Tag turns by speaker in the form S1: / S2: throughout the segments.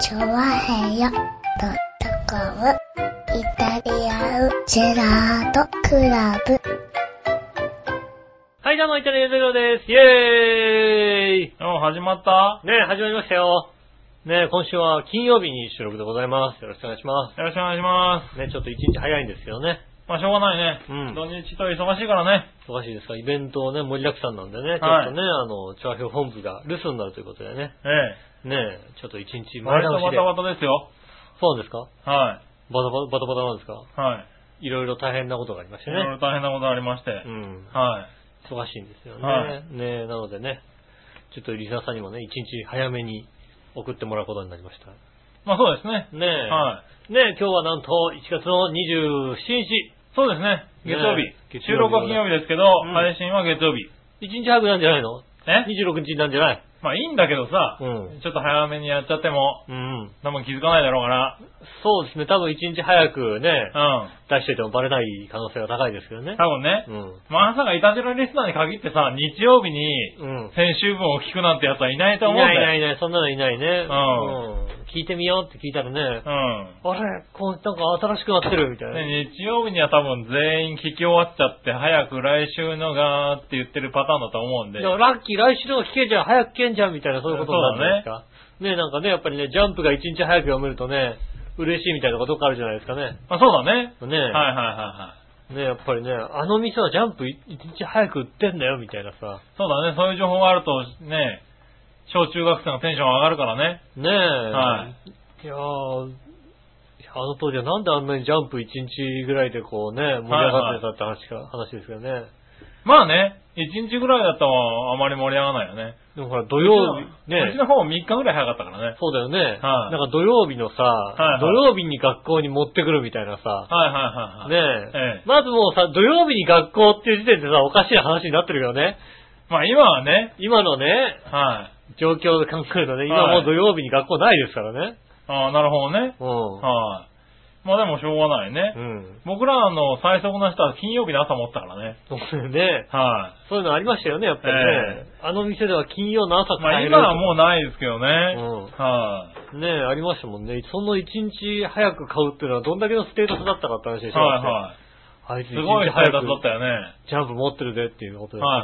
S1: チョワヘヨドットコムイタリアンジェラートクラブ。
S2: はい、どうも、イタリアンゼロです。イェーイ
S3: あ、始まった
S2: ねえ始まりましたよ。ねえ今週は金曜日に収録でございます。よろしくお願いしま。
S3: よろしくお願いします
S2: ねえちょっと一日早いんですよね。
S3: す。まあ、しょうがないね。
S2: うん
S3: 土日と忙しいからね。
S2: 忙しいですかイベントをね、盛りだくさんなんでね、ちょ
S3: はい
S2: っとね、あの、調和表本部が留守になるということでね、
S3: え
S2: ねえちょっと一日
S3: え。
S2: 前
S3: 割と
S2: 倒し
S3: バ
S2: で。
S3: タバタですよ。
S2: そうなんですか
S3: は
S2: バタバタ、バタバタなんですか
S3: い。はい。
S2: いろいろ大変なことがありまし
S3: い
S2: てね
S3: ろい。ろ大変なことありまして。
S2: うん。
S3: はい。
S2: 忙しいんですよね。
S3: はい
S2: ねえなのでね、ちょっとリスナーさんにもね、一日早めに送ってもらうことになりました。
S3: まあ、そうですね。
S2: ねえ
S3: はい。
S2: ねえ、今日はなんと1月の27日。
S3: そうですね。月曜
S2: ねえ
S3: 日。
S2: 月曜日
S3: 収録は金曜日ですけど、
S2: うん
S3: 配信は月曜日。
S2: 1日早くなんじゃないの
S3: え
S2: ?26 日なんじゃない
S3: まあ、いいんだけどさ、
S2: うん
S3: ちょっと早めにやっちゃっても、
S2: うん。
S3: 多分気づかないだろうか
S2: そうですね、多分1日早くね、
S3: ら。
S2: 出しといてもバレない可能性が高いですけど
S3: うん。
S2: ね。
S3: 多分ね。
S2: うん。
S3: まさかいたじらリスナーに限ってさ、日曜日に
S2: うん。
S3: 先週分を聞くなんてやつはいないと
S2: い
S3: 思う
S2: な
S3: んだ
S2: いい
S3: よ。
S2: ないいない、そんなのいないね。
S3: ん
S2: うん聞いてみようって聞いたらね、
S3: うん。
S2: あれこう、なんか新しくなってるみたいな。
S3: ね日曜日には多分全員聞き終わっちゃって、早く来週のがーって言ってるパターンだと思うんで。
S2: でもラッキー、来週のが聞けじゃん、早く聞けんじゃん、みたいな、そういうことになるんじゃないですか。ねなんかね、やっぱりね、ジャンプが1日早く読めるとね、嬉しいみたいなことがあるじゃないですかね。
S3: あ、そうだね。
S2: ね
S3: はいはいはいはい。
S2: ねやっぱりね、あの店はジャンプ一日早く売ってんだよ、みたいなさ。
S3: そうだね。そういう情報があると、ね、小中学生のテンション上がるからね。
S2: ねえ。。
S3: はい
S2: いやー、いやあの当時はなんであんなにジャンプ一日ぐらいでこうね、盛り上がってたって話か、話ですよね。
S3: まあね、1日ぐらいだったらあまり盛り上がらないよね。
S2: でもほら、土曜日、
S3: うち
S2: ね
S3: の方3日ぐらい早かったからね。
S2: そうだよね。
S3: はい
S2: なんか土曜日のさ、
S3: いはい
S2: 土曜日に学校に持ってくるみたいなさ、
S3: はいはいはいはい。
S2: ねえ
S3: ええ
S2: まずもうさ、土曜日に学校っていう時点でさ、おかしい話になってるけどね。
S3: まあ今はね、
S2: 今のね、
S3: はい。
S2: 状況で考えるとね、今もう土曜日に学校ないですからね。
S3: ああ、なるほどね。
S2: うん。
S3: はい。まあでもしょうがないね。
S2: うん。
S3: 僕らの最速の人は金曜日の朝持ってたからね。
S2: そうだよ ね。
S3: はい。
S2: そういうのありましたよね、やっぱりね。あの店では金曜の朝
S3: まあ
S2: える
S3: 今はもうないですけどね。
S2: うん
S3: はい、
S2: ねえ、ありましたもんね。その一日早く買うっていうのはどんだけのステータスだったかって話でしょ。
S3: はいは
S2: い。
S3: い。
S2: あいつ
S3: す
S2: 一
S3: ごい
S2: 日
S3: 配
S2: 早
S3: 達だ
S2: く
S3: ったよね。は
S2: ジャンプ持ってるぜっていうこと
S3: い
S2: で。。
S3: は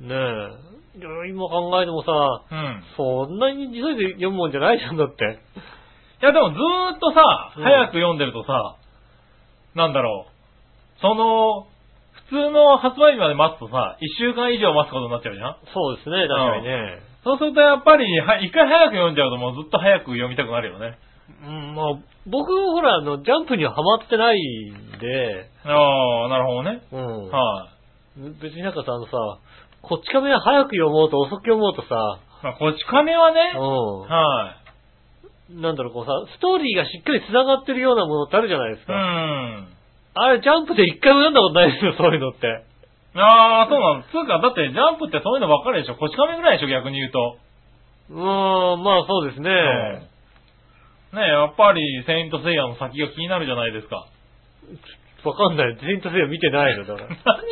S3: い
S2: ねえ。いや今考えてもさ、
S3: い。うん。
S2: そんなに急いで読むもんじゃないじゃんだって。
S3: いやでもずーっとさ、
S2: うん
S3: 早く読んでるとさ、なんだろう。その、普通の発売日まで待つとさ、一週間以上待つことになっちゃうじゃん
S2: そうですね、確かにね。
S3: そうするとやっぱり、は一回早く読んじゃうともうずっと早く読みたくなるよね。
S2: うん、まあ、僕、ほら、あの、ジャンプにはハマってないんで、
S3: ああ、なるほどね。
S2: うん。
S3: はい、
S2: 別になんかさ、あのさ、こっち亀は早く読もうと遅く読もうとさ、
S3: まあ、こち亀はね、
S2: う
S3: はい、
S2: ん。なんだろう、こうさ、ストーリーがしっかり繋がってるようなものってあるじゃないです
S3: う
S2: か。
S3: ん。
S2: あれ、ジャンプで一回も読んだことないですよ、そういうのって。
S3: ああ、そうなの。つうか、だってジャンプってそういうのばっかりでしょ。こち亀ぐらいでしょ、逆に 言うと。
S2: うーん、まあそうですね。
S3: ねえ、やっぱり、セイントセイヤの先が気になるじゃないですか。
S2: わかんない。全とせよ見てないの、だから。
S3: 何、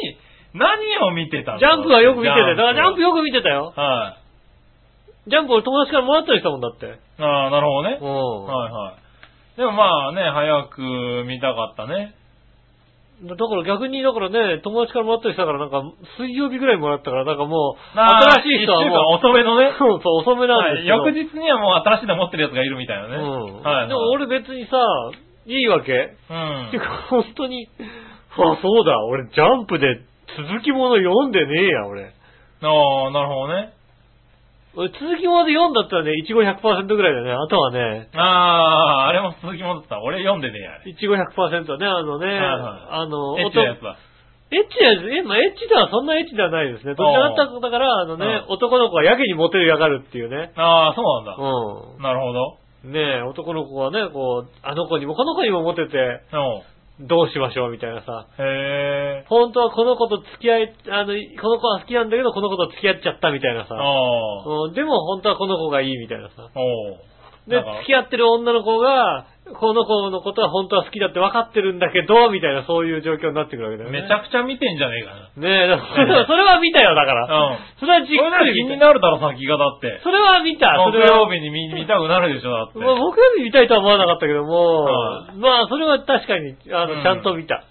S3: 何を見てたの
S2: ジャンプはよく見てたよ。だからジャンプ
S3: よ
S2: よく見てたよ。
S3: はい。
S2: ジャンプ俺友達からもらったりしたもんだって。
S3: ああ、なるほどね
S2: う。ん。
S3: はいはい。でもまあね、早く見たかったね。
S2: だから逆に、だからね、友達からもらったりしたから、なんか、水曜日ぐらいもらったから、なんかもう、
S3: あー
S2: 新しい人は
S3: 一週間
S2: もう、
S3: 遅めのね。
S2: そう そう、遅めなん
S3: は
S2: です
S3: い、
S2: けど。
S3: 翌日にはもう新しいの持ってるやつがいるみたいなね。
S2: うん。
S3: はい、はい。
S2: でも、俺別にさ、いいわけ、
S3: う。
S2: っていうんか、本当に、あ、そうだ、俺ジャンプで続きもの読んでねえや、俺。
S3: ああ、なるほどね。
S2: 俺続きもので読んだったらね、いちご100%ぐらいだね。あとはね、
S3: ああ、あれも続きもだった。俺読んでねえや、あれ。
S2: いちご100%はね、あのね、
S3: いはい
S2: あの、
S3: エッチなやつだ。
S2: エッチなやつ、え、まあ、エッチではそんなエッチではないですね。どちらかっただから、あのね、
S3: う
S2: 男の子はやけにモテるやがるっていうね。
S3: ああ、そうなんだ。
S2: う
S3: なるほど。
S2: ん。ねえ、男の子はね、こう、あの子にもこの子にもモテて、
S3: うん。
S2: どうしましょうみたいなさ。
S3: へえ。
S2: 本当はこの子と付き合い、あの、この子は好きなんだけど、この子と付き合っちゃったみたいなさ。
S3: ああ。
S2: うん、でも本当はこの子がいいみたいなさ。
S3: おう
S2: で
S3: なんか、
S2: 付き合ってる女の子が、この子のことは本当は好きだって分かってるんだけど、みたいなそういう状況になってくるわけだよね。
S3: めちゃくちゃ見てんじゃねえか
S2: ねえ、だからそれはそれは見たよ、だから。
S3: な。うん。
S2: それはじっ
S3: それな
S2: く
S3: ら気
S2: り
S3: に
S2: 見た。
S3: なるだろ、先がだって。
S2: それは見た。そ
S3: 木
S2: れは
S3: 曜日に 見見たくなるでしょ、だって。
S2: まあ、僕より見たいとは思わなかったけども、
S3: は
S2: まあ、それは確かに、あ
S3: う
S2: の、
S3: ん
S2: ちゃんと見た。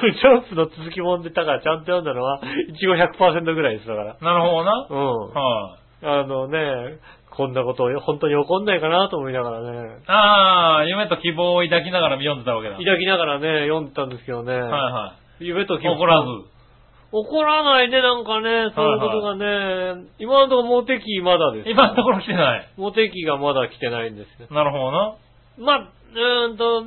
S2: これ、ジャンプの続きもんで、だからちゃんと読んだのは、一応100%ぐらいです、だから。
S3: なるほどな。
S2: うん。
S3: はい、
S2: あのね、こんなことを本当に起こんないかなと思いながらね、
S3: あ。あー、夢と希望を抱きながら読んでたわけだ。
S2: 抱きながらね、読んでたんですけどね、
S3: はいは
S2: 夢と
S3: い。
S2: 希望
S3: 怒らず。。
S2: 怒らないね、なんかね、そういうことがね、今のところモテ期まだです。
S3: 今のところ来てない。
S2: モテ期がまだ来てないんですよ。
S3: なるほどな。
S2: まあ、うーんと、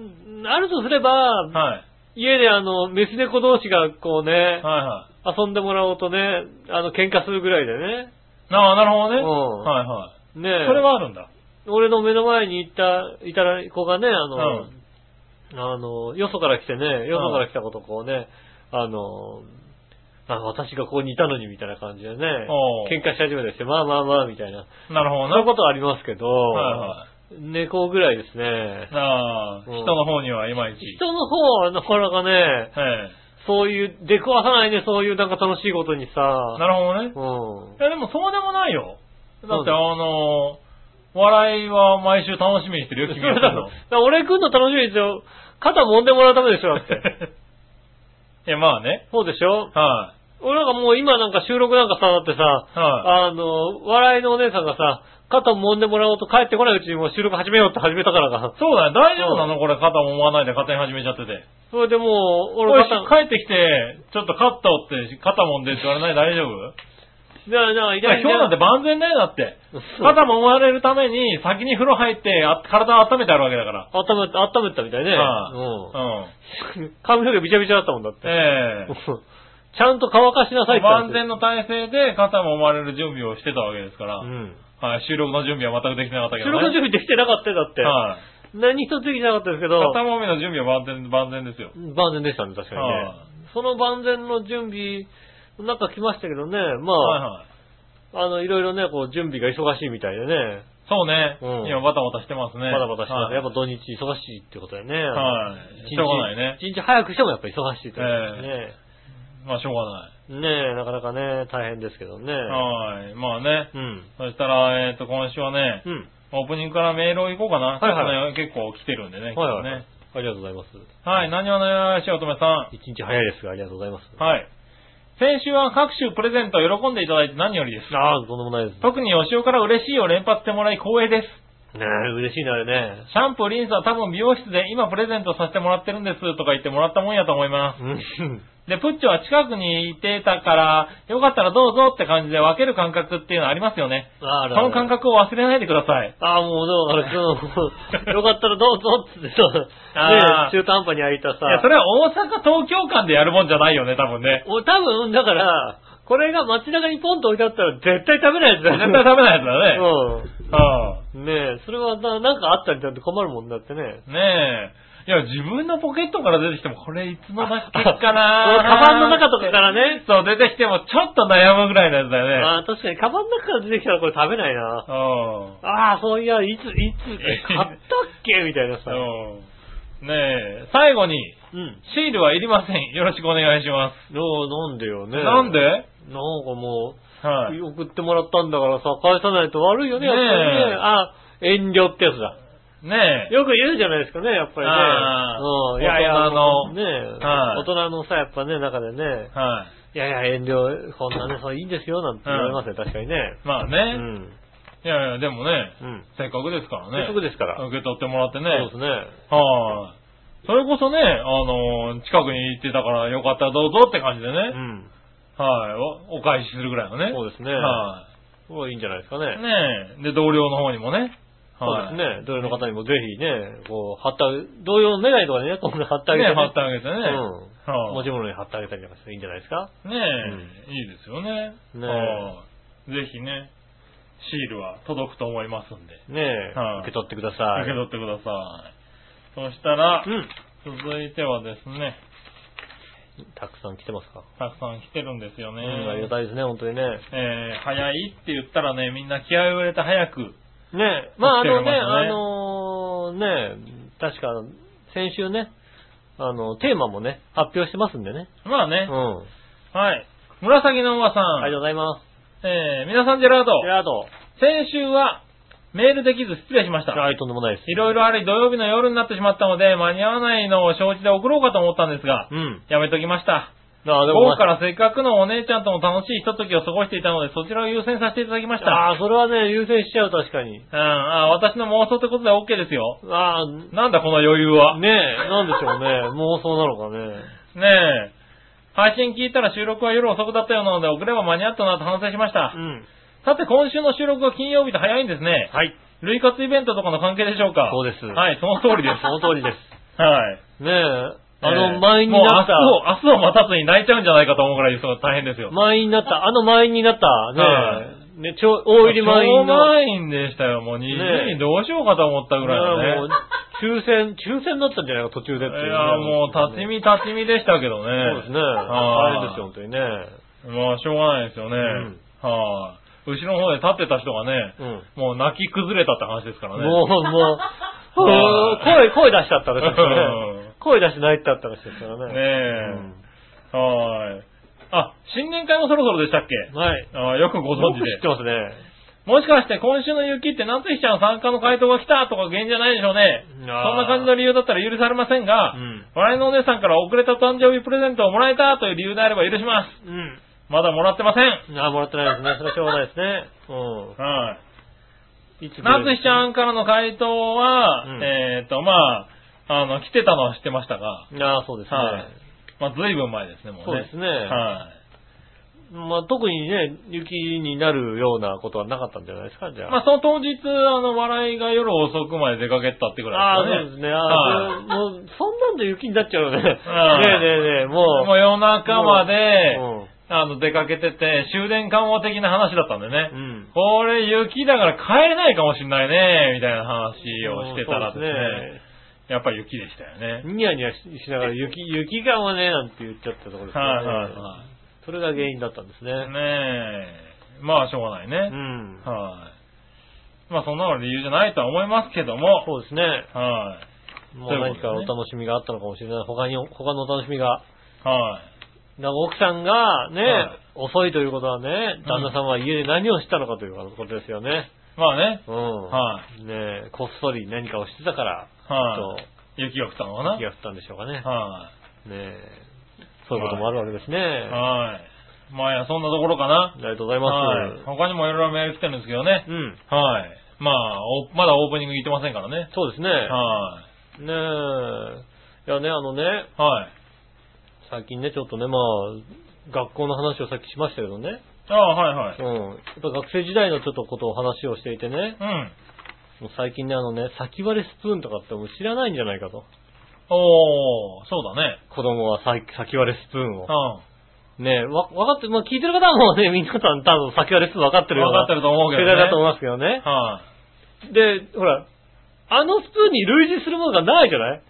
S2: あるとすれば、
S3: はい。
S2: 家であの、メス猫同士がこうね、
S3: はいは
S2: 遊んでもらおうとね、あの、喧嘩するぐらいでね。
S3: い。なあ、なるほど
S2: う
S3: ね。
S2: ん
S3: はいはい。
S2: ね
S3: そ
S2: え
S3: れはあるんだ。
S2: 俺の目の前に行った、いたら子がね、あの、
S3: うん
S2: あの、よそから来てね、よそから来たことをこうね、あの、あ私がここにいたのにみたいな感じでね
S3: おう、
S2: 喧嘩し始めたりして、まあまあまあみたいな。
S3: なるほど
S2: そ
S3: な。
S2: ういうことはありますけど、
S3: はいは
S2: 猫ぐらいですね
S3: い。。ああ、
S2: うん
S3: 人の方にはいまいち。
S2: 人の方はなかなかね、
S3: え
S2: そういう、出くわさないね、そういうなんか楽しいことに
S3: え。
S2: さ、
S3: なるほどね。
S2: うん
S3: い。や、でもそうでもないよ。だ
S2: そう
S3: っ
S2: で
S3: て、
S2: す
S3: あのー、笑いは毎週楽しみにしてるよ、君は。
S2: だから俺来んの楽しみですよ。肩揉んでもらうためでしょ、だって。
S3: いや、まあね。
S2: そうでしょ
S3: は
S2: 俺なんかもう今なんか収録なんかさ、だってさ、
S3: い。は
S2: あの、笑いのお姉さんがさ、肩揉んでもらおうと帰ってこないうちにもう収録始めようって始めたからか
S3: い。。そうだね。大丈夫なのこれ肩揉まないで勝手に始めちゃってて。
S2: それでもう、
S3: これ
S2: 俺肩、
S3: 帰ってきて、ちょっと肩折って肩揉んでって言われない大丈夫
S2: じゃあ、じゃあ、い
S3: いや、今日なんて
S2: ば
S3: 万全だよ、だって。肩揉まれるために先に風呂入ってあ体温めてあるわけだから。
S2: 温めた、温めたみたいね。
S3: はいうん。
S2: うん。髪の毛びちゃびちゃだったもんだって。
S3: ええ
S2: ちゃんと乾かしなさいって
S3: 万全
S2: の。
S3: の体制で肩揉まれる準備をしてたわけですから。
S2: うん。
S3: はい、収録の準備は全くできなかったけ
S2: 収
S3: どね。
S2: 録の準備できてなかったよ、だって。
S3: はい。
S2: 何一つできてなかったですけど。
S3: 肩もみの準備は万全、万全ですよ。
S2: 万全でしたね、確かにね。
S3: はい
S2: その万全の準備、なんか来ましたけどね、まあ、
S3: はいはい。
S2: あの、いろいろね、こう、準備が忙しいみたいでね、
S3: そうね。
S2: うん
S3: 今バタバタしてますね。
S2: バタバタしてます、
S3: はい
S2: やっぱ土日忙しいってことだよね。
S3: はい。
S2: 一日
S3: しょうがないね。
S2: 一日早くしてもやっぱ忙しいってことだよね。
S3: まあしょうがな
S2: ねえ、なかなかね、大変ですけどね。
S3: い。はい。まあね。
S2: うん。
S3: そしたら、えっと、今週はね
S2: う、ん。
S3: オープニングからメールを行こうか
S2: はいは
S3: な。ちょっとね結構来てるんで
S2: は
S3: ね。
S2: いはい、
S3: 今日ね
S2: ありがとうございます。
S3: はい。何をね、しおとめさん。
S2: 一日早いですが、ありがとうございます。
S3: はい。先週は各種プレゼントを喜んでいただいて何よりです。
S2: ああ、とんでもないです。ね
S3: 特に吉尾から嬉しいを連発してもらい光栄です。
S2: え、嬉しいな、あれね。
S3: シャンプー、リンスは多分美容室で今プレゼントさせてもらってるんですとか言ってもらったもんやと思いま
S2: うん。
S3: す。で、プッチョは近くにいてたから、よかったらどうぞって感じで分ける感覚っていうのありますよね。
S2: ああ、あ
S3: そ
S2: るある
S3: の感覚を忘れないでください。
S2: ああ、もう、だから、その よかったらどうぞっつってさ、ね
S3: あー
S2: 中途半端に開いた
S3: いや、
S2: さ
S3: そ、れは大阪、東京間でやるもんじゃないよね、多分ね。
S2: お多分、だから、これが街中にポンと置いてあったら絶対食べないやつだ
S3: 絶
S2: よ
S3: 対食べないやつだね。あ
S2: うん。ねえ、それはな、なんかあったりだって困るもんだってね。
S3: あねえ。いや、自分のポケットから出てきても、これいつのだっけかな
S2: ああカバンの中とかからね。
S3: そう、出てきても、ちょっと悩むぐらいのやつだよね。
S2: ああ、確かに、カバンの中から出てきたらこれ食べないな。
S3: うん。
S2: ああ、そういや、いつ、いつ、買ったっけみたいなさ。
S3: うんねえ、最後に、
S2: うん。
S3: シールはいりません。よろしくお願いしま
S2: どうなんでよ
S3: す。
S2: ね。
S3: なんで
S2: なんかも
S3: は
S2: う、
S3: い。
S2: 送ってもらったんだからさ、返さないと悪いよね、やっぱりね。
S3: ねえ
S2: あ、遠慮ってやつだ。
S3: ねえ。
S2: よく言うじゃないですかね、やっぱりね。
S3: あー
S2: うん。いやいや、
S3: 大人の
S2: ねえ
S3: はい
S2: 大人のさ、やっぱね、中でね、
S3: はい
S2: やいや、遠慮、こんなね、そういいんですよ、なんて言われますね、確かにね。
S3: い。まあ
S2: う
S3: ね。
S2: ん。
S3: いやいや、でもね、
S2: うん。
S3: せっかくですからね。
S2: せっかくですから
S3: 受け取ってもらってね。
S2: そうですね。
S3: はい。それこそね、あのー近くに行ってたからよかったらどうぞって感じでね。
S2: うん。
S3: はいお。お返しするぐらいのね。
S2: そうですね。
S3: は
S2: これいいんじゃないですか
S3: い。
S2: ね。
S3: ねえ。で、同僚の方にもね。
S2: そうで
S3: はい。
S2: すね。同僚の方にもぜひね、こう、貼ってあげ、同様の願いとかね、こんな貼ってあげて、
S3: ね貼ってあげてね。
S2: うん。
S3: はい
S2: 持ち物に貼ってあげたりとかしていいんじゃないですか。
S3: ねえ、いいですよね。
S2: ねえ
S3: はいぜひね、シールは届くと思いますんで、
S2: ねえ、
S3: はい
S2: 受け取ってください。
S3: 受け取ってください。そしたら、
S2: うん。
S3: 続いてはですね、
S2: たくさん来てますか。
S3: たくさん来てるんですよね。
S2: うん、ありがたいですね、本当にね。
S3: えー早いって言ったらね、みんな気合を入れて早く
S2: ねえ、まああ
S3: 来てく
S2: の
S3: れま
S2: ね、
S3: し
S2: あ
S3: たね
S2: のーねえ、確か、先週ね、あの、テーマもね、発表してますんでね。
S3: まあ
S2: う
S3: ね
S2: ん。。あ
S3: はい。紫のおばさん。
S2: りがとうございます。
S3: えー、皆さんジェラード。
S2: ジェラード。
S3: 先週は、メールできず失礼しました。
S2: はい、とんでもないです。
S3: いろいろあり土曜日の夜になってしまったので、間に合わないのを承知で送ろうかと思ったんですが、
S2: うん。
S3: やめときました。
S2: ああ、でも、
S3: 午後からせっかくのお姉ちゃんとも楽しいひとときを過ごしていたので、そちらを優先させていただきました。
S2: ああ、それはね、優先しちゃう、確かに。
S3: うん、あ私の妄想ってことで OK ですよ。
S2: あ
S3: なんだこの余裕
S2: あ、
S3: は。
S2: ねえ、なんでし ょうね。妄想なのかね。
S3: ねえ。配信聞いたら収録は夜遅くだったようなので、遅れば間に合ったなと反省しました
S2: う。ん。
S3: さて、今週の収録は金曜日と早いんですね。
S2: はい。
S3: 類活イベントとかの関係でしょうか
S2: そうです
S3: はい、その通りで す。
S2: その通りです。
S3: はい。
S2: ねえ、あ
S3: えー
S2: の、満員になった、
S3: もう明日を、明日を待たずに泣いちゃうんじゃないかと思うぐらい、そう大変ですよ。
S2: 満員になった、あの満員になった、ねえ、ね、超、大入り満員
S3: 超
S2: の。
S3: 満員でしたよ。もう20
S2: ね
S3: 人
S2: え
S3: どうしようかと思ったぐらい
S2: も
S3: の
S2: う
S3: ね。、
S2: 抽選、抽選だったんじゃないか、途中で
S3: い
S2: っていうね。
S3: や、もう立ち見立ち見でしたけどね。
S2: そうですね。
S3: はい
S2: 大変ですよ、本当にね。
S3: まあ、しょうがないですよね。
S2: うん
S3: はい、後ろの方で立ってた人がね、
S2: うん。
S3: もう泣き崩れたって話ですからね。
S2: もう、 もう、
S3: は
S2: もう
S3: い
S2: 声、声出しちゃったらしいですか
S3: うん
S2: ね。声出して泣いてあったらしいですからね。う
S3: ね
S2: ん
S3: え。はい、あ、新年会もそろそろでしたっけ
S2: はい。
S3: あよくご存知
S2: よく知っ
S3: で
S2: て。ますね。
S3: もしかして今週の雪って夏日ちゃん参加の回答が来たとか原因じゃないでしょうね。そん
S2: あー
S3: な感じの理由だったら許されませんが、
S2: うん
S3: 笑いのお姉さんから遅れた誕生日プレゼントをもらえたという理由であれば許します。まだもらってません。
S2: うん。あ、もらってないですね。それはしょうがないですね。
S3: はい。
S2: うん。いつ
S3: 夏日ちゃんからの回答は、
S2: うん
S3: えっ、と、まあ、あの、来てたのは知ってましたが、
S2: ん。ああ、そうですね。
S3: はいまあ、随分前ですね、もうね。
S2: そうですね。
S3: はい。
S2: まあ、特にね、雪になるようなことはなかったんじゃないですか、じゃあ。
S3: まあ、その当日、あの、笑いが夜遅くまで出かけたってぐ
S2: あ
S3: ら
S2: あ、
S3: い
S2: そうです
S3: ですかね。
S2: ね。
S3: は
S2: ああ、
S3: い
S2: それもう、そんなんで雪になっちゃうよね。ね
S3: ん
S2: えねえねえ、もう。
S3: もう夜中まで、
S2: うん
S3: あの、出かけてて、終電緩和的な話だったんでね。
S2: うん。
S3: これ、雪だから帰れないかもしんないね、みたいな話をしてたらですね、やっぱり雪でしたよ
S2: そうです
S3: ね。
S2: ねニヤニヤししながら、雪、雪がはね、なんて言っちゃったところですね。
S3: はいはいは
S2: それが原因だったんですね。
S3: い。ねえ。まあ、しょうがないうね。
S2: ん。
S3: はい。まあ、そんなの理由じゃないとは思いますけども、
S2: そうですね。
S3: は
S2: もう何かお楽しみがあったのかもしれない。他に、他のお楽しみが。
S3: い。はい。
S2: なんか奥さんがね、
S3: はい
S2: 遅いということはね、旦那様は家で何をしたのかということですよね。
S3: まあね、
S2: うん。
S3: は
S2: ねえこっそり何かをしてたから、
S3: は雪が降ったのか
S2: ちょっと
S3: な
S2: 気が降ったんでしょうかね。
S3: は
S2: ねえ。そういうこともあるわけですね。
S3: い。はい。まあ、いや、そんなところかな
S2: あ。りがとうござい
S3: は
S2: ま
S3: い。
S2: す。
S3: 他にもいろいろメール来てるんですけどね。
S2: うん。
S3: はい。まあ、おまだオープニング言ってませんからね。
S2: そうですね。
S3: は
S2: ねえ。いやね、あのね、
S3: い。はい。
S2: 最近ね、ちょっとね、まあ、学校の話をさっきしましたけどね。
S3: ああ、はいはい。
S2: うん。やっぱ学生時代のちょっとことを話をしていてね、も
S3: うん。
S2: う最近ね、あのね、先割れスプーンとかってもう知らないんじゃないかと。
S3: おー、そうだね。
S2: 子供はさい先割れスプーンを
S3: う。
S2: ねえ、わ、わかって、まあ聞いてる方はもうね、皆さん多分先割れスプーンわかってるような
S3: わかってると思うけど
S2: 世
S3: ね
S2: 代だと思いますけどね
S3: ん。。は
S2: で、ほら、あのスプーンに類似するものがないじゃない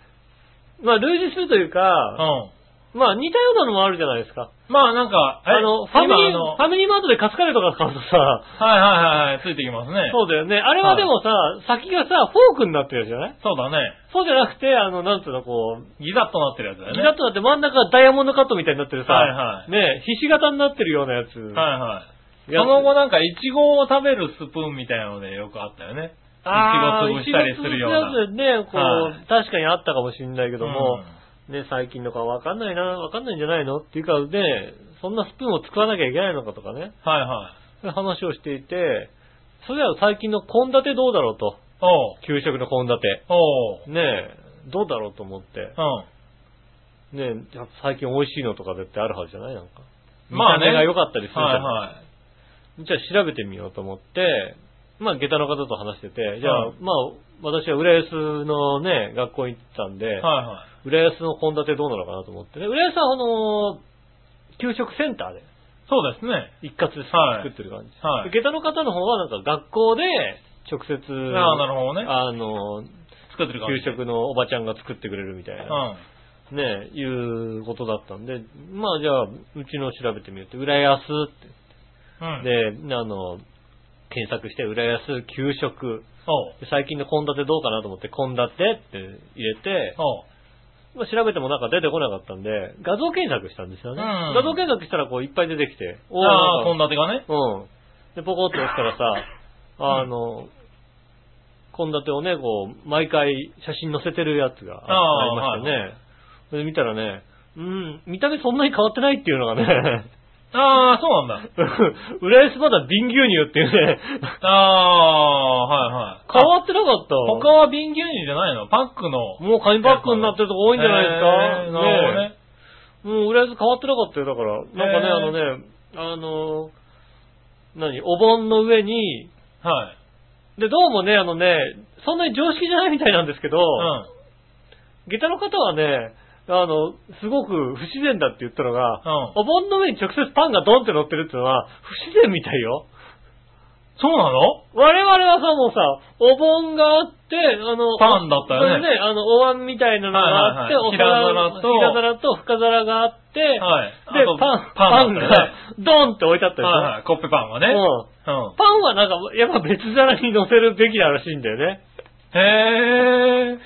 S2: まあ、類似するという
S3: い。
S2: か、
S3: うん。
S2: まあ、似たようなのもあるじゃないですか。
S3: まあなんか、
S2: あ
S3: え
S2: の、ファミリ
S3: 今あ
S2: ー、
S3: の
S2: ファミリーマートでカツカレーとか買うとさ、
S3: はいはいはいはい、ついてきますね。
S2: そうだよね。あれはでもさ、先がさ、フォークになってるやつじゃない
S3: そうだね。
S2: そうじゃなくて、あの、なんつうの、こう、
S3: ギザッとなってるやつだよね。
S2: ギラッとなって真ん中がダイヤモンドカットみたいになってるさ、
S3: はいはい
S2: ね、ひし形になってるようなやつ。
S3: はいはい。
S2: や
S3: その後なんか、イチゴを食べるスプーンみたいなのでよくあったよね。
S2: あー
S3: イチゴ潰したりするような
S2: イチゴ潰すやつね、こう、
S3: はい
S2: 確かにあったかもしれないけ
S3: け
S2: ども、ね、最近の子はわかんないな、わかんないんじゃないのっていうか、で、そんなスプーンを使わなきゃいけないのかとかね、
S3: はいはい。
S2: そういう話をしていて、それでは最近の献立どうだろうと、
S3: おう。
S2: 給食の献立。
S3: おう。
S2: ねえ、どうだろうと思って、
S3: う
S2: ねえ、やっぱ最近美味しいのとか絶対あるはずじゃないなんか。
S3: まあね
S2: 見た目が良かったりする
S3: ん。
S2: じゃ
S3: は
S2: ない
S3: はい。
S2: じゃあ調べてみようと思って、まあ下駄の方と話してて、じゃあ、
S3: う
S2: まあ私は浦安のね、学校行ってたんで、
S3: はいはい。
S2: 浦安の献立どうなのかなと思ってね、浦安はあの給食センターで、
S3: そうですね。
S2: 一括で
S3: は
S2: 作
S3: い
S2: ってる感じ。
S3: はい
S2: で下駄の方の方はなんか学校で直接、
S3: ああ、なるほどね。
S2: あの、
S3: 作ってるから。
S2: 給。食のおばちゃんが作ってくれるみたいな、
S3: う
S2: ね、いうことだったんで、まあじゃあ、うちの調べてみようって、浦安って、
S3: ん。うん。
S2: で、あの、検索して、浦安給食。
S3: おう。
S2: 最近の献立どうかなと思って、献立って入れて、
S3: おう。
S2: まあ調べてもなんか出てこなかったんで、画像検索したんですよね。
S3: うん
S2: 画像検索したらこういっぱい出てきて、おー
S3: ああ、
S2: な
S3: こ
S2: ん
S3: ん
S2: か
S3: だてがね。
S2: うん。で、ポコッと押したらさ、あの、献立をね、こう、毎回写真載せてるやつがありま
S3: あー
S2: してね。で、見たらね、うん、見た目そんなに変わってないっていうのがね、
S3: ああ、そうなんだ。
S2: 浦安まだ瓶牛乳っていうね、
S3: ああ、はいはい。
S2: 変わってなかった。
S3: 他は瓶牛乳じゃないのパックの。
S2: もう紙パックになってるとこ多いんじゃないですか、
S3: へーなるほどね。
S2: もう、浦安変わってなかったよ、だから。なん
S3: へー
S2: かね、あのね、あの何、お盆の上に、
S3: はい。
S2: で、どうもね、あのね、そんなに常識じゃないみたいなんですけど、
S3: うん。
S2: 下駄の方はね、あの、すごく不自然だって言ったのが、
S3: うん
S2: お盆の上に直接パンがドンって乗ってるってのは、不自然みたいよ。
S3: そうなの
S2: 我々はさ、もうさ、お盆があって、あの、
S3: パンだったよね
S2: それであの、お椀みたいなのがあって、
S3: はいはいはい
S2: お
S3: 平皿と
S2: 平皿と深皿があって、
S3: はい。
S2: で
S3: あと、
S2: パン、
S3: パ
S2: パ
S3: ン
S2: ン
S3: だったよ
S2: が
S3: ね。、
S2: ドンって置いてあったでしょ、
S3: はいはい。コッペパンはね。
S2: うん
S3: うん。
S2: パンはなんか、やっぱ別皿に乗せるべきらしいんだよね。
S3: へえ。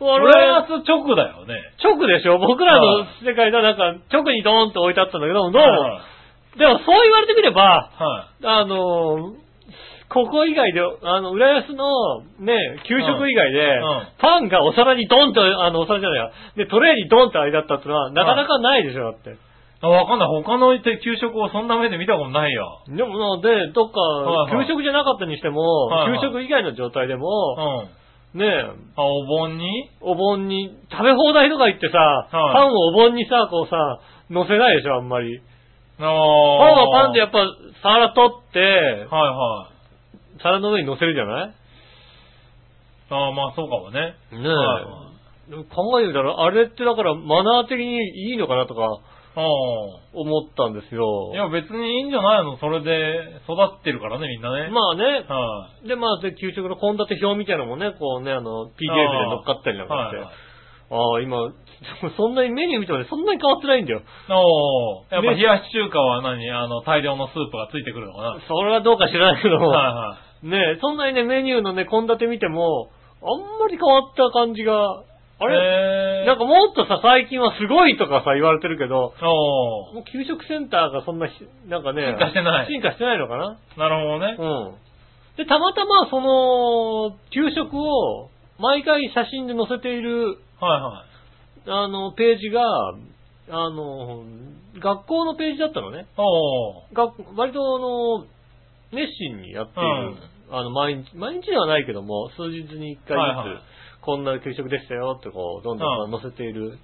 S2: 俺
S3: 浦
S2: は
S3: 安直だよね。
S2: 直でしょ僕ら
S3: は
S2: の
S3: い
S2: 世界ではなんか、直にドーンと置いてあったんだけども、どうも
S3: は。
S2: でもそう言われてみれば、
S3: い。は
S2: あのー、ここ以外で、あの、浦安のね、給食以外で、
S3: うん
S2: パンがお皿にドンと、あの、お皿じゃないや、で、トレーにドンとあれだったってのは、なかなかないでしょ、だって。
S3: い。あわかんない。他の給食をそんな目で見たことないよ。
S2: でも、なので、どっ
S3: はいは
S2: か
S3: い、
S2: 給食じゃなかったにしても、
S3: はいはい
S2: 給食以外の状態で
S3: う
S2: も、
S3: ん。
S2: ね
S3: あ、お盆に
S2: お盆に、食べ放題とか行ってさ、パンをお盆にさ、こうさ、乗せないでしょ、あんまり。
S3: あ
S2: パン
S3: あ。
S2: はパンでやっぱ、皿取って、
S3: はいはい。
S2: 皿の上に乗せるじゃない
S3: ああ、まあそうかもね。
S2: ね
S3: はい
S2: え。でも考えてみたら、あれってだからマナー的にいいのかなとか
S3: はい。
S2: 思ったんですよ
S3: うん。い。や、別にいいんじゃないのそれで育ってるからね、みんなね。
S2: まあね、
S3: は
S2: でまあ、で給食の献立表みたいなのもね、こうね、あの、PDF で乗っかったり
S3: い。
S2: なんかし
S3: はい
S2: て、
S3: はい。
S2: ああ、今、 そんなにメニュー見てもね、そんなに変わってないんだよ。
S3: おーやっぱ
S2: ね
S3: 冷やし中華は何あの、大量のスープがついてくるのかなはい
S2: それはどうか知らないけども、
S3: は
S2: ねえ、そんなにね、メニューのね、献立見ても、あんまり変わった感じが、
S3: い。
S2: あれ
S3: へー
S2: なんかもっとさ、最近はすごいとかさ、言われてるけど、
S3: お
S2: もう給食センターがそんなひ、なんかね、
S3: 進化してない
S2: 進化してないのかな
S3: ーなるほどね。
S2: うん。で、たまたまその、給食を、毎回写真で載せている、
S3: はいはい。
S2: あの、ページが、あの、学校のページだったのね。
S3: おー
S2: 学割と、あの、熱心にやっている、あの、毎日、毎日ではないけども、数日に一回ずつ、
S3: はいはい
S2: こんな給食でしたよってこう、どんど
S3: うん
S2: ん載せている。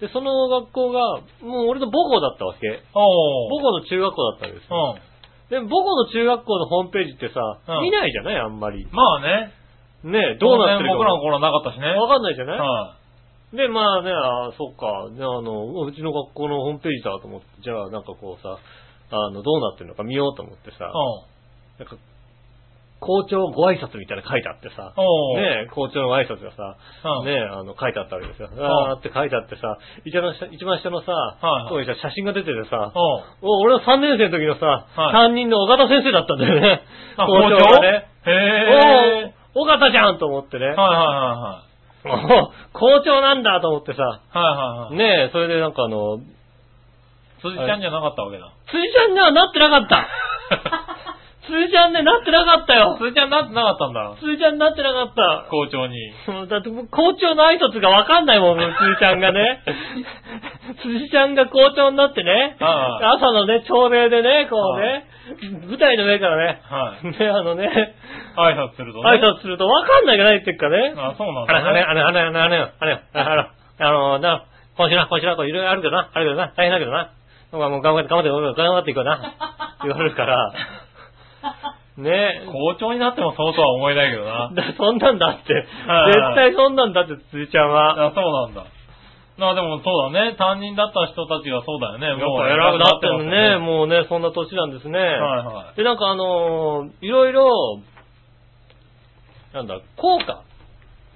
S2: で、その学校が、もう俺の母校だったわけ。母
S3: おー
S2: 校の中学校だったんですよ。
S3: う
S2: でも
S3: ん。
S2: 母校の中学校のホームページってさ、
S3: うん
S2: 見ないじゃないあんまり。
S3: まあね。
S2: ねえどうなってるか
S3: 当然僕らの
S2: も。
S3: 頃はなかったしね。
S2: わかんないじゃない、
S3: は
S2: で、まあね、あーそっか、ね、あの、うちの学校のホームページだと思って、じゃあなんかこうさ、あの、どうなってるのか見ようと思ってさ
S3: い。、う
S2: なんか、校長ご挨拶みたいなの書いてあってさ、
S3: ん。おー
S2: ねえ校長の挨拶がさ、
S3: うん
S2: ねえあの、書いてあったわけですよ。あーって書いてあってさ、一番下一番下のさ、
S3: はい
S2: こういうさ写真が出ててさ、
S3: おー
S2: お俺の3年生の時のさ、
S3: はい
S2: 担任の岡田先生だったんだよね。
S3: あ、
S2: 校
S3: 包
S2: 長
S3: 丁
S2: がね。
S3: へ
S2: おお、尾形じゃんと思ってね。
S3: ー。はいはいはいはい。
S2: おお 校長なんだと思ってさ。
S3: はいはいはい。
S2: ねえ、それでなんかあの、
S3: 辻ちゃんじゃなかったわけだ。
S2: 辻ちゃんにはなってなか った。辻ちゃんね、なってなかったよ。
S3: 辻ちゃんなんてなかったんだ。
S2: 辻ちゃんになってなかった。
S3: 校長に。
S2: そう だって僕校長の挨拶がわかんないもん、辻ちゃんが ね。辻ちゃんが校長になってね、
S3: はい
S2: 朝のね、朝礼でね、こうね、舞台の上からね、
S3: はい。
S2: ね、あのね、
S3: 挨拶するとね。
S2: 挨拶するとわかんないじゃないっていうかね。
S3: あ、そうなん
S2: あれ、あ
S3: だ
S2: れ、
S3: ね。
S2: あれ、あれ、あれ、あれ、あれ、あれ、あの、な、こうしな、こうしな、こういろいろあるけどな、あるけどな、大変だけどな。もう頑張って、頑張って、頑張っていこうな。言われる から。ねえ。
S3: 校長になってもそうとは思えないけどな。
S2: だそんなんだって。絶
S3: はい
S2: 対そんなんだって、辻ちゃんは。
S3: あ、そうなんだ。まあでもそうだね。担任だった人たちがそうだよね。
S2: やっぱ
S3: もう
S2: 偉くなって
S3: も
S2: る
S3: ん
S2: ね。もうね、そんな年なんですね。
S3: はいは
S2: で、なんかあのーいろいろ、なんだ、効果。
S3: い。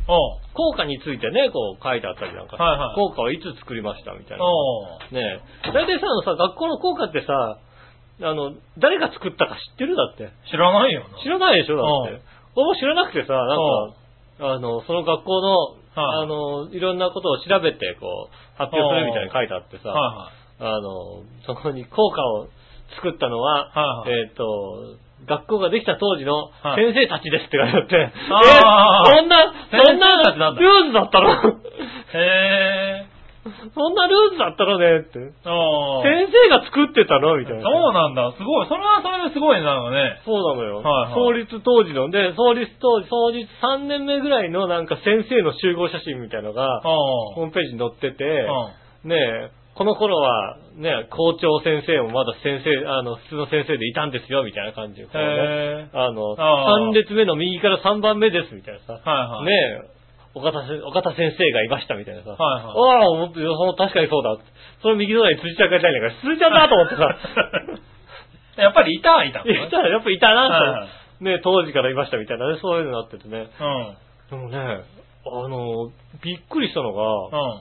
S3: おう。
S2: 効果についてね、こう書いてあったりなんかして
S3: はいはい
S2: 効果をいつ作りましたみたいな。
S3: おう。
S2: ねえ。大体さ、あのさ、学校の校歌ってさ、あの、誰が作ったか知ってるだって。
S3: 知らないよな。
S2: 知らないでしょだっ
S3: うん
S2: て。俺も知らなくてさ、なんか、あの、その学校の、
S3: はい
S2: あの、いろんなことを調べて、こう、発表するみたいに書いてあってさ、
S3: は
S2: あの、そこに効果を作ったのは、
S3: はいは
S2: えっ、と、学校ができた当時の
S3: はい
S2: 先生たちですって書いてあって、
S3: あー
S2: え、そんな、
S3: 先生
S2: そんな
S3: たちなんだ
S2: ルーズだ ったの
S3: いはい。へ
S2: そんなルーズだったのねって。
S3: ぇー。あー。
S2: 先生が作ってたのみたいな。
S3: そうなんだ。すごい。それはそれですごいなのね。
S2: そうなのよ、
S3: はいはい
S2: 創立当時の、で、創立当時、創立3年目ぐらいのなんか先生の集合写真みたいのが、
S3: あ
S2: ホームページに載ってて、
S3: あ。うん
S2: ねえ、この頃は、ね、校長先生もまだ先生、あの、普通の先生でいたんですよ、みたいな感じで、こうね、
S3: へぇ
S2: あの、
S3: あー
S2: 3列目の右から3番目です、みたいなさ、
S3: ー。はいはい。
S2: ね。え、岡田せ岡田先生がいました、みたいなさ、
S3: はいはい
S2: ああ、思って、そう確かにそうだ。その右隣に辻ちゃんがいたんだから、辻ちゃんだと思ってさ、
S3: やっぱりいたはいたのね。
S2: いたらやっぱいた
S3: はい
S2: な
S3: はい
S2: と、ね、当時からいましたみたいなね、そういうのになっててね。
S3: うん。
S2: でもね、あの、びっくりしたの
S3: う
S2: が、
S3: ん。はい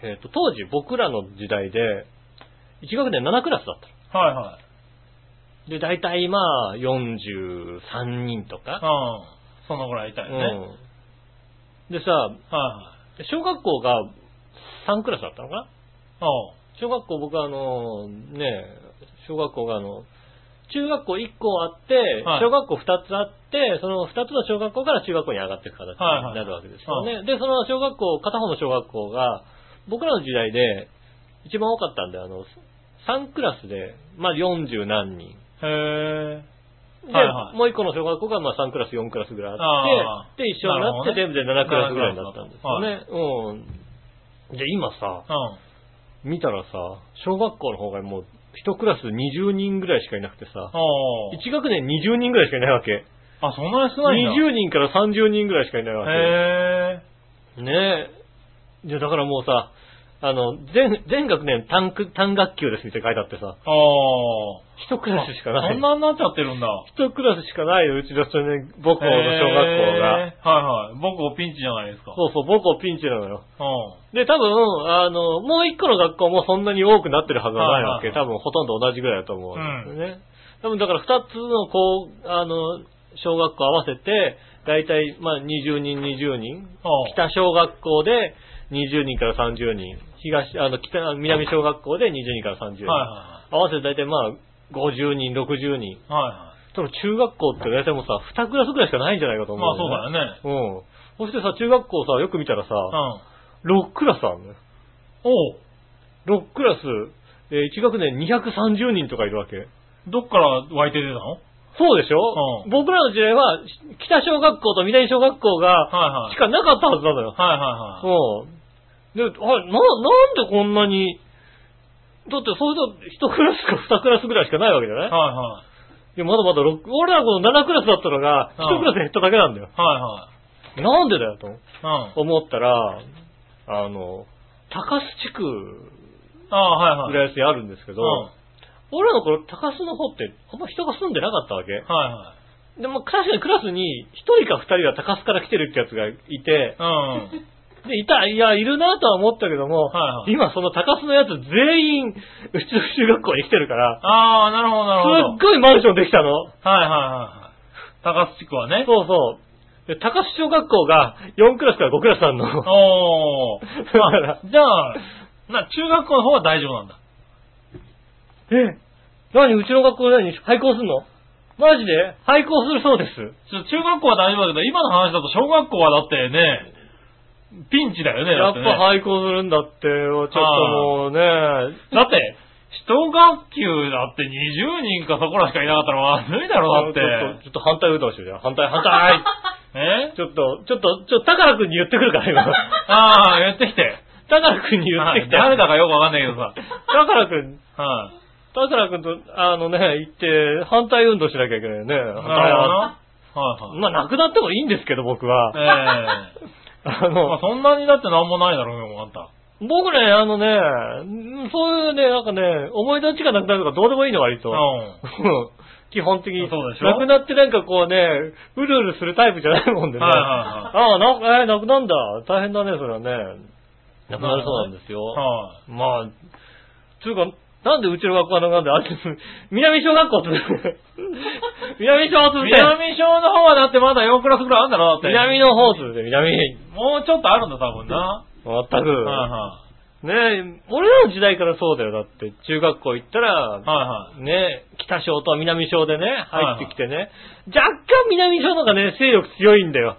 S2: えっ、と、当時僕らの時代で、1学年7クラスだった
S3: はい。
S2: の。で、大体まあ、43人と
S3: う
S2: か。
S3: ん。そのぐらいいたよね。
S2: うんでさ、
S3: は
S2: 小学校が3クラスだったのかない
S3: はい。
S2: 小学校僕はあの、ね、小学校があの、中学校1校あって、
S3: はい
S2: 小学校2つあって、その2つの小学校から中学校に上がっていく形になるわけですよね。で、その小学校、片方の小学校が、僕らの時代で一番多かったんで、あの、3クラスで、まあ40何人。
S3: うん。へぇー。
S2: で、
S3: はいはい
S2: もう1個の小学校がまあ3クラス、4クラスぐらいあ
S3: あ
S2: って、で、一緒になって
S3: なる
S2: 全部で7クラスぐらいになったんですよね。うん。で、今さ、
S3: うん。
S2: 見たらさ、小学校の方がもう、一クラス20人ぐらいしかいなくてさ、
S3: おー
S2: 一学年20人ぐらいしかいないわけ。
S3: あ、そんなに少ないんだ。
S2: 20人から30人ぐらいしかいないわけ。
S3: へ
S2: ねえ。いや、だからもうさ、あの、全、全学年単区、単学級ですみたいに書いてあってさ、
S3: ぇー。おー。
S2: 一クラスしかな
S3: そ
S2: い
S3: ん。なになっちゃってるんだ。
S2: 一クラスしかないよ、うちの少年、母校の小学校が。
S3: へーはいはい。僕をピンチじゃないですか。
S2: そうそう、母校ピンチなのよ。
S3: うん。
S2: で、多分、あの、もう一個の学校もそんなに多くなってるはずはないわけ。
S3: はい
S2: 多
S3: は
S2: 分、ほとんど同じぐらいだと思うんですよね。多分、だから二つのこう、あの、小学校合わせて、だいたい、まあ、20人、20人。
S3: おー
S2: 北小学校で20人から30人。東、あの、北、南小学校で20人から30人。
S3: は
S2: 合わせてだいたいまあ、50人、60人。
S3: いはい。は
S2: その中学校ってだいたいもうさ、2クラスぐらいしかないんじゃないかと
S3: いはい。
S2: 思
S3: まあ
S2: うん
S3: そうだよ
S2: よね。
S3: ね。
S2: うん。そしてさ、中学校さ、よく見たらさ、
S3: うん。
S2: 6クラスあるのよ。
S3: おう
S2: 6クラス、え1学年230人とかいるわけ。
S3: どっから湧いて出たのはい
S2: そうでしょ、
S3: うん
S2: 僕らの時代は、し北小学校と南小学校が、
S3: はい。
S2: しかなかったはずなのよ。
S3: はいはいはい。
S2: うん。で、あれ、な、なんでこんなに、だってそういうと、1クラスか2クラスぐらいしかないわけじゃない、
S3: はいはい
S2: や、まだまだ6、俺らこの7クラスだったのが、
S3: う
S2: 1
S3: ん
S2: クラス減っただけなんだよ。
S3: い。はいはい。
S2: なんでだよ、と
S3: うん。あ
S2: 思ったら、あの、高須地区、
S3: あ、はいはい。
S2: 浦安にあるんですけど、
S3: うん
S2: 俺らの頃、高須の方って、あんま人が住んでなかったわけ。
S3: はいはい。
S2: でも、確かにクラスに、一人か二人は高須から来てるってやつがいて、
S3: うん。
S2: で、いた、いや、いるなとは思ったけども、
S3: はいはい
S2: 今その高須のやつ全員、うちの中学校に来てるから、
S3: ああ、なるほどな
S2: す
S3: る
S2: っ
S3: ほど。
S2: ごいマンションできたの。
S3: はいはいはいはい。高須地区はね。
S2: そうそう。で、高須小学校が4クラスから5クラスあんの。
S3: おー。
S2: だから
S3: じゃあ、な、中学校の方は大丈夫なんだ。
S2: え、何うちの学校何廃校すんのマジで廃校するそうです。
S3: ちょ中学校は大丈夫だけど、今の話だと小学校はだってね、ピンチだよね、
S2: や
S3: だ
S2: っ
S3: って、ね。
S2: ぱ廃校するんだって、ちょっともうね、
S3: だって、一学級だって20人かそこらしかいなかったらまずいだろ、だって。
S2: ちょっと、ちょっと反対打倒してじゃん。反対、反 対
S3: え
S2: ちょっと、ちょっと、ちょっと、高野くんに言ってくるから、今。
S3: ああ、言ってきて。
S2: 高野くんに言っ
S3: は
S2: て
S3: い
S2: きて。
S3: 誰だかよくわかんないけどさ。
S2: 高野くん、
S3: はい、
S2: 高野くんと、あのね、行って、反対運動しなきゃいけないよね。
S3: なるほどな
S2: 反
S3: はい
S2: 対
S3: はい。
S2: まあ、なくなってもいいんですけど、僕は。
S3: ええ
S2: あ
S3: まあ
S2: の、
S3: そんなにだってなんもないだろうよ、あんた。
S2: 僕ね、あのね、うんそういうね、なんかね、思い出しがなくなるとかどうでもいいの、割と。
S3: うん。
S2: うん基本的に。
S3: そうでしょ
S2: なくなってなんかこうね、うるうるするタイプじゃないもんでね。
S3: はいはい
S2: ああ、なんか、えーなくなんだ。大変だね、それはね。なくなるそうなんですよ。
S3: はい、
S2: まあ、つうか、なんでうちの学校のなんで、あれ、 南小学校って、 南小学校って、
S3: 南小の方はだってまだ4クラスぐらいあるんだろ、だって。
S2: 南の方っすね、南。
S3: もうちょっとあるんだ、多分な。
S2: まったく。
S3: はいは
S2: ねえ、俺らの時代からそうだよ。だって、中学校行った
S3: い。
S2: ら、
S3: は
S2: ねえ、北小と南小でね、入ってきてね、若干南小の方がね、勢力強いんだよ。
S3: いはい。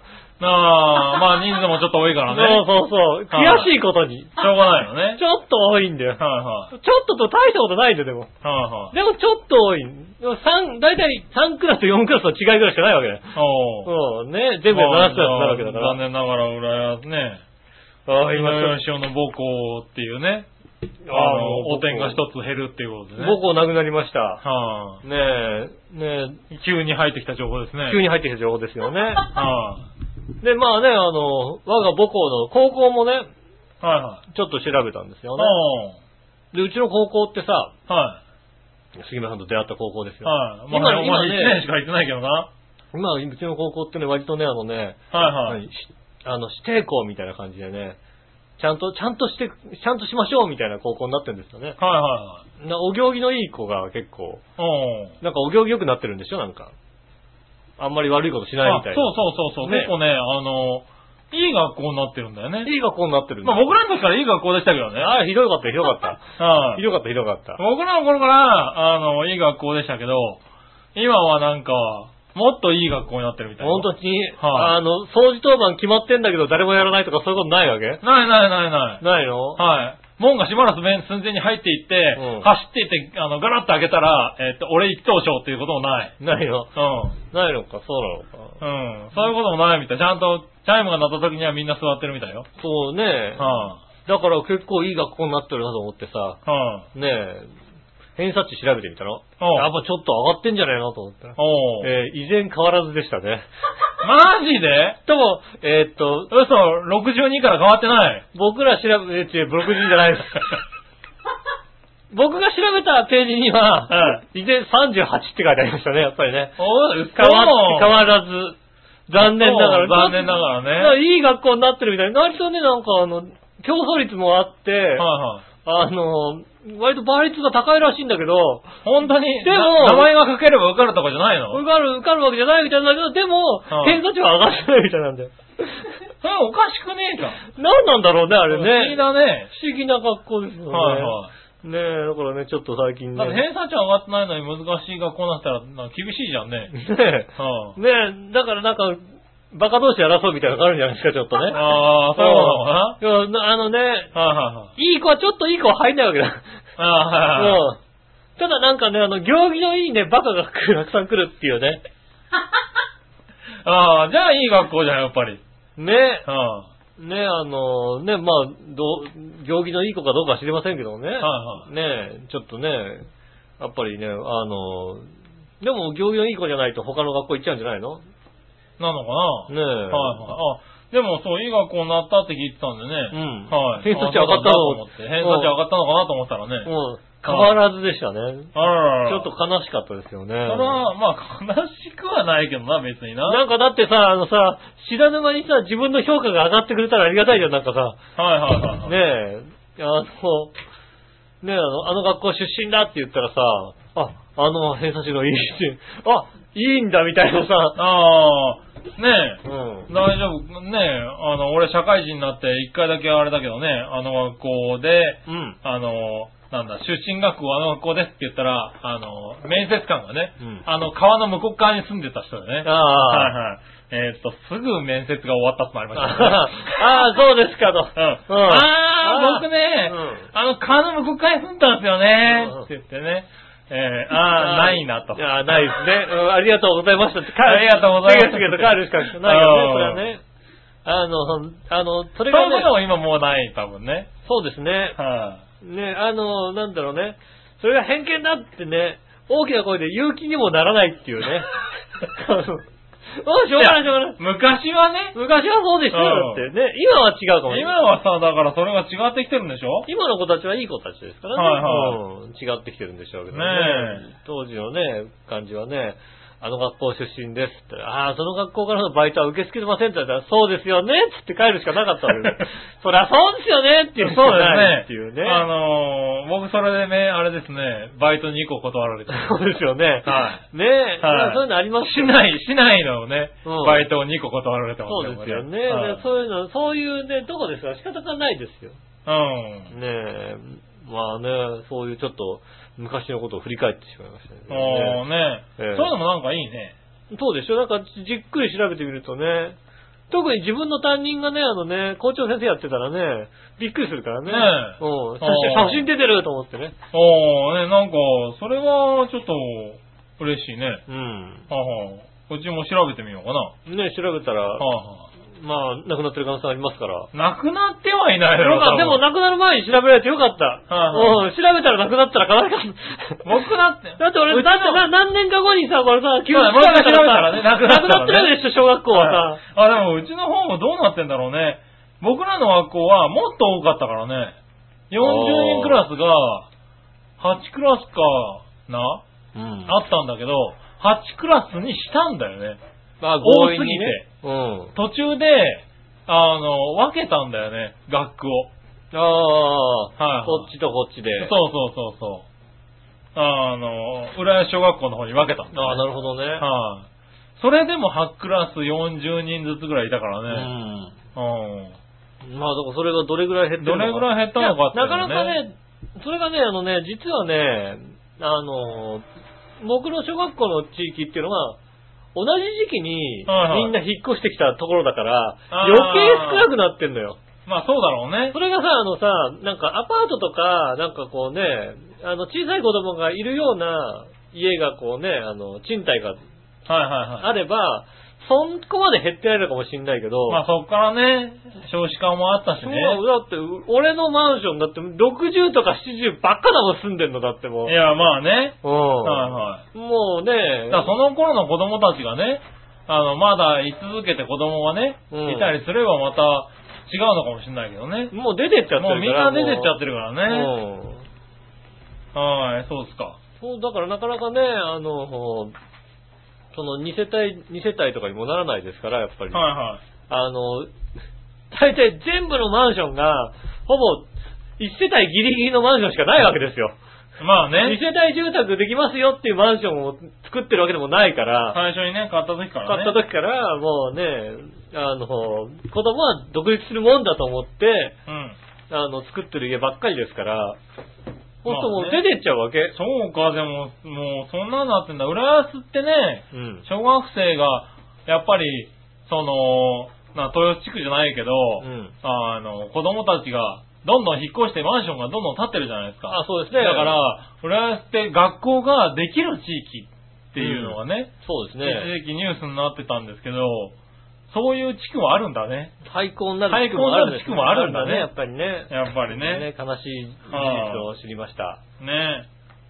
S3: ああ、まあ人数もちょっと多いからね。
S2: そうそうそう。
S3: はい
S2: 悔しいことに。
S3: しょうがないよね。
S2: ちょっと多いんだよ。ちょ
S3: はいはい。
S2: っとと大したことないんだよ、でも。
S3: はいはい。
S2: でもちょっと多い。三、だいたい3クラスと4クラスの違いぐらいしかないわけだよ。
S3: おー。
S2: うん、ね全部で7クラスになるわけだから。
S3: 残念ながら、浦安ね、
S2: ああ、今
S3: 今
S2: ちょ
S3: よ
S2: っ
S3: しおの母校っていうね、
S2: と、
S3: あ
S2: あ
S3: の、
S2: の、
S3: お点が一つ減るっていうことでね。
S2: 母校なくなりました。
S3: は
S2: ねえ、ね
S3: い。急に入ってきた情報ですね。
S2: え、急
S3: に。
S2: に入ってきた情報ですよね。
S3: は
S2: で、まあね、あの、我が母校の高校もね、
S3: い。はいはい。
S2: ちょっと調べたんですよね。
S3: おー。
S2: で、うちの高校ってさ、
S3: は
S2: 杉村さんと出会った高校です
S3: い。
S2: よ。
S3: はい。
S2: 今
S3: まあ、お
S2: 今
S3: 前
S2: ね
S3: 1年しか行ってないけどな。は
S2: 今、うちの高校ってね、割とね、あのね、
S3: いはい。
S2: しあの、指定校みたいな感じでね、ちゃんと、ちゃんとして、ちゃんとしましょうみたいな高校になってるんですよね。
S3: はいは
S2: なお行儀のいい子が結構、
S3: いはい。おー。
S2: なんかお行儀良くなってるんでしょなんか。あんまり悪いことしないみたいな。
S3: あそうそうそうそう、
S2: ね
S3: 結構ね、あの、いい学校になってるんだよね。
S2: いい学校になってるんだ
S3: まあ僕らの時からいい学校でしたけどね。
S2: ああ、ひどかった、ひどかった。
S3: は
S2: ひ
S3: い
S2: どかった、ひどかった。
S3: 僕らの頃から、あの、いい学校でしたけど、今はなんか、もっといい学校になってるみたいな。
S2: 本当に、
S3: はい
S2: あの、掃除当番決まってんだけど誰もやらないとかそういうことないわけ
S3: ないないないない。
S2: ないの
S3: はい。門がしばらくめ寸前に入っていって、
S2: うん
S3: 走っていって、あの、ガラッと開けたら、えっと、俺一等賞っていうこともない。
S2: ないの
S3: うん。
S2: ないのか、そうなのか。
S3: うん。そういうこともないみたい。ちゃんと、チャイムが鳴った時にはみんな座ってるみたいよ。
S2: そうね。
S3: は
S2: だから結構いい学校になってるなと思ってさ、
S3: い。はい。
S2: ねえ、偏差値調べてみたの
S3: おう
S2: やっぱちょっと上がってんじゃないのと思ったら。
S3: おー。
S2: えー依然変わらずでしたね。
S3: マジで
S2: でも、えーっと、
S3: 嘘、62から変わっ てない。
S2: 僕ら調べ、え、違う、60じゃ ないです。僕が調べたページには、
S3: は
S2: 依然38って書いてありましたね、やっぱりね。
S3: お変
S2: 変わ変わらず、残念ながら。
S3: 残念なが
S2: だから
S3: ね。
S2: いい学校になってるみたいな。割とね、なんかあの、競争率もあって、
S3: はいはい。
S2: あの、割と倍率が高いらしいんだけど、
S3: 本当に、
S2: でも
S3: な名前が書ければ受かるとかじゃないの
S2: 受かる、受かるわけじゃないみたいなんだけど、でも
S3: は、い
S2: 偏差値は上がってないみたいなんだよ。
S3: それおかしくねえか。
S2: 何なんだろうね、あ
S3: 不思
S2: れ
S3: 議
S2: ね。
S3: だね。
S2: 不思議な学校ですよね。
S3: はいは
S2: ねえ、だからね、ちょっと最近
S3: い。
S2: ね。
S3: だって偏差値上がってないのに難しい学校になったらなんか厳しいじゃんね。
S2: ね
S3: は
S2: え、ねえ、だからなんか、バカ同士争うみたいなのがあるんじゃないですか、ちょっとね。
S3: ああ、そういうことなのかな
S2: うんあのね、
S3: はいはいはい。
S2: いい子はちょっといい子は入んないわけだ。
S3: ああ、はいはい。
S2: うんただなんかね、あの、行儀のいいね、バカがたくさん来るっていうね。
S3: ああ、じゃあいい学校じゃん、やっぱり。
S2: ね、
S3: うんは
S2: ね、あの、ね、まあ、どう、行儀のいい子かどうかは知りませんけどね。
S3: いはい。
S2: ね、ちょっとね、やっぱりね、あの、でも行儀のいい子じゃないと他の学校行っちゃうんじゃないのね
S3: なのかな
S2: え。
S3: はいはい。あ、でもそう、いい学校になったって聞いてたんでね。
S2: うん
S3: はい。
S2: 偏差値上がったの
S3: あそうだなと思って。偏差値上がったのかなと思ったらね。
S2: もう、変わらずでしたね。
S3: あらら
S2: ちょ
S3: ら
S2: っと悲しかったですよね。
S3: それは、まあ、悲しくはないけどな、別にな。
S2: なんかだってさ、あのさ、知らぬ間にさ、自分の評価が上がってくれたらありがたいじゃん、なんかさ。
S3: はいはいはいはい。
S2: ねえ、あの、ねえ、あの、あの学校出身だって言ったらさ、あ、あの偏差値のいい人、あ、いいんだみたいなさ、
S3: ああ、ね
S2: うん。
S3: え。大丈夫。ねえ、あの、俺社会人になって一回だけあれだけどね、あの学校で、
S2: うん。
S3: あの、なんだ、出身学校あの学校ですって言ったら、あの、面接官がね、
S2: うん
S3: あの、川の向こう側に住んでた人でね。
S2: あ
S3: はい
S2: あ、
S3: はい。えーっと、すぐ面接が終わったってのありましたけどね。
S2: ああ、そうですかと。
S3: うん。
S2: うん
S3: ああ、僕ね、
S2: う
S3: あの、川の向こう側に住んだんですよね
S2: うん、
S3: って言ってね。え ー、ああ、ないなと。
S2: ああ、ないですね。うん、ありがとうございましたって帰る。
S3: ありがとうございました
S2: すげえすげえと帰るしかないよね、
S3: うん
S2: それはね。あの、そんあの、そ
S3: そ
S2: れ
S3: うい
S2: が
S3: うこ
S2: ね
S3: と、も今もうない、多分ね。
S2: そうですね。
S3: は
S2: ね、あの、なんだろうね。それが偏見だってね、大きな声で勇気にもならないっていう ね。あのあ、し
S3: い
S2: ょうがないしょうがない
S3: い。や昔はね、
S2: 昔はそうでしたよ、だ
S3: う
S2: ってね。今は違うかもしれない。
S3: 今はさ、だからそれが違ってきてるんでしょ
S2: 今の子たちはいい子たちですからね。
S3: はいは
S2: うん違ってきてるんでしょうけどね。
S3: ね
S2: 当時のね、感じはね、あの学校出身ですって言ったら、ああ、その学校からのバイトは受け付けてませんって言ったら、そうですよねっつって帰るしかなかったわけ です。そりゃそうですよねっていうしか
S3: そうで
S2: ないって
S3: すね。
S2: いうね。
S3: あのー僕それでね、あれですね、バイト2個断 られて。
S2: そうですよね。
S3: は
S2: ねえ、
S3: はい
S2: そういうのあります
S3: 市
S2: よ
S3: 内、市内のね、
S2: うん
S3: バイトを2個断られてます
S2: そうですよね。
S3: 僕
S2: でそういうの、そういうね、どこですか仕方がないですよ。
S3: はいうん。
S2: ねえ、まあね、そういうちょっと昔のことを振り返ってしまいましたね。
S3: おーね、
S2: ええ
S3: そういうのもなんかいいね。
S2: そうでしょなんかじっくり調べてみるとね、特に自分の担任がね、あのね、校長先生やってたらね、びっくりするからね。
S3: ねえ
S2: うん。写
S3: あー
S2: 真写真出てると思ってね。
S3: おーね、なんか、それはちょっと嬉しいね。
S2: うん。
S3: はあはあ、うちも調べてみようかな。は
S2: ね調べたら、
S3: あは
S2: まあ、亡くなってる可能性ありますから。
S3: あ、なくなってはいないだ
S2: よ
S3: ろう
S2: かった、で
S3: 多
S2: も
S3: 分
S2: 亡くなる前に調べられてよかった。
S3: はいは
S2: うん、調べたら亡くなったらかわいかった。
S3: 僕だって。
S2: だって俺、
S3: うちの
S2: だってな何年か後にさ、これさ、急
S3: そうだ
S2: に
S3: もう一回調べたらね
S2: な
S3: な
S2: く
S3: く
S2: な
S3: な
S2: っ
S3: ったたらね
S2: てるでしょ、小学校はさ。
S3: はいあ、でもうちの方もどうなってんだろうね。僕らの学校はもっと多かったからね。40人クラスが、8クラスかな
S2: うん
S3: あったんだけど、8クラスにしたんだよね。
S2: まあ
S3: 多すぎて。
S2: うん。
S3: 途中で、あの、分けたんだよね、学区を。
S2: ああ、
S3: はい
S2: こっちとこっちで。
S3: そうそうそうそう。あの、浦安小学校の方に分けたんだ、
S2: ああ、なる
S3: ほ
S2: ほどね。
S3: どはい、それでも8クラス40人ずつぐらいいたか
S2: う
S3: らね。
S2: ん。
S3: うん。
S2: まあ、でもそれがどれぐらい減ってるのか。
S3: どれぐらい減ったのかっていう
S2: やなか
S3: のね
S2: なかね、それがね、あのね、実はね、あの、僕の小学校の地域っていうのが、同じ時期に
S3: はいはい
S2: みんな引っ越してきたところだから、
S3: あー
S2: 余計少なくなってんのよ。
S3: まあそうだろうね
S2: そ。れがさ、あのさ、なんかアパートとか、なんかこうね、あの小さい子供がいるような家がこうね、あの、賃貸が
S3: はいはいは
S2: あれば、そんこまで減ってないのかもしれないけど、
S3: い。まあそっからね、少子化もあったしね。
S2: そうだって、う俺のマンションだって60とか70ばっかだもん住んでんの、だってもう。
S3: いや、まあね。
S2: う
S3: はい
S2: ん。
S3: はい。
S2: もうね
S3: だか、らその頃の子供たちがね、あの、まだ居続けて子供がね、
S2: うん
S3: いたりすればまた違うのかもしれないけどね。
S2: もう出てっちゃってるから。
S3: もうみんな出てっちゃって
S2: る
S3: るから
S2: ね。
S3: ね。
S2: うん
S3: はい、そうですか。
S2: そう、だからなかなかね、あの、その2世帯、2世帯とかにもならないですから、やっぱり。
S3: はいはい。
S2: あの、大体全部のマンションが、ほぼ、1世帯ギリギリのマンションしかないわけですよ。
S3: まあ
S2: 2
S3: ね、
S2: 世帯住宅できますよっていうマンションを作ってるわけでもないから、
S3: 最初にね、買った時から
S2: 買
S3: ね。
S2: った時から、もうね、あの、子供は独立するもんだと思って、
S3: うん。
S2: あの、作ってる家ばっかりですから、ほんとも
S3: ま
S2: う
S3: あ
S2: 出
S3: ね
S2: てっちゃうわけ。
S3: そうか、でも、もうそんなのあってんだ。浦安ってね、
S2: うん。
S3: 小学生が、やっぱり、その、な豊洲地区じゃないけど、
S2: うん
S3: あの、子供たちが、どんどん引っ越してマンションがどんどん建ってるじゃないですか。
S2: あ、そうですね。
S3: だか、ら、浦安って学校ができる地域っていうのがね、
S2: そうですね。
S3: 一時期ニュースになってたんですけど、そういう地区はあるんだね。
S2: 廃校になる
S3: 廃
S2: 地区
S3: 校
S2: も
S3: に
S2: あ
S3: な
S2: るん
S3: る
S2: です
S3: 地区もあるんだね
S2: やっぱりね。
S3: やっぱりね。
S2: 悲しい事実を知りました。
S3: ね。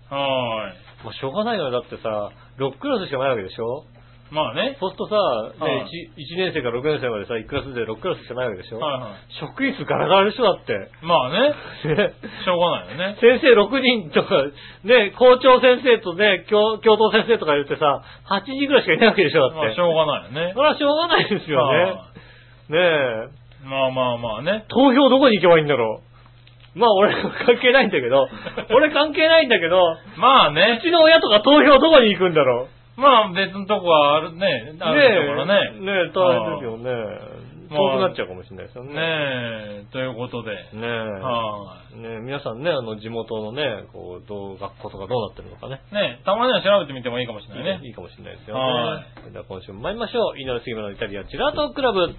S3: は
S2: もうしょうがないよね。だってさ、6クラスしかないわけでしょ
S3: ーい。まあね。
S2: そうするとさ、
S3: は
S2: ね
S3: い
S2: 1, 年生から6年生までさ、1クラスで6クラスしかないわけでしょ、
S3: はいはい。
S2: 職員数ガラガラでしょだって。
S3: まあね、しょうがないよね。
S2: 先生6人とか、ね、校長先生とね、教教頭先生とか言ってさ、8人ぐらいしかいないわけでしょだ
S3: まあ
S2: って。
S3: しょうがないよね
S2: そ。れはしょうがないですよね。
S3: は
S2: ね
S3: い
S2: え。
S3: まあまあまあね。
S2: 投票どこに行けばいいんだろう。まあ俺関係ないんだけ ど、俺関係ないんだけど、
S3: まあ
S2: う
S3: ね。
S2: ちの親とか投票どこに行くんだろう。
S3: まあ別のとこはあるね。あるところね。
S2: ねえ、ねえ大変ですよね。
S3: まあ
S2: 遠くなっちゃうかもしれないですよね。
S3: ねえ、ということで。
S2: ねえ。
S3: は
S2: ねえ、皆さんね、あの、地元のね、こう、どう、学校とかどうなってるのかね。
S3: い。ねえ、たまには調べてみてもいいかもしれない
S2: い
S3: ね。
S2: いかもしれないですよ
S3: は
S2: ね。それでは今週も参りましょう。井上杉村のイタリアチラートクラブ。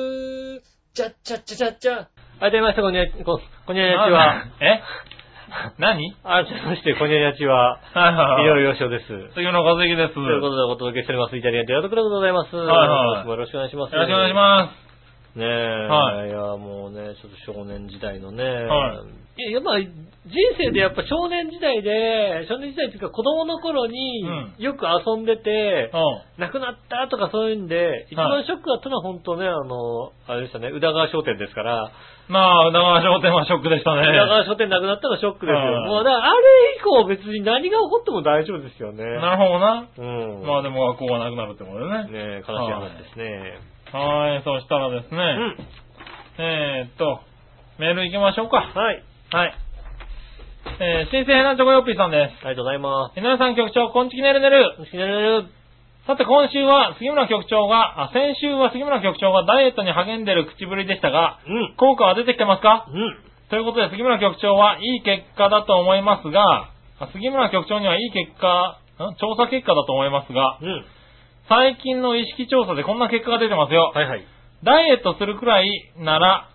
S2: はい、どうもみなさん、こんにちは。ここんにち は。
S3: え何
S2: あ、改めまして、こんにちは。
S3: はいはいい
S2: ろ
S3: はい。
S2: いろしおです。と
S3: 杉野和之です。
S2: いうこと
S3: よ
S2: でお届けしております。イタリアンテラートクラブでございます。
S3: はいはい
S2: よろしくお願いします。
S3: ろしくお願いしま
S2: ねえ、、
S3: はい
S2: や、もうね、ちょっと少年時代のね、、
S3: はい
S2: や、やっぱ人生でやっぱ少年時代で、少年時代っていうか子供の頃に
S3: うん
S2: よく遊んでて、
S3: うん。
S2: 亡くなったとかそういうんで、一番ショックだったのは本当ね、あの、あれでしたね、宇田川商店ですから、
S3: まあ、宇田川商店はショックでしたね。
S2: 宇田川商店亡くなったのはショックですよ。
S3: はい
S2: もうだからあれ以降別に何が起こっても大丈夫ですよね。
S3: なるほどな。
S2: うん。
S3: まあでも学校がなくなるってことでね。
S2: ねえ悲しい話ですね。
S3: はい、そしたらですね、
S2: うん。
S3: えーっと、メール行きましょうか。
S2: はい。
S3: はい。えー、新生ヘナチョコヨッピーさんで
S2: ありがとうございます
S3: す。皆さん局長、こんちきねるねる。。
S2: しねる
S3: さて今週は杉村局長が、あ、先週は杉村局長がダイエットに励んでる口ぶりでしたが、
S2: うん。
S3: 効果は出てきてますか
S2: うん。
S3: ということで杉村局長はいい結果だと思いますが、あ杉村局長にはいい結果、ん調査結果だと思いますが、
S2: うん。
S3: 最近の意識調査でこんな結果が出てますよ。
S2: はいはい。
S3: ダイエットするくらいなら、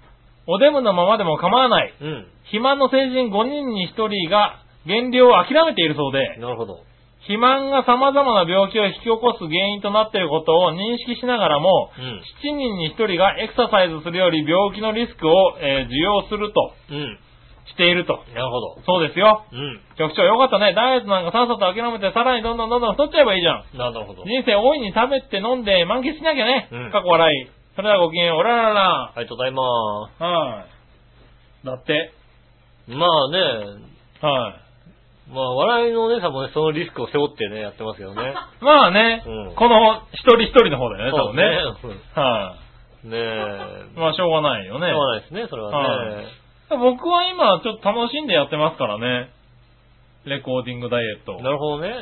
S3: おデブのままでも構わない。
S2: うん。
S3: 肥満の成人5人に1人が減量を諦めているそうで、
S2: なるほど。
S3: 肥満が様々な病気を引き起こす原因となっていることを認識しながらも、
S2: うん。
S3: 7人に1人がエクササイズするより病気のリスクを、えー受容すると
S2: うん。
S3: していると。
S2: なるほど。
S3: そうですよ。
S2: うん。
S3: 局長よかったね。ダイエットなんかさっさと諦めてさらにどんどんどんどん太っちゃえばいいじゃん。
S2: なるほど。
S3: 人生大いに食べて飲んで満喫しなきゃね。
S2: うん
S3: 過去笑い。それではごきげんよう。おららら
S2: ありがとうございま
S3: ら。はい。だって。
S2: す。まあね、
S3: は
S2: まあ笑いのお姉さんもね、そのリスクを背負ってね、やってますけどね。
S3: い。まあね、
S2: うん
S3: この一人一人の方だよね、多分ね。
S2: そうね。
S3: は
S2: うんねえ。
S3: い。まあしょうがないよ
S2: し
S3: ね
S2: ょう。がないですね、それはね。
S3: 僕は今ちょっと楽しんでやってますからね。レコーディングダイエット。
S2: なるほどね。
S3: はい。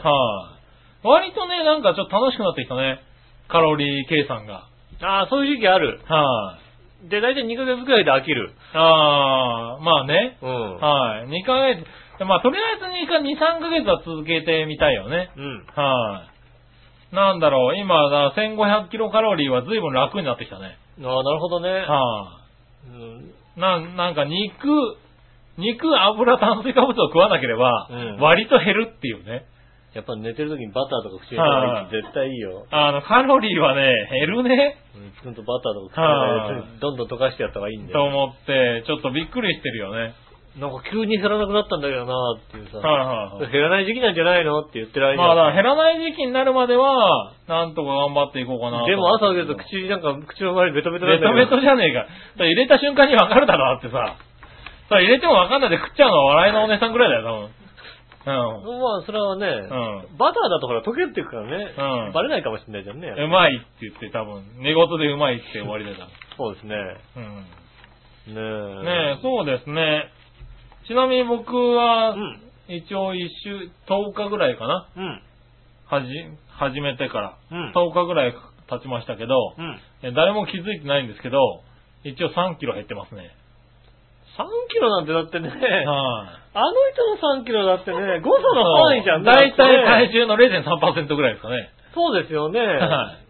S3: 割とね、なんかちょっと楽しくなってきたね。カロリー計算が。
S2: ああ、そういう時期ある。
S3: はい。
S2: で、大体2ヶ月くらいで飽きる。
S3: あー、まあね。
S2: うん。
S3: はい。2ヶ月、まあとりあえず2か、2、3ヶ月は続けてみたいよね。
S2: うん。
S3: はい。なんだろう、今だ、1500キロカロリーは随分楽になってきたね。
S2: ああ、なるほどね。
S3: は
S2: うん
S3: い。なん、なんか肉、肉、油、炭水化物を食わなければ
S2: うん、
S3: 割と減るっていうね。
S2: やっぱ寝てる時にバターとか口に入れて絶対いいよ。
S3: あの、カロリーはね、減るね、
S2: うんくんとバターとか口に入れて、どんどん溶かしてやった方がいいんだ
S3: と
S2: よ。
S3: 思って、ちょっとびっくりしてるよね。
S2: なんか急に減らなくなったんだけどなっていうさ。
S3: はいはいはい。
S2: 減らない時期なんじゃないのって言ってる間に。
S3: まあだから減らない時期になるまでは、なんとか頑張っていこうかな
S2: でも朝起き
S3: 出
S2: ると口なんか、口の周りベトベトなん
S3: ベ
S2: だ
S3: ト
S2: け
S3: ベ
S2: ど
S3: トじゃねえか。それ入れた瞬間にわかるだろ、だってさ。それ入れてもわかんないで食っちゃうのは笑いのお姉さんぐらいだよ、多分。
S2: まあそれはね、
S3: う
S2: バターだとほら溶けていくからね、
S3: うん
S2: バレないかもしれないじゃんね。
S3: うん。うまいって言って多分、寝言でうまいって終わりだよ。
S2: そうですね。
S3: 多分
S2: ね
S3: う
S2: え
S3: ん。。ねえ、そうですね。ちなみに僕は
S2: う、ん。
S3: 一応一週、10日ぐらいかな。
S2: うん。
S3: はじ、始めてから。
S2: うん
S3: 10日ぐらい経ちましたけど、
S2: うん。
S3: え誰も気づいてないんですけど、一応3キロ減ってますね。
S2: 3キロなんてだってね、
S3: はい。
S2: あの人の3キロだってね、誤差の範囲じゃん。
S3: 大体体
S2: ね
S3: 重の0.3%ぐらいですかね。
S2: そうですよね。
S3: はい。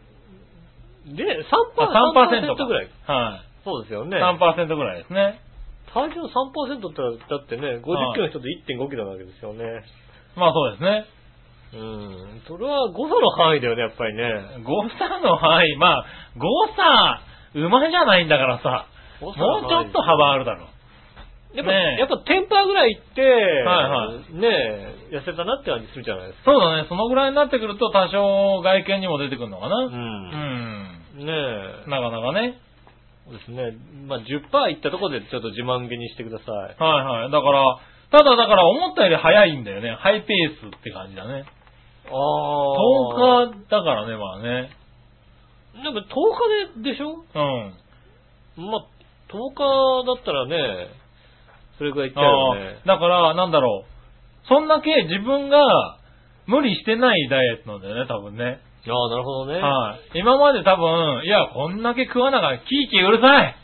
S2: で、3%,
S3: あ3%か
S2: ぐらい。。
S3: は
S2: そうですよ
S3: い。
S2: ね。
S3: 3%ぐらいですね。
S2: 体重の3%ってだってね、50キロの人と1.5キロなわけですよね。
S3: まあそうですね。
S2: うん。それは誤差の範囲だよね、やっぱりね。
S3: 誤差の範囲、まあ、誤差、馬じゃないんだからさ、もう
S2: 誤差の
S3: ち
S2: 範囲
S3: ょっと幅あるだろ。
S2: やっぱ、
S3: ねえ
S2: やっぱテンパーぐらいいって、
S3: はいは
S2: ねえ、痩せたなって感じするじゃないですか。
S3: そうだね、そのぐらいになってくると多少外見にも出てくるのかな。
S2: う。
S3: うんん。
S2: ねえ。
S3: なかなかね。
S2: そうですね。まあ10%いったところでちょっと自慢げにしてください。
S3: はいはい。だから、ただだから思ったより早いんだよね。ハイペースって感じだね。
S2: ああ。10
S3: 10日だからね、まあね。
S2: 日なんか10日ででしょ
S3: うん。
S2: まあ、10日だったらね、それぐらいいっちゃうよね
S3: あ。あ、だから、なんだろう。そんだけ自分が無理してないダイエットなんだよね、多分ね。
S2: ああ、なるほどね。
S3: はい。今まで多分、いや、こんだけ食わながら、キーキーうるさい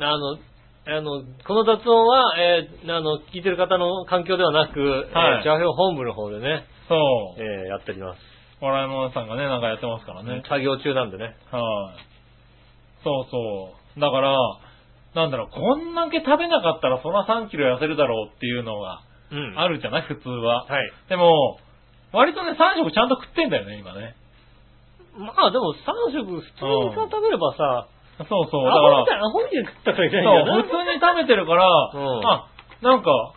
S2: あの、あの、この雑音は、えーあの、聞いてる方の環境ではなく、
S3: はい
S2: えーチャーヘオ本部の方でね、
S3: そう。
S2: えーやっております。
S3: 笑いものさんがね、なんかやってますからね。
S2: 作業中なんでね。
S3: はい。そうそう。だから、なんだろう、こんだけ食べなかったら、そら3キロ痩せるだろうっていうのが
S2: うん
S3: あ
S2: る。
S3: るじゃない、普通は。
S2: はい。
S3: でも、割とね、3食ちゃんと食ってんだよね、今ね。
S2: まあでも3食普通にさ食べればさ、
S3: そうそう。だ
S2: アホみ
S3: か
S2: たいな、アホみたいに食ったからいけ
S3: ら、
S2: ないんだ
S3: そう、
S2: よ
S3: 普通に食べてるから、
S2: うん
S3: あ、なんか、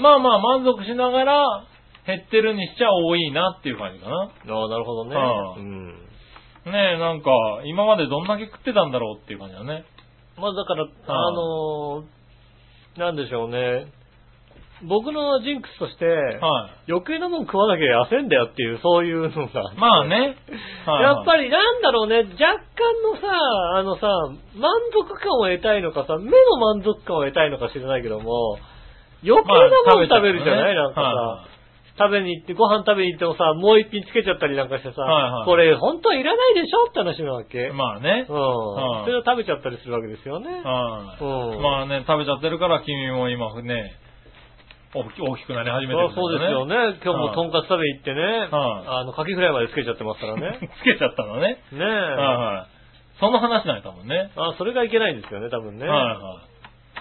S3: まあまあ満足しながら、減ってるにしちゃ多いなっていう感じかな。
S2: な。ああ、なるほどね。
S3: う
S2: うん。
S3: ねえ、なんか、今までどんだけ食ってたんだろうっていう感じだね。
S2: まあだから、
S3: あ
S2: あのー、なんでしょうね。僕のジンクスとして、
S3: は
S2: 余計なもん食わなきゃ痩せんだよっていう、そういうのが。
S3: い。まあね。はい
S2: やっぱ
S3: り、
S2: りなんだろうね、若干のさ、あのさ、満足感を得たいのかさ、目の満足感を得たいのか知らないけども、余計
S3: まあ
S2: なもん食べるじゃない、なんかさ、
S3: は
S2: 食べに行って、ご飯食べに行ってもさ、もう一品つけちゃったりなんかしてさ、
S3: はいはい
S2: これ本当はいらないでしょって話なわけ。
S3: いまあね。
S2: うん
S3: はい
S2: それを食べちゃったりするわけですよね。
S3: はい
S2: うん
S3: まあね、食べちゃってるから君も今ね、大き大きくなり始めてるんだ
S2: そうですよね。今日もとんかつ食べに行ってね、
S3: は
S2: あの、カキフライまでつけちゃってますから ね。ね
S3: つけちゃったのね。
S2: え。
S3: はいはい。その話ない多分ね。
S2: あ、それがいけないんですよね、多分ね。
S3: はいは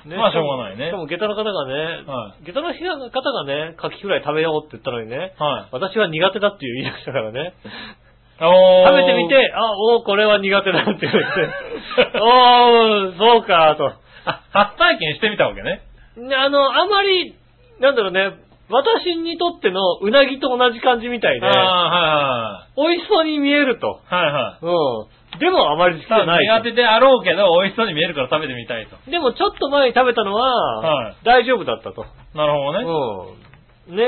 S2: ね
S3: まあしょうがないね
S2: しかも、下駄の方がね、
S3: は
S2: 下駄の方がね、カキフライ食べようって言ったのにね、
S3: い。はい。
S2: 私は苦手だっていう言い出したからね、
S3: おー
S2: 食べてみ。て、あ、おーこれは苦手だって言 って、おー、そうか、と。
S3: あ、初体験してみたわけね。
S2: ねあの、あまり、なんだろうね、私にとってのうなぎと同じ感じみたいで、
S3: あ
S2: 美味しそうに見えると。
S3: あ、はいはい。はいはい。
S2: うん。でもあまり好きじゃないと。
S3: 苦手であろうけど、美味しそうに見えるから食べてみたいと。
S2: でもちょっと前に食べたの
S3: は
S2: は、大丈夫だったと。
S3: なるほ
S2: う
S3: どね。
S2: ん。ね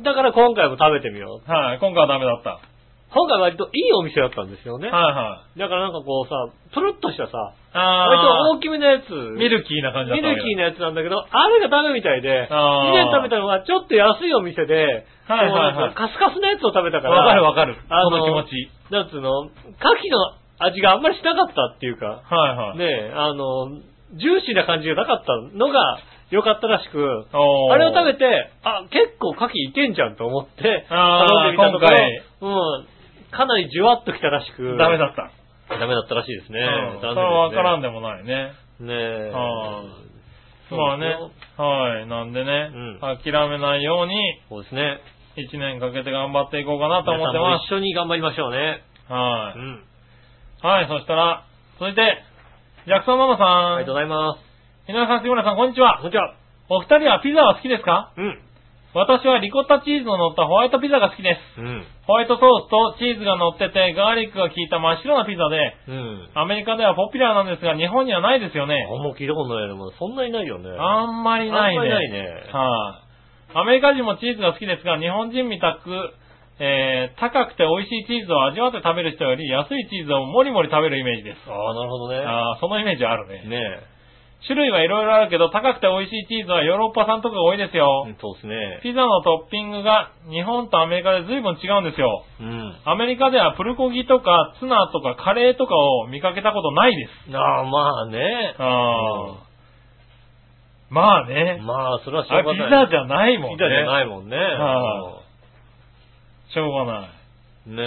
S2: え。だから今回も食べてみよう。
S3: はい、今回はダメだった。
S2: 今回割といいお店だったんですよね。
S3: はいはい。
S2: だからなんかこうさ、プルッとしたさ、割と
S3: あ
S2: 大きめのやつ。
S3: ー、ミルキーな感じだ
S2: ミ
S3: ったわけ
S2: ルキーなやつなんだけど、あれがダメみたいで、以
S3: あー
S2: 前食べたのはちょっと安いお店で、
S3: はいはいはい
S2: こうなんかカスカスのやつを食べたから、
S3: わかるわかる。
S2: あ
S3: そ
S2: の
S3: の気持ち。
S2: なんつうの、牡蠣の味があんまりしなかったっていうか、
S3: はいはい。
S2: ねえ、あの、ジューシーな感じじゃなかったのが良かったらしく、
S3: おー
S2: あれを食べて、あ、結構牡蠣いけんじゃんと思って、
S3: あー
S2: 頼んでみたとこ
S3: 今回
S2: ろ、うん、かなりじゅわっときたらしく、
S3: ダメだった。
S2: ダメだったらしいですね。
S3: うんそ
S2: 残念です
S3: れ
S2: ね。
S3: はわからんでもないね。
S2: ねえ。
S3: あー
S2: そう
S3: まあ
S2: で
S3: ね
S2: すよ。
S3: はい。なんでね
S2: うん、
S3: 諦めないように、
S2: そうですね。
S3: 一年かけて頑張っていこうかなと思
S2: 皆
S3: っ
S2: さ
S3: て
S2: んも
S3: ま
S2: 一緒に頑張りましょうね。
S3: す。は
S2: う
S3: い。
S2: ん。
S3: はい、そしたら、続いて、ジャクソンママ
S2: ありが
S3: さ。
S2: とうんございます。
S3: 皆さん、杉村さん、こんにち
S2: あ、こんに
S3: は。
S2: ちは。
S3: お二人はピザは好きですか
S2: うん。
S3: 私はリコッタチーズの乗ったホワイトピザが好きです。
S2: うん。
S3: ホワイトソースとチーズが乗ってて、ガーリックが効いた真っ白なピザで、
S2: うん。
S3: アメリカではポピュラーなんですが、日本にはないですよね。
S2: あんま聞いたことないよね。そんなにないよね。
S3: あんまりないね。
S2: あんまりないね
S3: はい、アメリカ人もチーズが好きですが、日本人みたく、えー、高くて美味しいチーズを味わって食べる人より安いチーズをもりもり食べるイメージです。
S2: ああ、なるほどね。
S3: あーそのイメージあるね。
S2: ね
S3: 種類はいろいろあるけど、高くて美味しいチーズはヨーロッパ産とかが多いです
S2: え。
S3: よ。
S2: うんそうですね。
S3: ピザのトッピングが日本とアメリカで随分違うんですよ。
S2: うん。
S3: アメリカではプルコギとかツナとかカレーとかを見かけたことないです。
S2: ああ、まあね。
S3: あーまあね。
S2: まあ、それはしょ
S3: あ
S2: うが
S3: ピ
S2: ない。
S3: ザじゃないもんね。
S2: ピザじゃないもんね。
S3: はしょうがな
S2: う
S3: い。
S2: んねえ。
S3: うん
S2: そ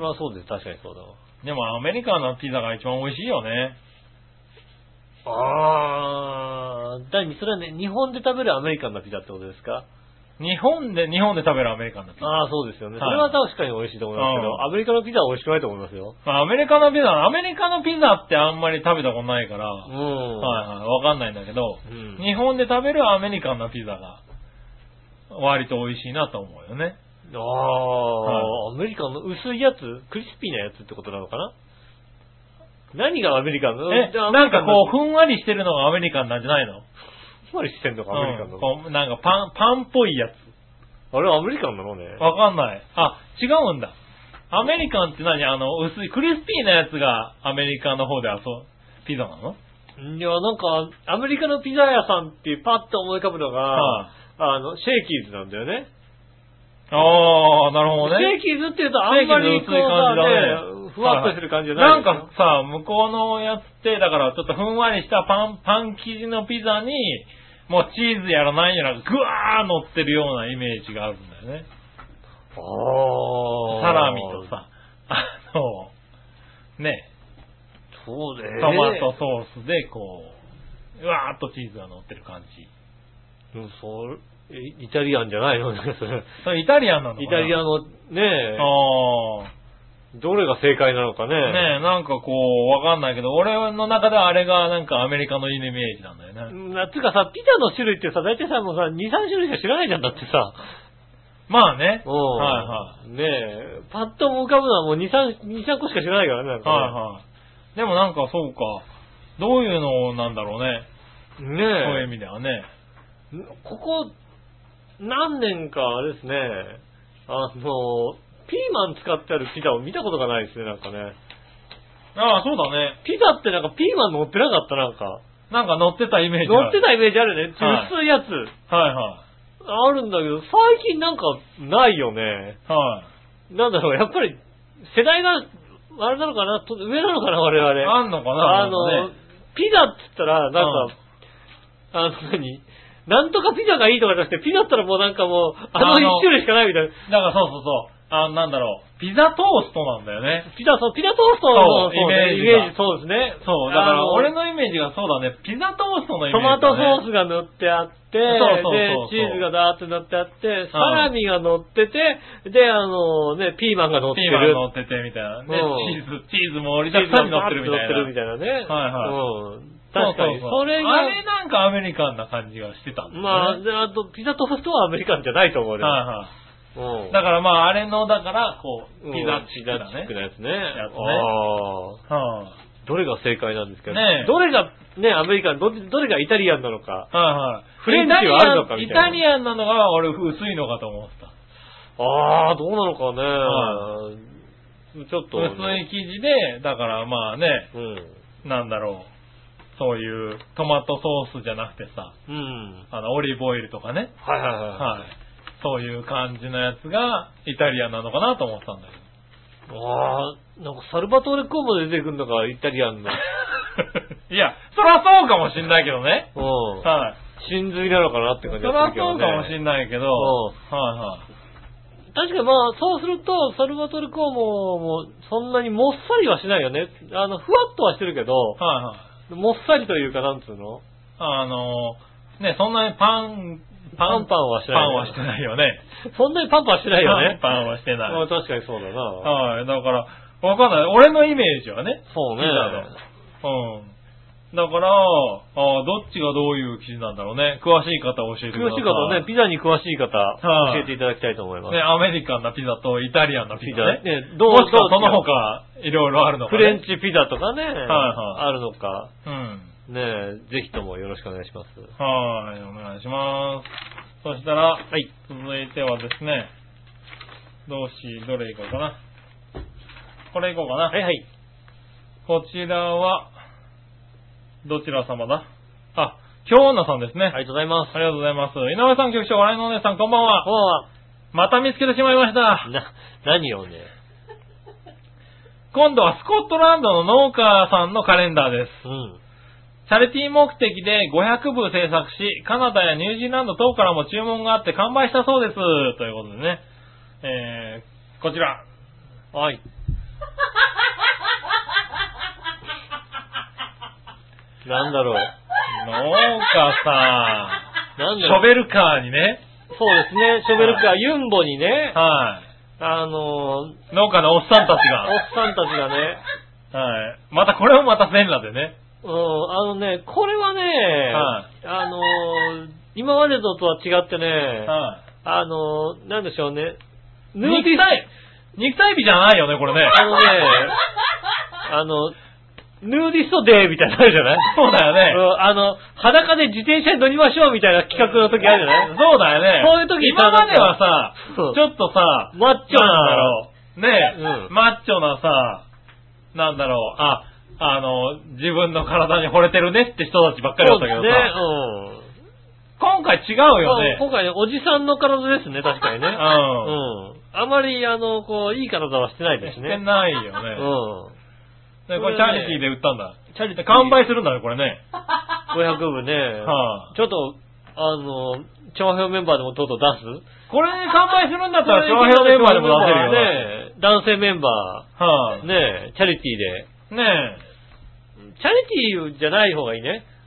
S2: れはそうです。確かにそうだわ。
S3: でもアメリカのピザが一番美味しいよね。
S2: ああ、だいそれはね、日本で食べるアメリカンなピザってことですか
S3: 日本で、日本で食べるアメリカンだピザ。
S2: ああ、そうですよね。そ
S3: はい
S2: れは確かに美味しいと思いますけ
S3: うん
S2: ど、アメリカのピザは美味しくないと思いますよ。
S3: まあアメリカのピザ、アメリカのピザってあんまり食べたことないから、
S2: うん。
S3: はいはい、わかんないんだけど、
S2: うん
S3: 日本で食べるアメリカンなピザが、割と美味しいなと思うよね。
S2: ああ、アメリカンの薄いやつクリスピーなやつってことなのかな何がアメリカンの
S3: え、なんかこう、ふんわりしてるのがアメリカンなんじゃないの
S2: ふんわりしてんのか、アメリカンな
S3: う
S2: んの。
S3: こうなんかパン、パンっぽいやつ。
S2: あれアメリカンなのね。
S3: わかんない。あ、違うんだ。アメリカンって何あの、薄い、クリスピーなやつがアメリカの方で遊ぶ、ピザなの
S2: いや、なんか、アメリカのピザ屋さんってパッと思い浮かぶのが、
S3: はい
S2: あの、シェイキーズなんだよね。
S3: ああ、なるほどね。
S2: シェイキーズって言うとあんまりこうさ、ね、ふわっとしてる感じじゃない
S3: なんかさ、向こうのやつって、だからちょっとふんわりしたパン、パン生地のピザに、もうチーズやら何やらぐわー乗ってるようなイメージがあるんだよね。
S2: あー
S3: サラミと。さ、あの、ね、
S2: そうで
S3: トマトソースでこう、うわーっとチーズが乗ってる感じ。
S2: うんそうえ イタリアンじゃないのね、それ。
S3: それイタリアンなのかな
S2: イタリアのね、
S3: あ
S2: どれが正解なのかね。
S3: ねえ、なんかこう、わかんないけど、俺の中ではあれがなんかアメリカのイメージなんだよね。
S2: なつうかさ、ピザの種類ってさ、大体さ、もうさ、2、3種類しか知らないじゃんだってさ。
S3: まあね。
S2: うん。
S3: はい
S2: はい。ねえ、パッと浮かぶのはもう2、3、2、3個しか知らないからね。なんかね
S3: はいはい。でもなんかそうか、どういうのなんだろうね。そういう
S2: ね
S3: 意味ではね。
S2: え、ここ、何年かあれですね、あの、ピーマン使ってあるピザを見たことがないですね、なんかね。
S3: ああ、そうだね。
S2: ピザってなんかピーマン乗ってなかった、なんか。
S3: なんか乗ってたイメージある。
S2: 乗ってたイメージあるね。
S3: はい
S2: 薄いやつ。
S3: はいは
S2: あるんだけど、最近なんかないよね。
S3: い。はい。
S2: なんだろう、やっぱり、世代が、あれなのかなと上なのかな我々。
S3: あんのかな
S2: あの
S3: なんかね、
S2: ピザって言ったら、なんか、あの、何なんとかピザがいいとかじゃなくて、ピザだったらもうなんかもう、あの
S3: あの
S2: 一種類しかないみたいな。
S3: だからそうそうそう。あのなんだろう。ピザトーストなんだよね。
S2: ピザ、そう、ピザトーストの
S3: そう
S2: そうね
S3: イ
S2: イメー
S3: メージが
S2: ジ、そうですね。
S3: そう。だから俺
S2: の、
S3: のイメージがそうだね。ピザトーストのイ
S2: ト
S3: メー
S2: マ
S3: ジだ
S2: トソー
S3: ね、
S2: スが塗ってあって、
S3: そうそうそうそう
S2: で、チーズがダーって塗ってあって、サラミが乗ってて、で、あのね、ピーマンが乗って
S3: ピーマ
S2: る。
S3: ン乗っててみたいな。で、
S2: うん
S3: チーズ、チーズも折り
S2: チー
S3: た
S2: ズ
S3: くさんに乗
S2: が
S3: ってるみたい
S2: 乗ってる
S3: な
S2: み。たいなね。い。うん。
S3: はい
S2: 確かに。
S3: うう
S2: そうれ
S3: あ
S2: が、
S3: れなんかアメリカンな感じがしてたんだ
S2: まあ、
S3: よね。
S2: であと、ピザトーストはアメリカンじゃないと思うよ。
S3: はいはい。
S2: うん
S3: だからまあ、あれの、だから、こう、
S2: うん
S3: ピザチックだ
S2: ピザチッ
S3: ね
S2: ク。なやつね。
S3: つね
S2: ああ
S3: は
S2: どれが正解なんですか
S3: ねえ
S2: どれが、ね、アメリカン、どどれがイタリアンなのか。
S3: いはい。
S2: フレンチはあるのかみたいな
S3: イタリアンなのが俺薄いのかと思ってた。
S2: ああ、どうなのかね。
S3: は
S2: ちょっと、
S3: 薄い生地で、だからまあね、
S2: うん。
S3: なんだろう。そういうトマトソースじゃなくてさ、
S2: うん。
S3: あの、オリーブオイルとかね。
S2: はいはいはい。
S3: はい。そういう感じのやつがイタリアンなのかなと思ってたんだけど。
S2: ああ、なんかサルバトーレコーボで出てくるのか、イタリアンの。
S3: いや、そらそうかもしんないけどね。
S2: うん。
S3: はい。
S2: 真髄なのかなって
S3: そ
S2: 感じ
S3: ら
S2: が
S3: そ
S2: するけど
S3: う
S2: ね。
S3: かもしんないけど、は
S2: う
S3: いはい。
S2: 確かにまあ、そうすると、サルバトーレコーボも、そんなにもっさりはしないよね。あの、ふわっとはしてるけど、
S3: はいはい。
S2: もっさりというか、なんつうの
S3: あの、ね、そんなにパン、パ
S2: パ
S3: ン
S2: ンパンはしてない
S3: パンはしてないよね。
S2: そんなにパンパンしてないよね。
S3: パンパンはしてない。
S2: まあ確かにそうだな。
S3: はい、だから、わかんない。俺のイメージはね。
S2: そうね
S3: ピ。ザの。うん。だから、あーどっちがどういう記事なんだろうね。詳しい方教えてくだ
S2: 詳
S3: さ
S2: し
S3: い。
S2: い方ね、ピザに詳しい方、
S3: はい
S2: 教えていただきたいと思います。
S3: ね、アメリカンなピザとイタリアンなピ
S2: ピ
S3: ザ
S2: ザ
S3: ね。
S2: ね、どう
S3: どうし
S2: ど
S3: か
S2: う
S3: その他、いろいろあるのか、
S2: フ
S3: ね。
S2: レンチピザとかね、
S3: はい
S2: あるのか、
S3: うん。
S2: ね、ぜひともよろしくお願い します。
S3: はい、お願いします。そしたら、はい、続いてはですね、どうし、どれいこうかな。これいこうか
S2: は
S3: な。
S2: いはい。
S3: こちらは、どちら様だあ、京女さんですね。
S2: ありがとうございます。
S3: ありがとうございます。井上さん、局長、笑いのお姉さん、こんばん
S2: こ
S3: は。
S2: んばんは。
S3: また見つけてしまいました。
S2: な、何をね。
S3: 今度はスコットランドの農家さんのカレンダーです。
S2: うん。
S3: チャリティー目的で500部制作し、カナダやニュージーランド等からも注文があって完売したそうです。ということでね。えー、こちら。
S2: はい。 なんだろう。
S3: 農家さ
S2: なん
S3: ん。
S2: だ
S3: シ
S2: ろう
S3: ョ。ベルカーにね。
S2: そうですね、ショベルカー、ユンボにね、
S3: は
S2: あのー、
S3: い。農家のおっさんたち
S2: おっさんたちがね、
S3: が。はい。またこれもまた全裸でね。
S2: うん、あのね、これはね、
S3: は
S2: あのー、今までのとは違ってね、
S3: は
S2: あのー、なんでしょうね、
S3: い。
S2: ヌーディスト、
S3: 肉体、肉体美じゃないよね、これね。
S2: あのね、あの、ヌーディストデーみたいなのあるじゃない
S3: そうだよね。
S2: うんあの、裸で自転車に乗りましょうみたいな企画の時あるじゃない
S3: そうだよね。
S2: そういう時にさ
S3: 今まではさ、
S2: そう
S3: ちょっとさ、
S2: マッチョなんだろう
S3: う。ねえ、
S2: ん
S3: マッチョなさ、なんだろう、あ、あの、自分の体に惚れてるねって人たちばっかりだったけどさ、
S2: ね、うん。
S3: 今回違うよね
S2: あ。今回ね、おじさんの体ですね、確か にね。
S3: う。
S2: うんん。あまり、あの、こう、いい体はしてないで
S3: し
S2: す
S3: て
S2: ね。
S3: ないよね。
S2: う
S3: でこれチャリティーで売ったんだ。
S2: ん。チャリティー
S3: 完売するんだね、これね。
S2: 500部ね。
S3: は
S2: ちょっと、あの、長編メンバーでもとうとう出す
S3: これ完売するんだったら、長編メンバーでも出せるよね。
S2: ね。男性メンバ
S3: は
S2: ー、
S3: い。
S2: ね、チャリティー
S3: ね
S2: で。チャリティーじゃない方がいいね。
S3: え。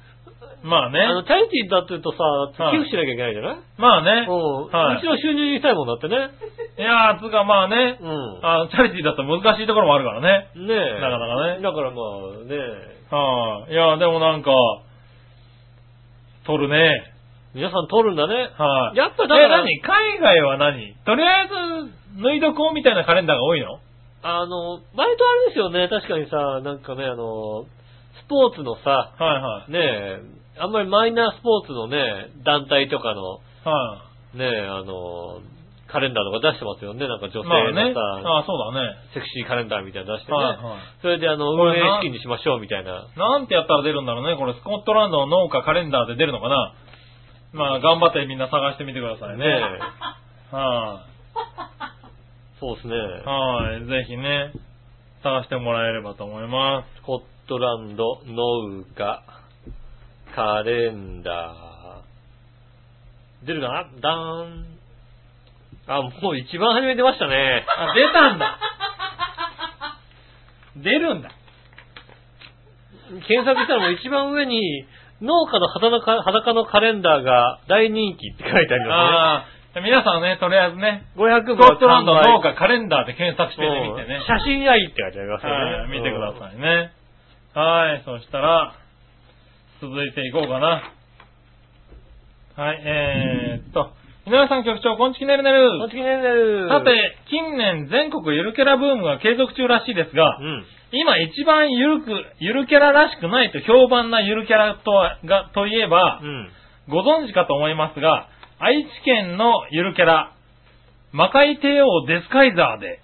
S3: まあね。
S2: あの、チャリティーだって言うとさ、
S3: は
S2: 寄
S3: い
S2: 付しなきゃいけないじゃない
S3: まあね。
S2: うん。
S3: はいう
S2: ちの収入にしたいもんだってね。
S3: いやー、つうかまあね、
S2: うん。
S3: あのチャリティーだと難しいところもあるからね。
S2: ねえ。
S3: なかなかね
S2: だからまあね、
S3: はい、いやー、でもなんか、取るね。
S2: 皆さん取るんだね。
S3: はい、
S2: やっぱだから
S3: え、何海外は何とりあえず、脱いどこうみたいなカレンダーが多いの
S2: あの、割とあれですよね、確かにさ、なんかね、あの、スポーツのさ、
S3: はいはい。
S2: ねえ、あんまりマイナースポーツのね、団体とかの、
S3: は
S2: ねえ、あの、カレンダーとか出してますよね、なんか女
S3: い、まあ
S2: 性
S3: ね。
S2: のさ、
S3: ああ、そうだね。
S2: セクシーカレンダーみたいなの出してね、
S3: はいはい。
S2: それであの、
S3: こ
S2: 運
S3: れ
S2: 営
S3: な
S2: 資金にしましょうみたいな。
S3: なんてやったら出るんだろうね。これ、スコットランドの農家カレンダーで出るのかなまあ、頑張ってみんな探してみてくださいね。
S2: ねえ
S3: は
S2: そうですね。
S3: い、はい、ぜひね、探してもらえればと思いま
S2: スコットランド、農家、カレンダー。出るかなダーン。あ、もう一番初め出ましたね。
S3: す。あ、出たんだ 出るんだ。
S2: 検索したらもう一番上に、農家の裸のカ裸のカレンダーが大人気って書いてありま
S3: ああ、皆さんね、とりあえずね、
S2: すね。500
S3: ス
S2: 部
S3: コットランド
S2: は
S3: 農
S2: 完売
S3: 家カレンダーで検索してみて
S2: う
S3: ね
S2: ん。写真がいいって書いてありますよ
S3: はい、
S2: ね。
S3: 見てくださいね。はい、そしたら、続いていこうかな。はい、えーっと、井上さん局長、こんちきねるね
S2: うん。こっ
S3: る。
S2: ちにねる
S3: さ、て、近年全国ゆるキャラブームが継続中らしいですが
S2: う、ん。
S3: 今一番ゆるく、ゆるキャラらしくないと評判なゆるキャラとは、が、といえば
S2: う、ん。
S3: ご存知かと思いますが、愛知県のゆるキャラ、魔界帝王デスカイザーで、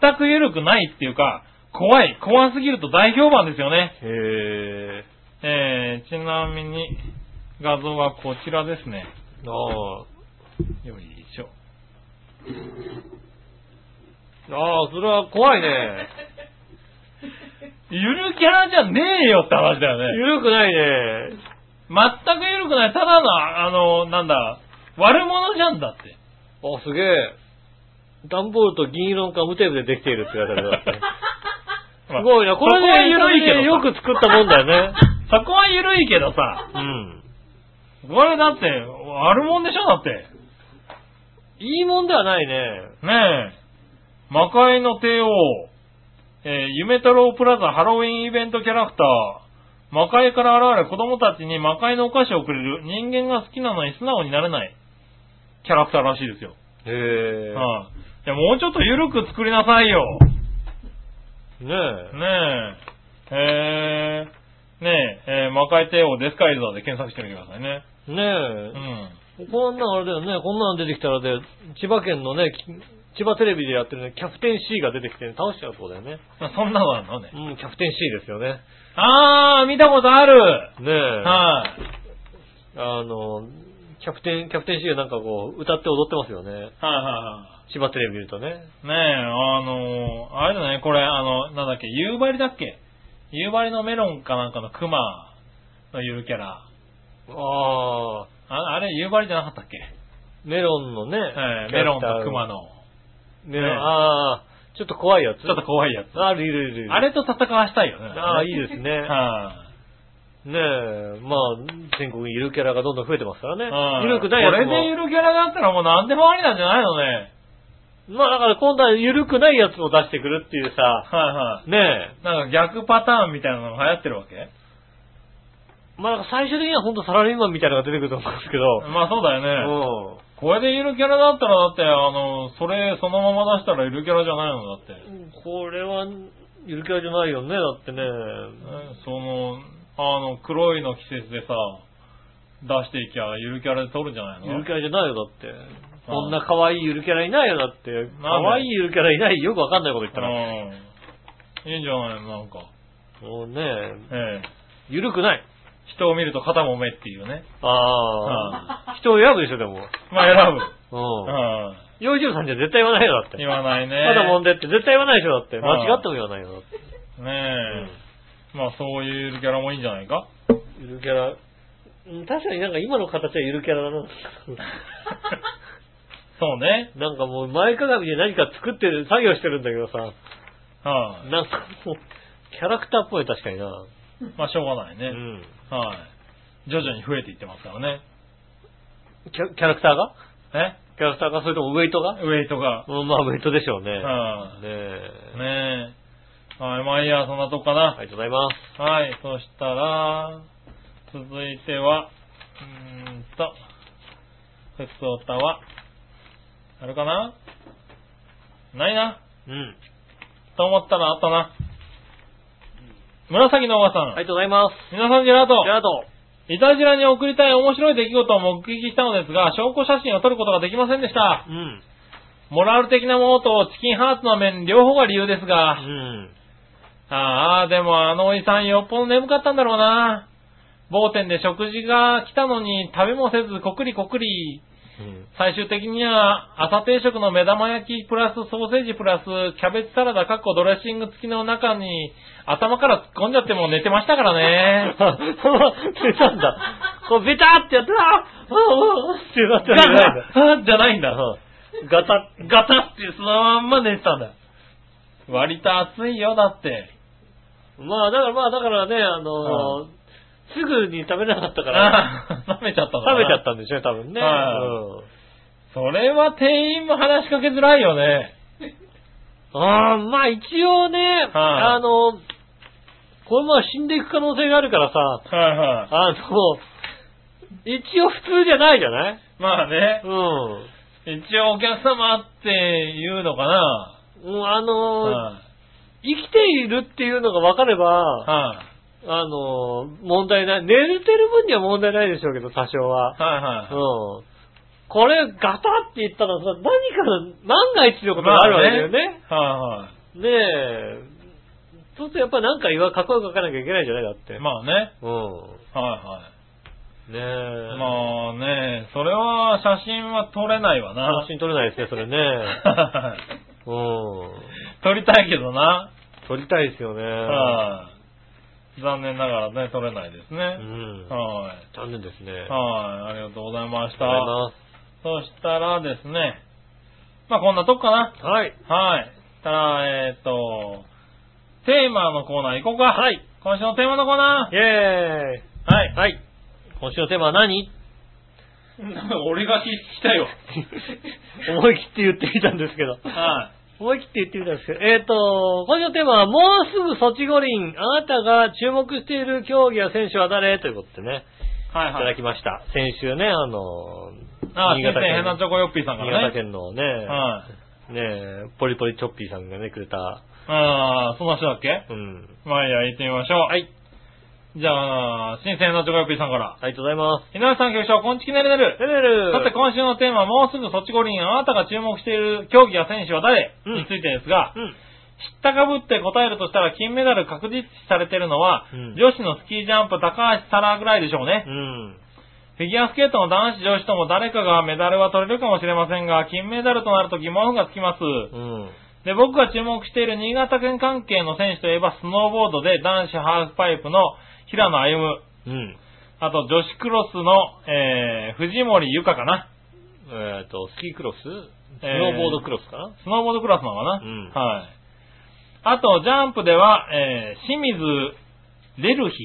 S3: 全くゆるくないっていうか、怖い、怖すぎると大評判ですよね。
S2: へ
S3: えー、ちなみに、画像はこちらですね。
S2: ー。ああ。
S3: よいしょ。
S2: ああ、それは怖いね。
S3: ゆるキャラじゃねえよって話だよね。
S2: ゆるくないね。
S3: 全くゆるくない、ただの、あの、なんだ、悪者じゃんだって。
S2: あ、すげえ。段ボールと銀色のガムテープでできているって書いてあるから ねすごいな。これ
S3: そこは
S2: ね、
S3: ゆるいけどさ
S2: よく作ったもんだ よね。
S3: そこはゆるいけどさ、
S2: うん。
S3: これだって、悪者でしょだって。
S2: いいもんではないね。
S3: ねえ、魔界の帝王、えー、夢太郎プラザハロウィンイベントキャラクター、魔界から現れ子供たちに魔界のお菓子をくれる人間が好きなのに素直になれないキャラクターらしいですよ。
S2: へえ。
S3: はい、いや、もうちょっとゆるく作りなさいよ。
S2: ねえ。
S3: ねえ、えー、ねえ、えー魔界帝王デスカイザーで検索してみてくださいね。う
S2: ね
S3: ん。
S2: え。こんなんあれだよね。こんなん出てきたらで、千葉県のね、き千葉テレビでやってるね、キャプテン C が出てきて、倒しちゃうそうだよね。
S3: そんなのあるのね。
S2: うん、キャプテン C ですよね。
S3: あー、見たことある
S2: ねえ。
S3: はい、
S2: あの、キャプテン、キャプテン C がなんかこう、歌って踊ってますよね。
S3: はい、はいはい。
S2: 千葉テレビ見るとね。
S3: ねえ、あのーあれだね、これ、あの、なんだっけ、夕張だっけ夕張のメロンかなんかのクマのゆるキャラ。
S2: ああ、
S3: ああれ、夕張じゃなかったっけ、
S2: メロンのね、
S3: ええメロンとクマ
S2: の。
S3: の。
S2: メロン、
S3: ね
S2: ああ、ちょっと怖いやつ。
S3: ちょっと怖いやつ。
S2: あるいるいるいる。
S3: あれと戦わしたいよね。
S2: ああ、いいですね。
S3: はい
S2: ねえ、まあ、全国にいるキャラがどんどん増えてますから
S3: はい
S2: ね。ゆるくないやつ
S3: これでゆ
S2: も。
S3: るキャラだったらもう何でもありなんじゃないのね。
S2: まあだから今度はゆるくないやつを出してくるっていうさ、
S3: はいはい。
S2: ねえ。
S3: なんか逆パターンみたいなのが流行ってるわけ
S2: まあなんか最終的には本当サラリーマンみたいなのが出てくると思うんですけど。
S3: まあそうだ
S2: う
S3: よ
S2: ん。
S3: ね。これでゆるキャラだったらだって、あの、それそのまま出したらゆるキャラじゃないのだって。
S2: これは、ゆるキャラじゃないよね、だってね。
S3: ねその、あの、黒いの季節でさ、出していきゃ、ゆるキャラで撮るんじゃないの
S2: ゆるキャラじゃないよ、だって。こんな可愛いゆるキャラいないよ、だって。可
S3: なんで
S2: 愛いゆるキャラいないよ、よくわかんないこと言ったら。
S3: うん。いいんじゃないのなんか。
S2: もうね、
S3: ええ。
S2: ゆるくない。
S3: 人を見ると肩もめっていうね。
S2: ああ。人を選ぶでしょ、でも。
S3: まあ選
S2: う
S3: ぶ。
S2: ん。
S3: うん。
S2: 洋一郎さんじゃ絶対言わないよ、だって。
S3: 言わないね。
S2: まだもんでって絶対言わないでしょ、だって。
S3: うん
S2: 間違っても言わないよ、だって。
S3: ねえ。まあそういうゆるキャラもいいんじゃない か
S2: ゆるキャラ。うん確かになんか今の形はゆるキャラだな。
S3: そうね。
S2: なんかもう前かがみで何か作ってる、作業してるんだけどさ。
S3: は
S2: なんかもう、キャラクターっぽい確かにな。
S3: い。まあしょうがないうね。
S2: ん。
S3: はい。徐々に増えていってますからね。
S2: キャキャラクターが
S3: え
S2: キャラクターが、それともウェイトが
S3: ウェイトが。
S2: うんまあ、ウェイトでしょうね。
S3: は
S2: ねえ
S3: い。。ねえ。はい、まあいいや、そんなとこかな。
S2: ありがとうございます。
S3: はい、そしたら、続いては、うーんと、ふつおたは、あるかなないな、
S2: うん。
S3: と思ったらあったな。紫のおばさん。
S2: ありがとうございます。
S3: 皆さん、ジェラート。
S2: ジェラート。
S3: いたじらに送りたい面白い出来事を目撃したのですが、証拠写真を撮ることができませんでした。
S2: うん。
S3: モラル的なものとチキンハーツの面、両方が理由です
S2: う
S3: が、
S2: ん。
S3: ああ、でもあのおじさんよっぽど眠かったんだろうな。某店で食事が来たのに食べもせずこくりこくり。
S2: うん。
S3: 最終的には朝定食の目玉焼きプラスソーセージプラスキャベツサラダかっこドレッシング付きの中に頭から突っ込んじゃってもう寝てましたからね。
S2: 出たんだ。こう、ベターってやったら、あーあー、ってなっ
S3: ガ
S2: たんじゃないんだ。
S3: タじゃないんだ。
S2: ガタ
S3: ガタってそのまんま寝てたんだ。割と暑いよ、だって。
S2: まあ、だからまあ、だからね、あのーすぐに食べれなかったから、
S3: ああ、冷めちゃったのか
S2: 食べちゃ
S3: な
S2: ったんでしょうね、多分ね。
S3: は
S2: うん
S3: それは店員も話しかけづらいよね。
S2: ああ、まあ一応ね、
S3: はい
S2: あの、このまま死んでいく可能性があるからさ、
S3: はいはい。
S2: あの、一応普通じゃないじゃない
S3: まあね
S2: う、ん。
S3: 一応お客様っていうのかな。
S2: うんあの、
S3: は
S2: 生きているっていうのが分かれ
S3: い、
S2: ば、
S3: はい、
S2: あの、問題ない。寝れてる分には問題ないでしょうけど、多少は。
S3: はい、
S2: う
S3: は
S2: ん。これ、ガタって言ったらさ、何かの、万が一のことがあるわけだよね。
S3: い。は
S2: ねえ。そうするとやっぱなんか言わ、かっこよく書かなきゃいけないじゃないだっ
S3: い、は
S2: て。
S3: い。まあね。
S2: うん。
S3: は
S2: ねえ。
S3: い、はい。まあね、それは写真は撮れないわな
S2: 写。真撮れないですね、それね。うん。
S3: 撮りたいけどな。
S2: 撮りたいですよね。
S3: はい、残念ながらね、撮れないですね。
S2: うん。
S3: はい、
S2: 残念ですね。
S3: はい、ありがとうございまし
S2: ありがとうございま
S3: た。
S2: す
S3: そしたらですね、まあこんなとこかな。
S2: はい。
S3: はい。たら、えーっと、テーマのコーナー行こうか。はい。今週のテーマのコーナ
S2: イェ
S3: ー。はい
S2: ーイ。。はい。今週のテーマは何
S3: 俺が聞きたいわ。
S2: 思い切って言ってみたんですけど。
S3: はい。
S2: 思い切って言ってみたんですけど。えっ、と、今週のテーマは、もうすぐソチ五輪、あなたが注目している競技や選手は誰ということでね、
S3: はい
S2: いた
S3: は
S2: だ
S3: い。
S2: きました。先週ね、あの、
S3: あ、
S2: 新
S3: 新
S2: 潟
S3: 鮮ヘ
S2: 県
S3: ナチョコヨッピーさんか
S2: 新
S3: ら
S2: 潟
S3: ね。
S2: 県のね、
S3: はい。
S2: ねえ、ポリポリチョッピーさんがね、くれた、
S3: あー、その人だっけ
S2: うん。。
S3: まあいいや、行ってみましょう。はいじゃあ、新鮮ヘナチョコヨッピーさんから。
S2: ありがとうございます。
S3: 稲田さん局長、こんちきねるねる。
S2: ルル
S3: さて、今週のテーマ、もうすぐソチ五輪、あなたが注目している競技や選手は誰、
S2: うん
S3: についてですが、
S2: うん。
S3: 知ったかぶって答えるとしたら金メダル確実視されてるのは、
S2: うん
S3: 女子のスキージャンプ高橋沙羅ぐらいでしょうね
S2: う。ん。
S3: フィギュアスケートの男子女子とも誰かがメダルは取れるかもしれませんが、金メダルとなると疑問がつきます。
S2: うん。
S3: で、僕が注目している新潟県関係の選手といえば、スノーボードで男子ハーフパイプの平野歩夢、
S2: うん。
S3: あと女子クロスの、えー、藤森由香かな。
S2: えっ、と、スキークロスス
S3: え
S2: ノーボードクロスかな、
S3: スノーボードクラスなのかな、
S2: うん
S3: はい。あと、ジャンプでは、えー、清水レルヒ、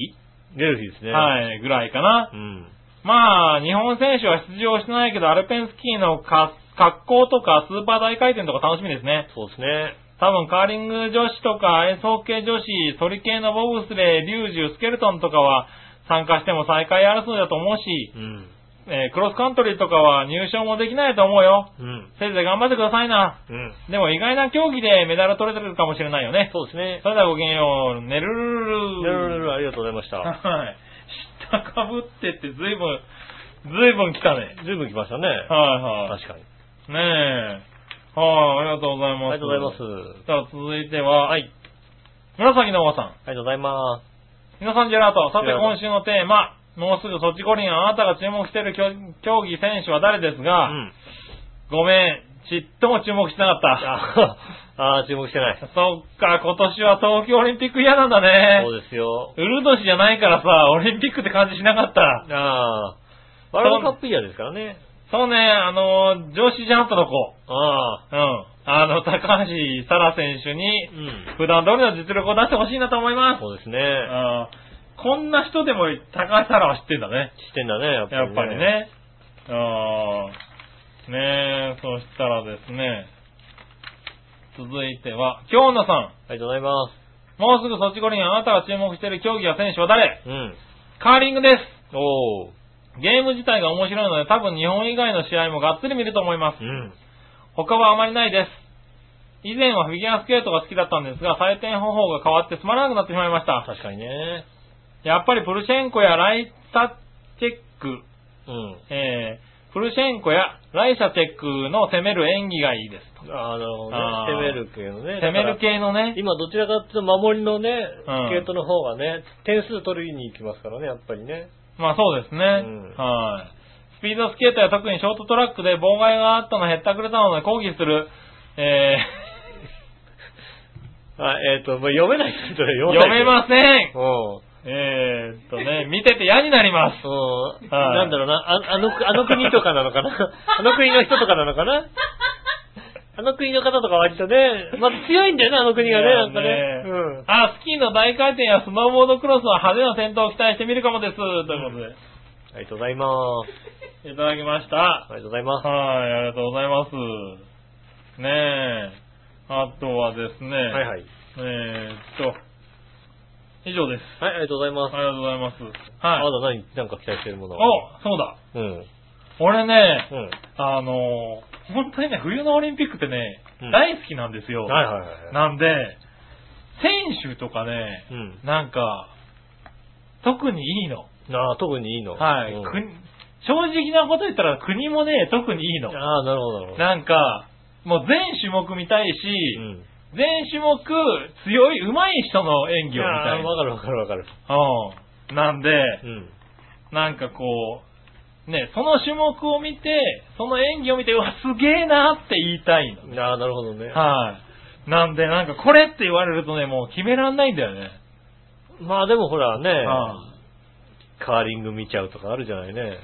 S2: レルフィーですね。い。
S3: はい、ぐらいかな
S2: う。ん。
S3: まあ、日本選手は出場してないけど、アルペンスキーのか格好とかスーパー大回転とか楽しみですね。
S2: そうですね。
S3: 多分、カーリング女子とか、アイスホッケー女子、ソリ系のボブスレー、リュージュ、スケルトンとかは参加しても再開争いだと思うし、
S2: うん。
S3: えークロスカントリーとかは入賞もできないと思うよ。
S2: うん。
S3: せいぜい頑張ってくださいな。
S2: うん。
S3: でも意外な競技でメダル取れてるかもしれないよね。
S2: そうですね
S3: そ。れではごきげんよう、ねるるるる。
S2: ルルルルありがとうございました。
S3: はい。下かぶってって随分、随分来たね。
S2: 随分来ましたね。
S3: はいはい。
S2: 確かに。
S3: ねえ。はい、ありがとうござい
S2: あ
S3: ま
S2: り
S3: す。
S2: がとうございます。
S3: じゃあ続いては、はい。紫のおばさん。
S2: ありがとうございま
S3: 皆さんジェラート。さて
S2: ジェラート
S3: 今週のテーマ、もうすぐソチ五輪あなたが注目している競競技選手は誰です
S2: す。う
S3: が、
S2: ん。
S3: ごめん、ちっとも注目してなかっ
S2: ああー、注目してない。
S3: た。そっか、今年は東京オリンピック嫌なんだね。
S2: そうですよ。
S3: ウルド氏じゃないからさ、オリンピックって感じしなかった。
S2: ああ。ワールドカップイヤーですからね。
S3: そうね、あの、女子ジャンプの子。
S2: ああ。
S3: うん。あの、高橋沙羅選手に
S2: う、ん。
S3: 普段通りの実力を出してほしいなと思います。
S2: そうですね。
S3: あーこんな人でも高橋沙羅は知ってんだね。
S2: してんだね、やっぱり
S3: やっぱり。ね。あですね。そしたらですね、続いては、京野さん。
S2: ありがとうございま
S3: もうすぐそっち五輪、あなたが注目している競技や選手は誰
S2: す。うん。
S3: カーリングです。
S2: おー。
S3: ゲーム自体が面白いので、多分日本以外の試合もがっつり見ると思いま
S2: う。
S3: す
S2: ん。
S3: 他はあまりないです。以前はフィギュアスケートが好きだったんですが、採点方法が変わってつまらなくなってしまいました。
S2: 確かにね。
S3: やっぱりプルシェンコやライサチェック、
S2: うん。
S3: えー、プルシェンコやライシャチェックの攻める演技がいいですと。
S2: あのね
S3: あー、
S2: 攻める系のね。
S3: 攻める系の
S2: だから
S3: ね。
S2: 今どちらかっていうと守りのね、
S3: ん
S2: スケートの方がね、点数取りに行きますからね、やっぱりね。
S3: まあそうですね。
S2: ん
S3: はい。スピードスケートや特にショートトラックで妨害があったのへったくれたので抗議する、え
S2: あ、えっ、と、もう読めない人は
S3: ー、
S2: 読
S3: 読めません
S2: す。うん。
S3: えーっとね、見てて嫌になります。
S2: そう、
S3: はい
S2: なんだろうな、ああの、あの国とかなのか なあの国の人とかなのかなあの国の方とか割とね、まず強いんだよね、あの国がね、
S3: いや
S2: なんかね。うん。
S3: あ、スキーの大回転やスノーボードクロスの派手な戦闘を期待してみるかもです。ということ
S2: ありがとうございます。
S3: で、いただきました。
S2: あ
S3: は
S2: りがとうございます。
S3: い、ありがとうございます。ねえ。あとはですね、
S2: はいはい。
S3: えーっと、以上です。
S2: はい、ありがとうござい
S3: あ
S2: ます。
S3: りがとうございます。
S2: あ
S3: は
S2: な
S3: い。
S2: た何、なんか期待してるものは。
S3: お、そうだ。
S2: うん。
S3: 俺ね、
S2: うん。
S3: あのー本当にね、冬のオリンピックってね、
S2: うん
S3: 大好きなんですよ。
S2: はいはいはいはい。
S3: なんで、選手とかね、
S2: うん。
S3: なんか、特にいいの。
S2: ああ、特にいいの。
S3: はい。
S2: うん
S3: 国正直なこと言ったら国もね、特にいいの。
S2: ああ、なるほど、なるほど。
S3: なんか、もう全種目見たいし、
S2: うん。
S3: 全種目強い、上手い人の演技を見
S2: あ
S3: た
S2: あ
S3: い
S2: わかるわかるわかる。
S3: の。うん。なんで、
S2: うん。
S3: なんかこう、ね、その種目を見て、その演技を見て、うわ、すげえなって言いたいの。
S2: ああ、なるほどね。
S3: はい。なんで、なんかこれって言われるとね、もう決めらんないんだよね。
S2: まあでもほらね、
S3: あ
S2: カーリング見ちゃうとかあるじゃないね。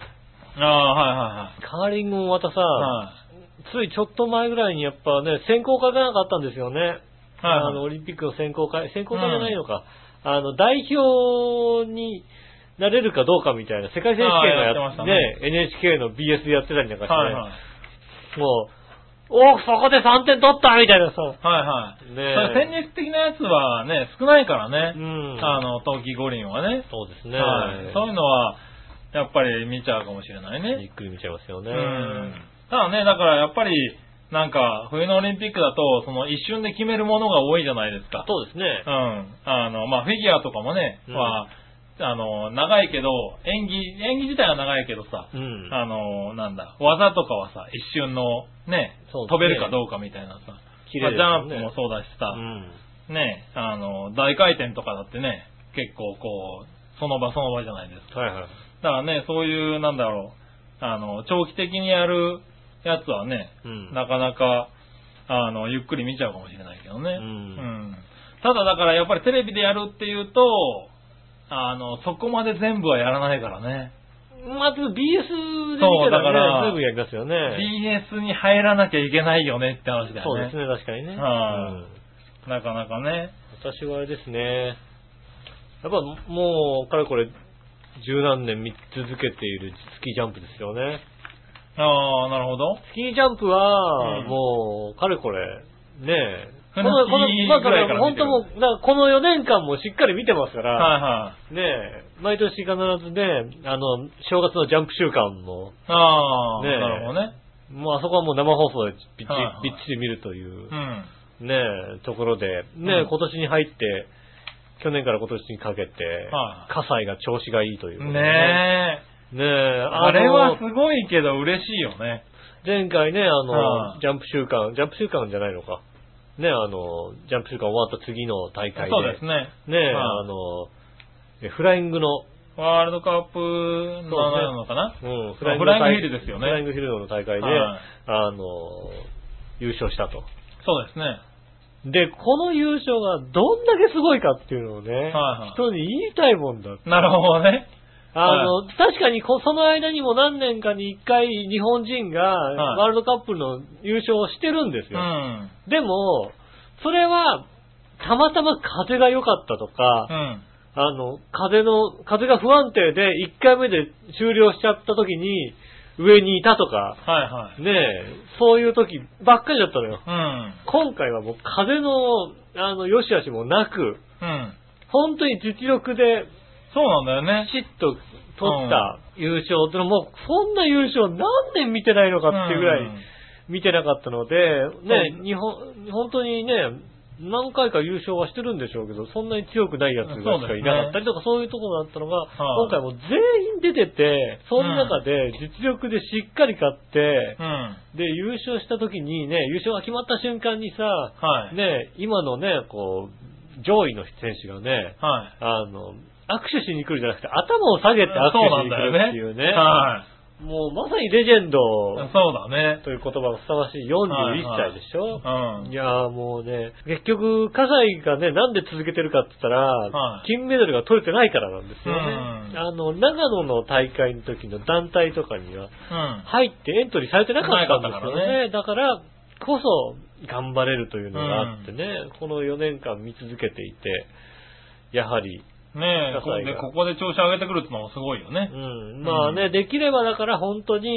S3: ああ、はい
S2: カーリングもまたさ、
S3: はいはい。はい。
S2: ついちょっと前ぐらいにやっぱね、選考会がなかったんですよね。
S3: はいはい
S2: あの、オリンピックの選考会、選考会じゃないのか。あの、代表になれるかどうかみたいな、世界選手権が
S3: ああやって
S2: や
S3: ま
S2: っ、
S3: してた
S2: ね
S3: ね、
S2: NHK の BS でやってたりなんかして、
S3: はいはい。
S2: もう、おお、そこで3点取ったみたいなさ。
S3: はいはい。
S2: ねえ
S3: それ戦略的なやつはね、少ないから
S2: う
S3: ね。
S2: ん。
S3: あの、冬季五輪はね。
S2: そうですね。
S3: はい。そういうのは、やっぱり見ちゃうかもしれない
S2: じ
S3: ね。
S2: っくり見ちゃいますよ
S3: う
S2: ね。
S3: ん。ただね、だからやっぱり、なんか、冬のオリンピックだと、その一瞬で決めるものが多いじゃないですか。
S2: そうですね
S3: う。ん。あの、まあ、フィギュアとかもね、
S2: うん
S3: は、あの、長いけど、演技、演技自体は長いけどさ、
S2: うん。
S3: あの、なんだ、技とかはさ、一瞬の、ね、
S2: そうですね
S3: 飛べるかどうかみたいなさ、
S2: 綺麗です
S3: まあ
S2: よ
S3: ジャンプ
S2: ね
S3: もそうだしさ、
S2: うん。
S3: ね、あの、大回転とかだってね、結構こう、その場その場じゃないですか。
S2: はいはい。
S3: だからね、そういう、なんだろう、あの、長期的にやるやつはね、
S2: うん。
S3: なかなか、あの、ゆっくり見ちゃうかもしれないけどね。
S2: うん
S3: んただだからやっぱりテレビでやるっていうと、あの、そこまで全部はやらないからね。
S2: まず BS で見た
S3: そうだからら
S2: ね、すぐやりますよね。
S3: BS に入らなきゃいけないよねって話だよね。
S2: そうですね、確かにね。
S3: はい
S2: うん
S3: なかなかね。
S2: 私はあれですね、やっぱもう、かれこれ、十何年見続けているスキージャンプですよね。
S3: ああ、なるほど。
S2: スキージャンプは、
S3: うん
S2: もう、かれこれ、ねえ、
S3: このいいぐらいから
S2: 本
S3: 見て
S2: 当
S3: る
S2: もう、だからこの4年間もしっかり見てますから、
S3: はいはい。
S2: ねえ、毎年必ずね、あの、正月のジャンプ週間も、
S3: ああ、
S2: ねえ
S3: なるほどね。
S2: もうあそこはもう生放送でびっちり、
S3: はいはい
S2: びっちり見るという
S3: う、ん。
S2: ねえ、ところで、ねえ、
S3: うん
S2: 今年に入って、去年から今年にかけて、
S3: はい
S2: 葛西が調子がいいということで
S3: ねえ。
S2: ねえ、の
S3: あれはすごいけど嬉しいよね。
S2: 前回ね、あの、
S3: はい
S2: ジャンプ週間、ジャンプ週間じゃないのか。ねえ、あの、ジャンプ週間終わった次の大会で、
S3: そうですね。
S2: ねえ、
S3: はい
S2: あの、えフライングの、
S3: ワールドカップのなのかな
S2: うん、
S3: フライング
S2: の大
S3: フライングヒルですよね
S2: フライングヒルの大会で、
S3: はい
S2: あの、優勝したと。
S3: そうですね。
S2: で、この優勝がどんだけすごいかっていうのをね、
S3: はい
S2: 人に言いたいもんだ。
S3: なるほどね。
S2: あの、確かにこその間にも何年かに一回日本人が
S3: はい
S2: ワールドカップの優勝をしてるんです
S3: う
S2: よ。
S3: ん。
S2: でも、それは、たまたま風が良かったとか、
S3: うん。
S2: あの、風の、風が不安定で1回目で終了しちゃった時に、上にいたとか、
S3: はいはい。
S2: ねえ、そういう時ばっかりだったのよ。
S3: うん。
S2: 今回はもう風の、あの、よしあしもなく、
S3: うん。
S2: 本当に実力で、
S3: そうなんだよね。
S2: ピシッと取った優勝ってのはもう、そんな優勝何年見てないのかっていうぐら
S3: うん
S2: い見てなかったので、ねえ、日本、本当にね、何回か優勝はしてるんでしょうけど、そんなに強くないやつがしかいなかったりとか、そういうところだったのが、今回も全員出てて、その中で実力でしっかり勝って、
S3: うん。
S2: で、優勝した時にね、優勝が決まった瞬間にさ、
S3: はい。
S2: ね、今のね、こう、上位の選手がね、
S3: はい。
S2: あの、握手しに来るじゃなくて、頭を下げて握手しに来るっていうね、
S3: はい。
S2: もうまさにレジェンド
S3: そうだね。
S2: という言葉がふさわしい41歳でしょ、
S3: うん。
S2: いやーもうね、結局、火災がね、なんで続けてるかって言ったら、
S3: はい
S2: 金メダルが取れてないからなんですよね。
S3: うん
S2: あの、長野の大会の時の団体とかには、
S3: うん。
S2: 入ってエントリーされてなかったんですよ
S3: なかったから
S2: ね。だからこそ頑張れるというのがあってね、この4年間見続けていて、やはり、
S3: ねえ、
S2: 野
S3: こ
S2: 菜が
S3: で、ここで調子上げてくるってのもすごいよね
S2: う。ん、まあね、できればだから本当に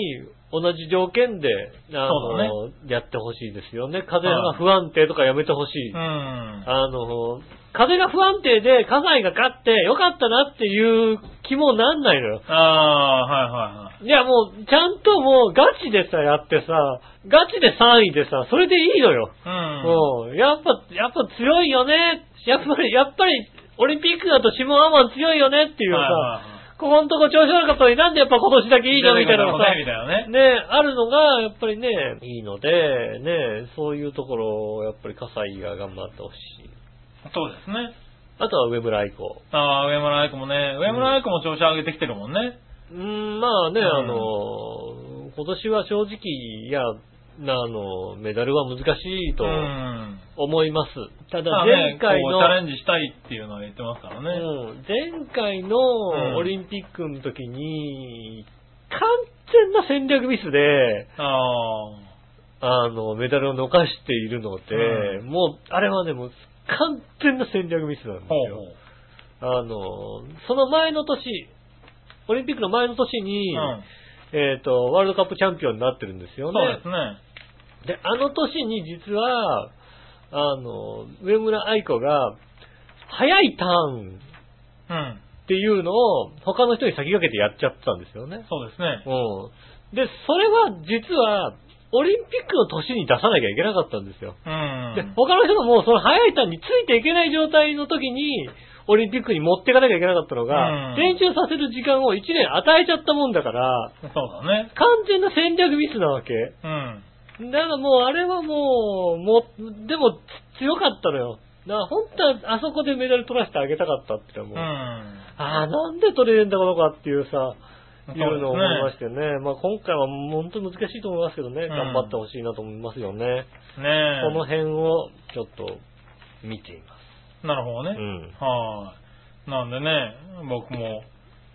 S2: 同じ条件で、あ
S3: そうだね
S2: の、やってほしいですよね。風が不安定とかやめてほしい。
S3: うん。
S2: あの、風が不安定で、家財が勝ってよかったなっていう気もなんないのよ。
S3: ああ
S2: いやもう、ちゃんともうガチでさ、やってさ、ガチで3位でさ、それでいいのよ。
S3: ー、はいはいはい。うん。
S2: うん。やっぱ、やっぱ強いよね。やっぱり、やっぱり、オリンピックだとシモンアマン強いよねっていうさ、
S3: はいはいはい
S2: ここのとこ調子悪かったのになんでやっぱ今年だけいいのみたいなのがさ、
S3: みたいなね。
S2: ね、あるのが、やっぱりね、いいので、ね、そういうところを、やっぱり葛西が頑張ってほしい。
S3: そうですね。
S2: あとは上村愛子。
S3: ああ、上村愛子もね、上村愛子も調子上げてきてるもんね。
S2: うん、まあね、
S3: うん
S2: あの、今年は正直、いや、なあの、メダルは難しいと
S3: うん。
S2: 思います。ただ
S3: まあね
S2: 前回
S3: こ
S2: の、
S3: うチャレンジしたいっていうのは言ってますからね。
S2: うん前回の
S3: ん
S2: オリンピックの時に、完全な戦略ミスで、
S3: あ
S2: あの、メダルを逃しているので、
S3: う
S2: もう、あれはね、もう、完全な戦略ミスなんです
S3: あ、ほう
S2: よ。
S3: ほ
S2: あの、その前の年、オリンピックの前の年
S3: う。う
S2: に、
S3: ん。
S2: えっ、と、ワールドカップチャンピオンになってるんですよね。
S3: そうですね。
S2: で、あの年に実は、あの、上村愛子が、早いターン
S3: うん。
S2: っていうのを他の人に先駆けてやっちゃってたんですよね。
S3: そうですね。
S2: うん。で、それは実は、オリンピックの年に出さなきゃいけなかったんですよ。
S3: うん。
S2: で、他の人ももうその早いターンについていけない状態の時に、オリンピックに持っていかなきゃいけなかったのが、
S3: うん
S2: 練習させる時間を1年与えちゃったもんだから、
S3: そうだね。
S2: 完全な戦略ミスなわけ。
S3: うん。
S2: だからもうあれはもう、もう、でも強かったのよ。だから本当はあそこでメダル取らせてあげたかったって思う。
S3: うん。
S2: ああ、なんで取れねえんだこの子はっていうさ、
S3: そう
S2: い
S3: ですね
S2: うのを思いましてね。まあ今回は本当に難しいと思いますけどね、
S3: ん
S2: 頑張ってほしいなと思いますよね。
S3: ねえ。
S2: この辺をちょっと見ていま
S3: なるほど
S2: す。う
S3: ね。
S2: ん。
S3: はーい。なんでね、僕も、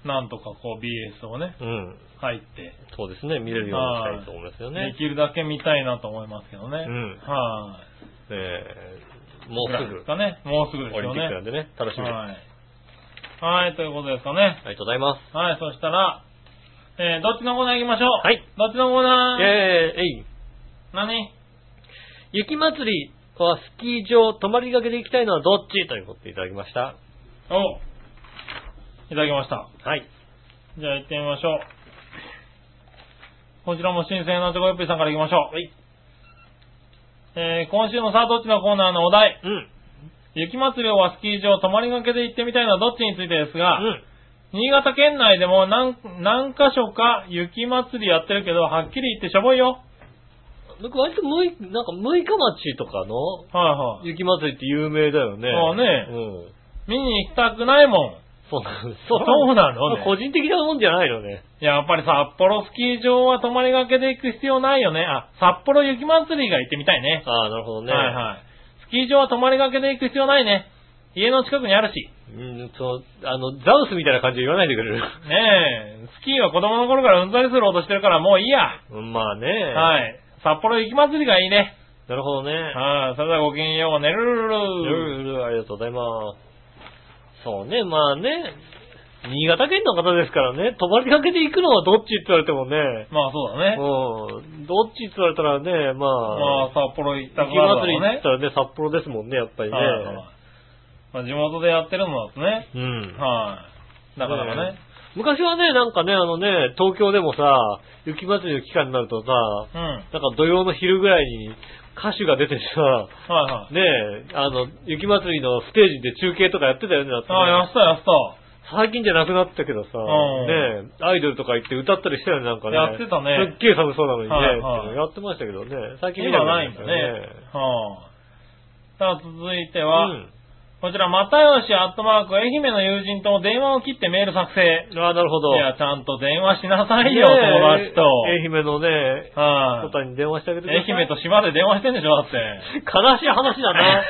S3: なんとかこう BS をね、
S2: うん。
S3: 入って、
S2: そうですね、見れるようにしたいと思いますよ
S3: で
S2: ね。
S3: きるだけ見たいなと思いますけど
S2: ん
S3: ね。はーい。
S2: えー、もうす
S3: ぐらいです
S2: ぐ、
S3: かね。もうすぐです
S2: オリン
S3: よ
S2: ピ
S3: ね。
S2: ックなんでね、楽しみです。あ
S3: はい。はい、ということですかね。
S2: りがとうございます。
S3: はい、そしたら、えー、どっちのコーナー行きましょう
S2: はい。
S3: どっちのコーナー
S2: えー、えい。
S3: 何
S2: 雪祭りはスキー場、泊まりがけで行きたいのはどっちということでいただきました。
S3: おいただきました。
S2: はい。
S3: じゃあ行ってみましょう。こちらも新鮮なチョコヨッピーさんから行きましょう。
S2: はい。
S3: えー、今週のさあどっちのコーナーのお題。
S2: うん。
S3: 雪祭りはスキー場、泊まりがけで行ってみたいのはどっちについてです
S2: う
S3: が、
S2: ん。
S3: 新潟県内でも何、何箇所か雪祭りやってるけど、はっきり言ってしょぼいよ。
S2: 僕割とむい、なんか六日町とかの
S3: はいはい。
S2: 雪祭りって有名だよね。
S3: そうね
S2: うん。
S3: 見に行きたくないもん。
S2: そうなん
S3: そうなのね
S2: 個人的なもんじゃないのね。
S3: いややっぱり札幌スキー場は泊まりがけで行く必要ないよね。あ、札幌雪祭りが行ってみたいね。
S2: ああ、なるほどね。
S3: はいはい。スキー場は泊まりがけで行く必要ないね。家の近くにあるし。
S2: うん、そう、あの、ザウスみたいな感じで言わないでくれる。
S3: ねえ、スキーは子供の頃からうんざりするほどしてるからもういいや。
S2: うんまあね。い。
S3: はい。札幌雪祭りがいいね。
S2: なるほどね。
S3: はい。それではごきげんよう。ねるるる
S2: う
S3: る。
S2: るうる、ありがとうございます。そうね、まあね。新潟県の方ですからね、泊まりがけで行くのはどっちって言われてもね、
S3: まあそうだね。
S2: うん、どっちって言われたらね、ま
S3: まあ
S2: あ、
S3: 札幌行ったか
S2: 雪
S3: らだ
S2: 祭り
S3: ろう
S2: って言っ
S3: ね
S2: た。らね、札幌ですもんね、やっぱりね。
S3: はいはいまあ地元でやってるのだとね。
S2: うん。
S3: はい。なかなかね。
S2: 昔はね、なんかね、あのね、東京でもさ、雪祭りの期間になるとさ、
S3: うん。は
S2: なん
S3: い
S2: か土曜の昼ぐらいに歌手が出てさ、
S3: はい。
S2: ねえ、あの、雪祭りのステージで中継とかやってたよね、だってね
S3: ああ、やったやった。
S2: 最近じゃなくなったけどさ、
S3: ん
S2: ねえ、アイドルとか行って歌ったりしたよね、なんかね。
S3: やってたね
S2: すっげえ寒そうなのにね、
S3: はいはい
S2: やってましたけどね。最近見
S3: 今
S2: く
S3: ないん
S2: っ
S3: だ
S2: た
S3: ね
S2: よ。
S3: はい。さあ、続いて
S2: う
S3: は、
S2: ん。
S3: こちら、またよしアットマーク、愛媛の友人と電話を切ってメール作成。
S2: ああ、なるほど。
S3: いや、ちゃんと電話しなさいよ、友達と。
S2: ねえ愛媛のね、
S3: はい
S2: 答えに電話してあげてくだ
S3: 愛
S2: さい。
S3: 媛と島で電話してんでしょ、だって。
S2: 悲しい話だ な。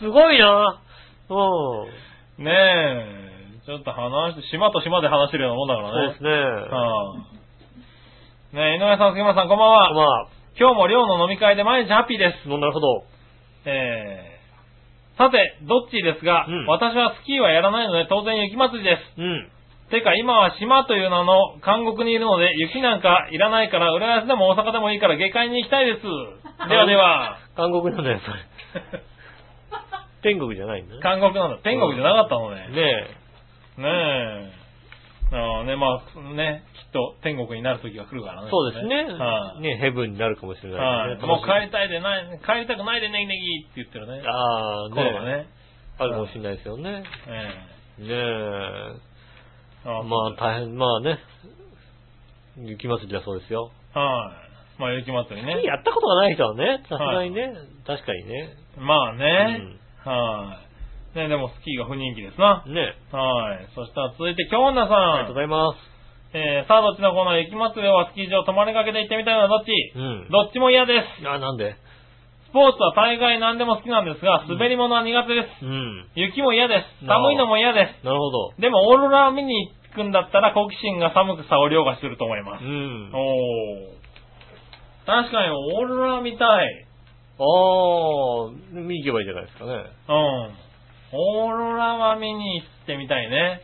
S2: すごいな。うん。
S3: ねえ、ちょっと話して、島と島で話してるようなもんだか
S2: そう
S3: ら
S2: で
S3: ね。
S2: すね。
S3: はい。ねえ、井上さん、杉村さん、こんばんは。
S2: まあ、
S3: 今日も寮の飲み会で毎日ハッピーです。
S2: なるほど。
S3: えー、さて、どっちですが、
S2: うん
S3: 私はスキーはやらないので当然雪祭りです。
S2: うん。
S3: てか今は島という名の監獄にいるので雪なんかいらないから浦安でも大阪でもいいから下界に行きたいです。ではで は、
S2: 韓国なんだよ、それ。天国じゃないんだね。
S3: 監獄なんだ。天国じゃなかったのね。
S2: ねえ。
S3: ねえ。ああね、まあね、きっと天国になる時が来るからね。
S2: そうですね。
S3: はい、
S2: ね、ヘブンになるかもしれな
S3: はいい、
S2: ですね。
S3: もう帰
S2: 楽し
S3: りたいでない、帰りたくないでネギネギって言ってるね
S2: み。ああ、
S3: そうだ
S2: ね。
S3: ね。
S2: あるかもしれないですよね。
S3: え
S2: ねえ。
S3: え
S2: ま
S3: あ
S2: あ大変、まあね。雪祭りだそうですよ。
S3: はい。まあ、雪祭り
S2: スキー
S3: ね。
S2: やったことがない人はね、さすがにね、確かにね。
S3: まあね。はい。ね、でもスキーが不人気ですな。
S2: ねえ。
S3: はい。そしたら続いて、京女さん。
S2: ありがとうございま
S3: えー、さあどっちのコーナー、雪祭りはスキー場泊まりがけで行ってみたいのはどっち、
S2: す。うん。
S3: どっちも嫌です。
S2: あ、なんで
S3: スポーツは大概何でも好きなんですが、滑り物は苦手です。
S2: うん。
S3: 雪も嫌です。
S2: なあ
S3: 寒いのも嫌で
S2: なるほど。
S3: す。でも、オーロラ見に行くんだったら、好奇心が寒くさを凌駕すると思いま
S2: う
S3: す。
S2: ん。あ
S3: おー。確かに、オーロラ見たい。
S2: あー、見に行けばいいじゃないですかね。
S3: うん。オーロラは見に行ってみたいね。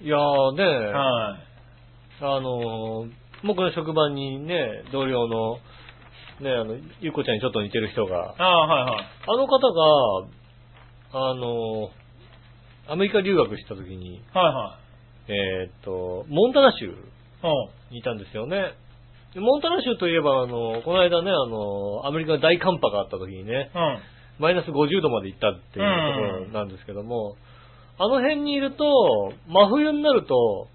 S2: いやーね、
S3: は
S2: あのー、僕の職場にね、同僚の、ね、あの、ゆっこちゃんにちょっと似てる人が
S3: い。、ああ、はいはい。
S2: あの方が、あのー、アメリカ留学した時に、
S3: はいは
S2: えーっと、モンタナ州
S3: い。おう
S2: にいたんですよね。でモンタナ州といえば、あの、この間ね、あの、アメリカの大寒波があった時にね、
S3: うん。
S2: マイナス50度まで行ったっていうところなんですけども、あの辺にいると、真冬になると、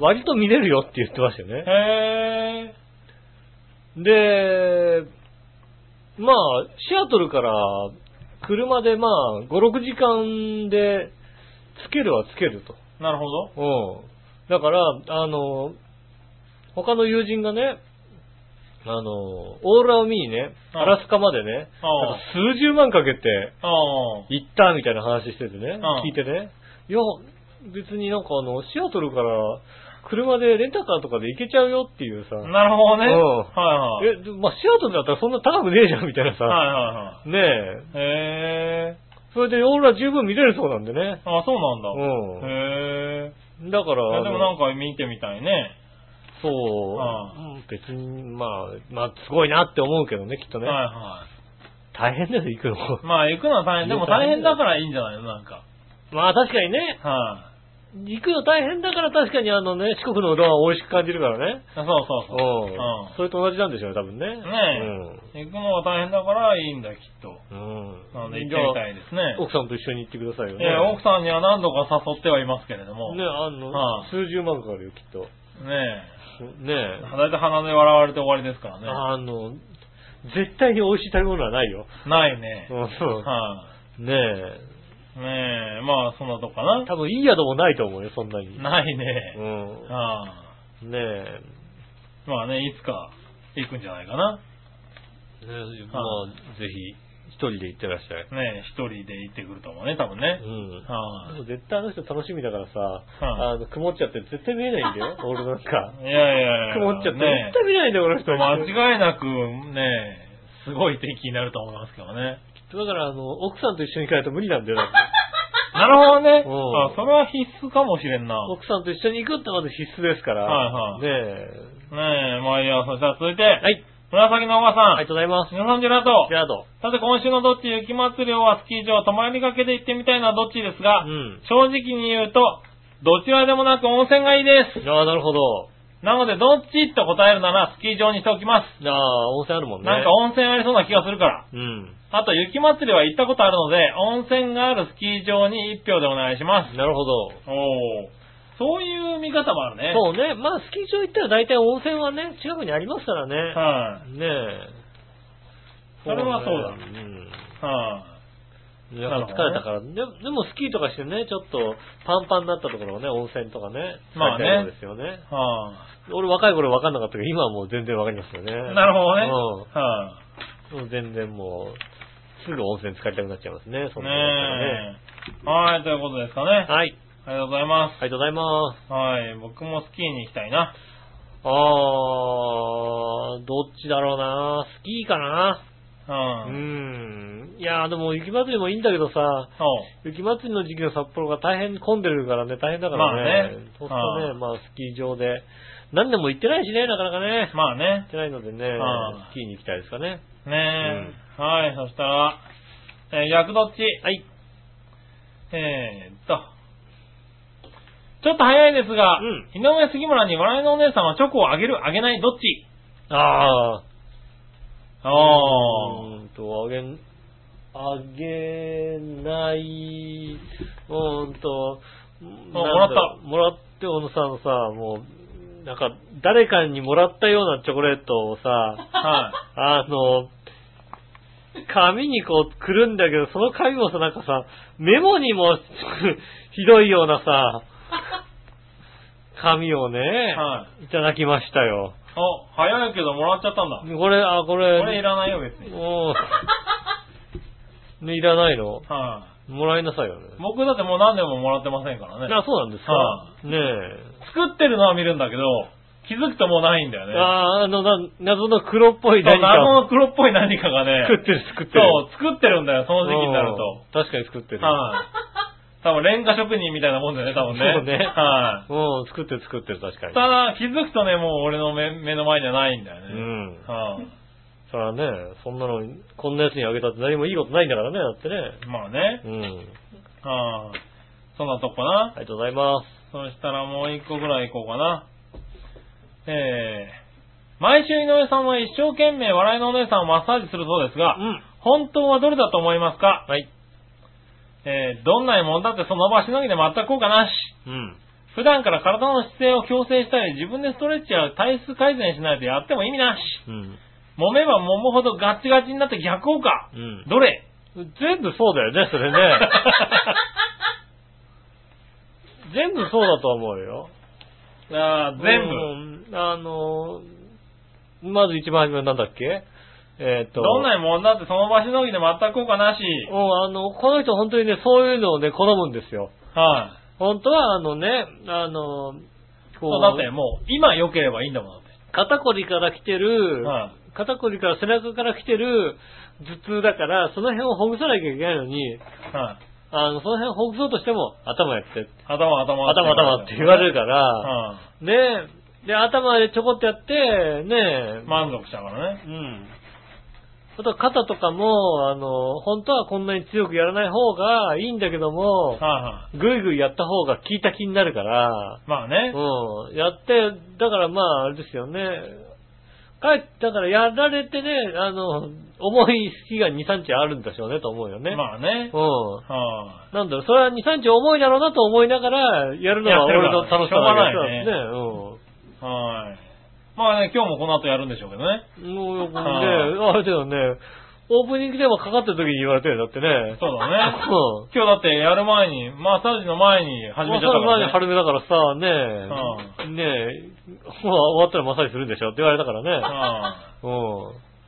S2: 割と見れるよって言ってましたよね。
S3: へえ。
S2: で、まあ、シアトルから車でまあ、5、6時間で、つけるはつけると。
S3: なるほど。
S2: うん。だから、あの、他の友人がね、あの、オーロラを見にね、
S3: うん
S2: アラスカまでね、
S3: うん
S2: なんか数十万かけて
S3: おう
S2: 行ったみたいな話しててね
S3: ん、
S2: 聞いてね、いや、別になんかあの、シアトルから車でレンタカーとかで行けちゃうよっていうさ、
S3: なるほどね。
S2: うん
S3: はいはい。
S2: え、でまあ、シアトルだったらそんな高くねえじゃんみたいな
S3: は
S2: さ、
S3: いはいはい。
S2: ねえ、
S3: へえ。
S2: それでオーロラ十分見れるそうなんでね、
S3: あ、そうなんだ。
S2: う
S3: へえ。
S2: ん。だから
S3: い、やでも
S2: あの
S3: なんか見てみたいね。
S2: そう
S3: ああ
S2: うん、別に、まあ、まあ、すごいなって思うけどね、きっと
S3: は
S2: ね。
S3: いは
S2: 大変だよ、行くの。
S3: い。まあ行くのは大変、でも大変だからいいんじゃないのなんか。
S2: まあ、確かにね、
S3: は
S2: 行くの大変だから確かにあのね、四国のうどんは美味しく感じるからね。
S3: い。そうそう
S2: う
S3: そう。
S2: ん。
S3: ああ
S2: それと同じなんでしょうね、多分ね。
S3: ね行くのは大変だからいいんだ、きっと。
S2: うん。うん。
S3: なので行ってみたいです
S2: じゃあ
S3: ね。
S2: 奥さんと一緒に行ってくださいよね。
S3: ええ奥さんには何度か誘ってはいますけれども。
S2: ね
S3: ね
S2: あの、
S3: ああ
S2: 数十万かかるよ、きっと。ね
S3: え。だいたい鼻で笑われて終わりですからね。
S2: あの、絶対に美味しい食べ物はないよ。
S3: ないね。
S2: うんそう
S3: は
S2: ねえ。
S3: い。ねえ、まあ、そんなとこかな。
S2: 多分いい宿もないと思うよ、そんなに。
S3: ない
S2: うん
S3: ね。。はあ、
S2: ねえ。
S3: まあね、いつか行くんじゃないかな。
S2: ねまあ、ぜひ、一人で行ってらっしゃい。
S3: ねえ、一人で行ってくると思うね、多分ね。
S2: うん。
S3: は
S2: でも絶対あの人楽しみだからさ、
S3: は
S2: あの、曇っちゃって絶対見えないんだ よ、俺なんか。
S3: い。いやいやいや。
S2: 曇っちゃって
S3: ね
S2: 絶対見ないんだよ、俺の
S3: え
S2: 人。
S3: 間違いなく、ねえ、すごい天気になると思いますけどね。
S2: だから、あの、奥さんと一緒に帰ると無理なんだよ、だって
S3: なるほどね。
S2: うん
S3: あ、それは必須かもしれんな。ね
S2: 奥さんと一緒に行くってまず必須ですから。
S3: はいはい
S2: ね
S3: え、まあいいや、そしたら続いて、
S2: え。はい。
S3: 紫のおばさん。
S2: ありがとうございます。
S3: 皆さん、ジェラート。
S2: ジェラード。
S3: さて、今週のどっち雪祭りはスキー場、泊まりがけで行ってみたいのはどっちですが、
S2: うん。
S3: 正直に言うと、どちらでもなく温泉がいいです。
S2: ああ、なるほど。
S3: なので、どっちと答えるならスキー場にしておきます。
S2: ああ、温泉あるもんね。
S3: なんか温泉ありそうな気がするから。
S2: うん。
S3: あと、雪祭りは行ったことあるので、温泉があるスキー場に一票でお願いします。
S2: なるほど。
S3: おー。そういう見方もあるね。
S2: そうね。まあ、スキー場行ったら大体温泉はね、近くにありますからね。
S3: はい、
S2: ねえ。
S3: それはそうだ
S2: ね
S3: はい、
S2: うん。やっぱ疲れたから、ででもスキーとかしてね、ちょっとパンパンになったところはね、温泉とかね、
S3: まあ
S2: 使
S3: ね
S2: いたいものですよね。
S3: はい、
S2: 俺若い頃分かんなかったけど、今はもう全然分かりますよね。
S3: なるほどね。
S2: うん
S3: はい、
S2: もう全然もう、すぐ温泉使いたくなっちゃいますね、そんなことね。
S3: ねえ。はい、ということですかね。あ
S2: はい。
S3: りがとうございま
S2: ありがとうございます。
S3: す。はい、僕もスキーに行きたいな。
S2: あー、どっちだろうなスキーかなう
S3: う。
S2: んん。いやーでも雪祭りもいいんだけどさ、
S3: そう。
S2: 雪祭りの時期の札幌が大変混んでるからね、大変だからね。
S3: まあね
S2: そうするとね、まあスキー場で。何年も行ってないしね、なかなかね。行
S3: まあね
S2: っ。てないのでね、
S3: あ
S2: スキーに行きたいですかね。
S3: ねえ。はい、そしたら、えー、逆どっち
S2: はい。
S3: えーっと。ちょっと早いですが、
S2: うん
S3: 井上杉村に笑いのお姉さんはチョコをあげる、あげない、どっち
S2: あ
S3: あ
S2: あ。
S3: あ
S2: うーんと、あげん、あげない、うーんと、
S3: あ
S2: なんだろ
S3: もらっ
S2: うもらって、小野さんのさ、もう、なんか、誰かにもらったようなチョコレートをさ、
S3: ー。はい。
S2: あの、紙にこうくるんだけど、その紙もさ、なんかさ、メモにも ひどいような さ、紙をね、、
S3: はい
S2: ただきましたよ。
S3: お、早いけどもらっちゃったんだ。
S2: これ、あ、これ、
S3: これいらないよ、別に。はい、
S2: もう、ね、いらないのもらいなさいよね。
S3: 僕だってもう何年ももらってませんからね。
S2: あ、そうなんですか、
S3: は
S2: ね
S3: 作ってるのは見るんだけど、気づくともうないんだよ
S2: え。
S3: ね。
S2: あーあの、な、謎の黒っぽい
S3: そう
S2: 何か
S3: 謎
S2: を
S3: の黒っぽい何かがね、
S2: 作ってる、作ってる。
S3: そう、作ってるんだよ、その時期になると。
S2: うん。確かに作ってる。
S3: はい。多分、レンガ職人みたいなもんだよね、多分ね。
S2: そうね
S3: は
S2: うん、作ってる、作ってる、確か
S3: い。
S2: に。
S3: ただ、気づくとね、もう俺の目目の前じゃないんだよ
S2: う
S3: ね。
S2: ん。
S3: はい。
S2: そらね、そんなのに、こんなやつにあげたって何もいいことないんだからね、だってね。
S3: まあね。
S2: うん。
S3: はい。そんなとこかな。
S2: ありがとうございます。
S3: そしたらもう一個ぐらい行こうかな。えー、毎週井上さんは一生懸命笑いのお姉さんをマッサージするそうですが、
S2: うん。
S3: 本当はどれだと思いますか
S2: はい。
S3: えー、どんな獲物だってその場しのぎで全く効果なし。
S2: うん。
S3: 普段から体の姿勢を矯正したり、自分でストレッチや体質改善しないとやっても意味なし。
S2: うん。
S3: 揉めば揉むほどガチガチになって逆効果。
S2: うん。
S3: どれ
S2: 全部そうだよね、それね。全部そうだと思うよ。
S3: あー全部。
S2: 部。あのー、まず一番初めはなんだっけえっ、と。
S3: どんな獲物だってその場しのぎで全く効果なし。
S2: うん、あの、この人本当にね、そういうのをね、好むんですよ。
S3: はい。
S2: 本当はあのね、あのー、
S3: そうだってもう、今良ければいいんだもんだって。
S2: 肩こりから来てる、
S3: は
S2: 肩こりから背中から来てる頭痛だから、その辺をほぐさなきゃいけないのに、
S3: はい。
S2: あの、その辺をほぐそうとしても、頭やって、
S3: 頭、頭。
S2: 頭頭って言われるから、
S3: は
S2: ねえ、で、頭でちょこっとやって、ねえ、
S3: い。満足したからね。
S2: うん。あと肩とかも、あの、本当はこんなに強くやらない方がいいんだけども、
S3: はいは
S2: ぐいぐいやった方が効いた気になるから、
S3: い。まあね。
S2: うん。やって、だからまあ、あれですよね。かえだからやられてね、あの、重い日が2、3日あるんでしょうね、と思うよね。
S3: まあね。
S2: うん。
S3: は
S2: なんだろう、それは2、3日重いだろうなと思いながら、やるのは俺の楽しさだけ
S3: しょうが
S2: ど
S3: い。はい。まあね、今日もこの後やるんでしょうけどね。
S2: ね。うん。もうよくね、
S3: は
S2: あれだよね、オープニングでもかかった時に言われてるだってね。
S3: そうだね。
S2: うん。
S3: 今日だってやる前に、マッサージの前に始めちゃったか
S2: まあ
S3: ら
S2: それ前に春
S3: ね。
S2: 目だからさ、ねえ、ねえ、ほら終わったらマッサージするんでしょって言われたからね。
S3: は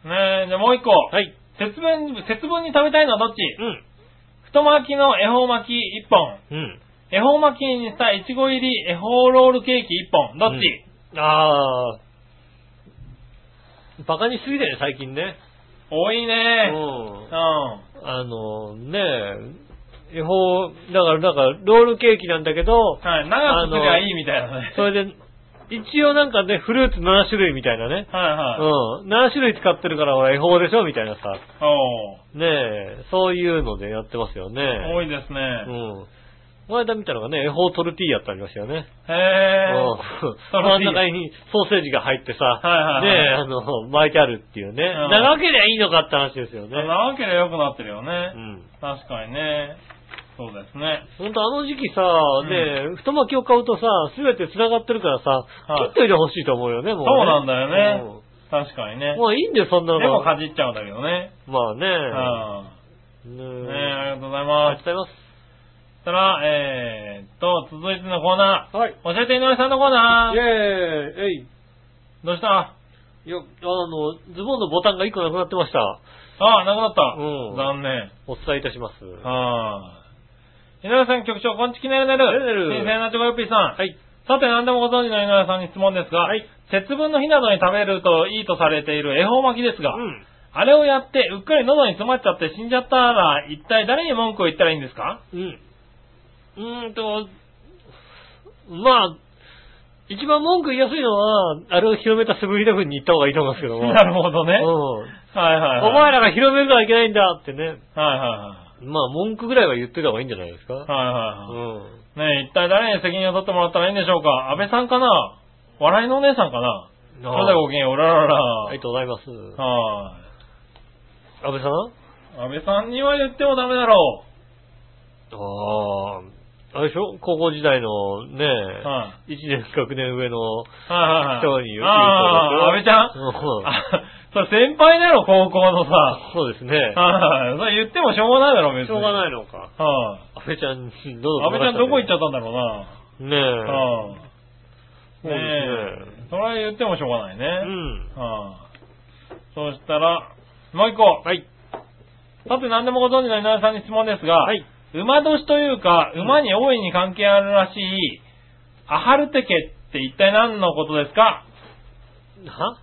S2: うん。
S3: いねえ、じゃあもう一個。
S2: はい。
S3: 節分、節分に食べたいのはどっち
S2: うん。
S3: 太巻きの恵方巻き1本。
S2: うん。
S3: 恵方巻きにしたいちご入り恵方ロールケーキ1本。どっち、
S2: うんああ。バカにしすぎだよね、最近ね。
S3: 多いうね
S2: ん。
S3: うん。
S2: あの、ねえ、恵方、だから、だから、ロールケーキなんだけど、
S3: はい。長くすりゃいいみたいなね。
S2: それで、一応なんかね、フルーツ7種類みたいなね。
S3: はいは
S2: うん。
S3: い。
S2: 7種類使ってるから、ほら、恵方でしょみたいなさ。
S3: おー
S2: ねえ、そういうのでやってますよね。
S3: 多いです
S2: う
S3: ね。
S2: ん。この間見たのがね、恵方トルティーヤってありましたよね。
S3: へ
S2: う
S3: ー
S2: ん。
S3: トルティーヤ
S2: 真ん中にソーセージが入ってさ、
S3: はいはいはい
S2: ねえ、あの、巻いてあるっていうね。
S3: うん
S2: 長ければいいのかって話ですよね。
S3: 長ければ良くなってるよね
S2: う。ん。
S3: 確かにね。そうですね。
S2: ほんとあの時期さ、
S3: ん
S2: ねえ、太巻きを買うとさ、すべて繋がってるからさ、
S3: はい
S2: 切っといてほしいと思うよね、もう、ね。
S3: そうなんだよね確かにね
S2: うん。。もういいんだよ、そんなの。
S3: でもかじっちゃうんだけどね。
S2: まあね。ねえ
S3: うん。ねありがとうござい
S2: ありが
S3: ます
S2: とう。ございます。
S3: そしたら、えーっと、続いてのコーナー。
S2: はい。
S3: 教えて井上さんのコーナ
S2: イェーイえい
S3: ー。どうした
S2: いや、あの、ズボンのボタンが1個なくなってました。
S3: ああ、なくなった。
S2: うん
S3: 残念。
S2: お伝えいたします。は
S3: はーい。井上さん局長、こんちきねるねる。
S2: ねるねる
S3: 新鮮なチョコヨッピーさん。
S2: い。
S3: さて、何でもご存知の井上さんに質問ですが、
S2: はい
S3: 節分の日などに食べるといいとされている恵方巻きですが、
S2: うん。
S3: あれをやって、うっかり喉に詰まっちゃって死んじゃったら、一体誰に文句を言ったらいいんですか
S2: うん。うーんと、まあ、一番文句言いやすいのは、あれを広めたセブンイレブンに行った方がいいと思うんですけども。
S3: なるほどね。はい
S2: うん。
S3: はいはい。
S2: お前らが広めるのはいけないんだってね。
S3: はいは
S2: まあ、文句ぐらいは言ってた方がいいんじゃないですか。
S3: いはい。はいは
S2: う
S3: いはい。
S2: ん。
S3: ねえ、一体誰に責任を取ってもらったらいいんでしょうか安倍さんかな笑いのお姉さんかなそれではごきげんよう、うららら
S2: ありがとうございます。
S3: は
S2: 安倍さん
S3: い。安倍さんには言ってもダメだろ
S2: ああ、あれでしょ高校時代のね、
S3: う。はい。
S2: 1年学年上の
S3: はいはいはい。
S2: 人に言う
S3: ああ、安倍ちゃん
S2: ん
S3: あそれ先輩だろ、高校のさ。
S2: そうですね。
S3: はいはい。それ言ってもしょうがないだろ、別に。
S2: しょうが
S3: い。
S2: ないのか。
S3: はい。
S2: 安倍ちゃんに、
S3: 安倍ちゃんどこ行っちゃ
S2: っ
S3: ったんだろうな。
S2: たねえ。
S3: うん。
S2: そうですね
S3: え。それは言ってもしょうがないうね。
S2: ん。
S3: うん。そしたら、もう一個。
S2: はい。
S3: さて何でもご存知の井上さんに質問ですが、
S2: はい。
S3: 馬年というか、馬に大いに関係あるらしい、アハルテケって一体何のことですか
S2: は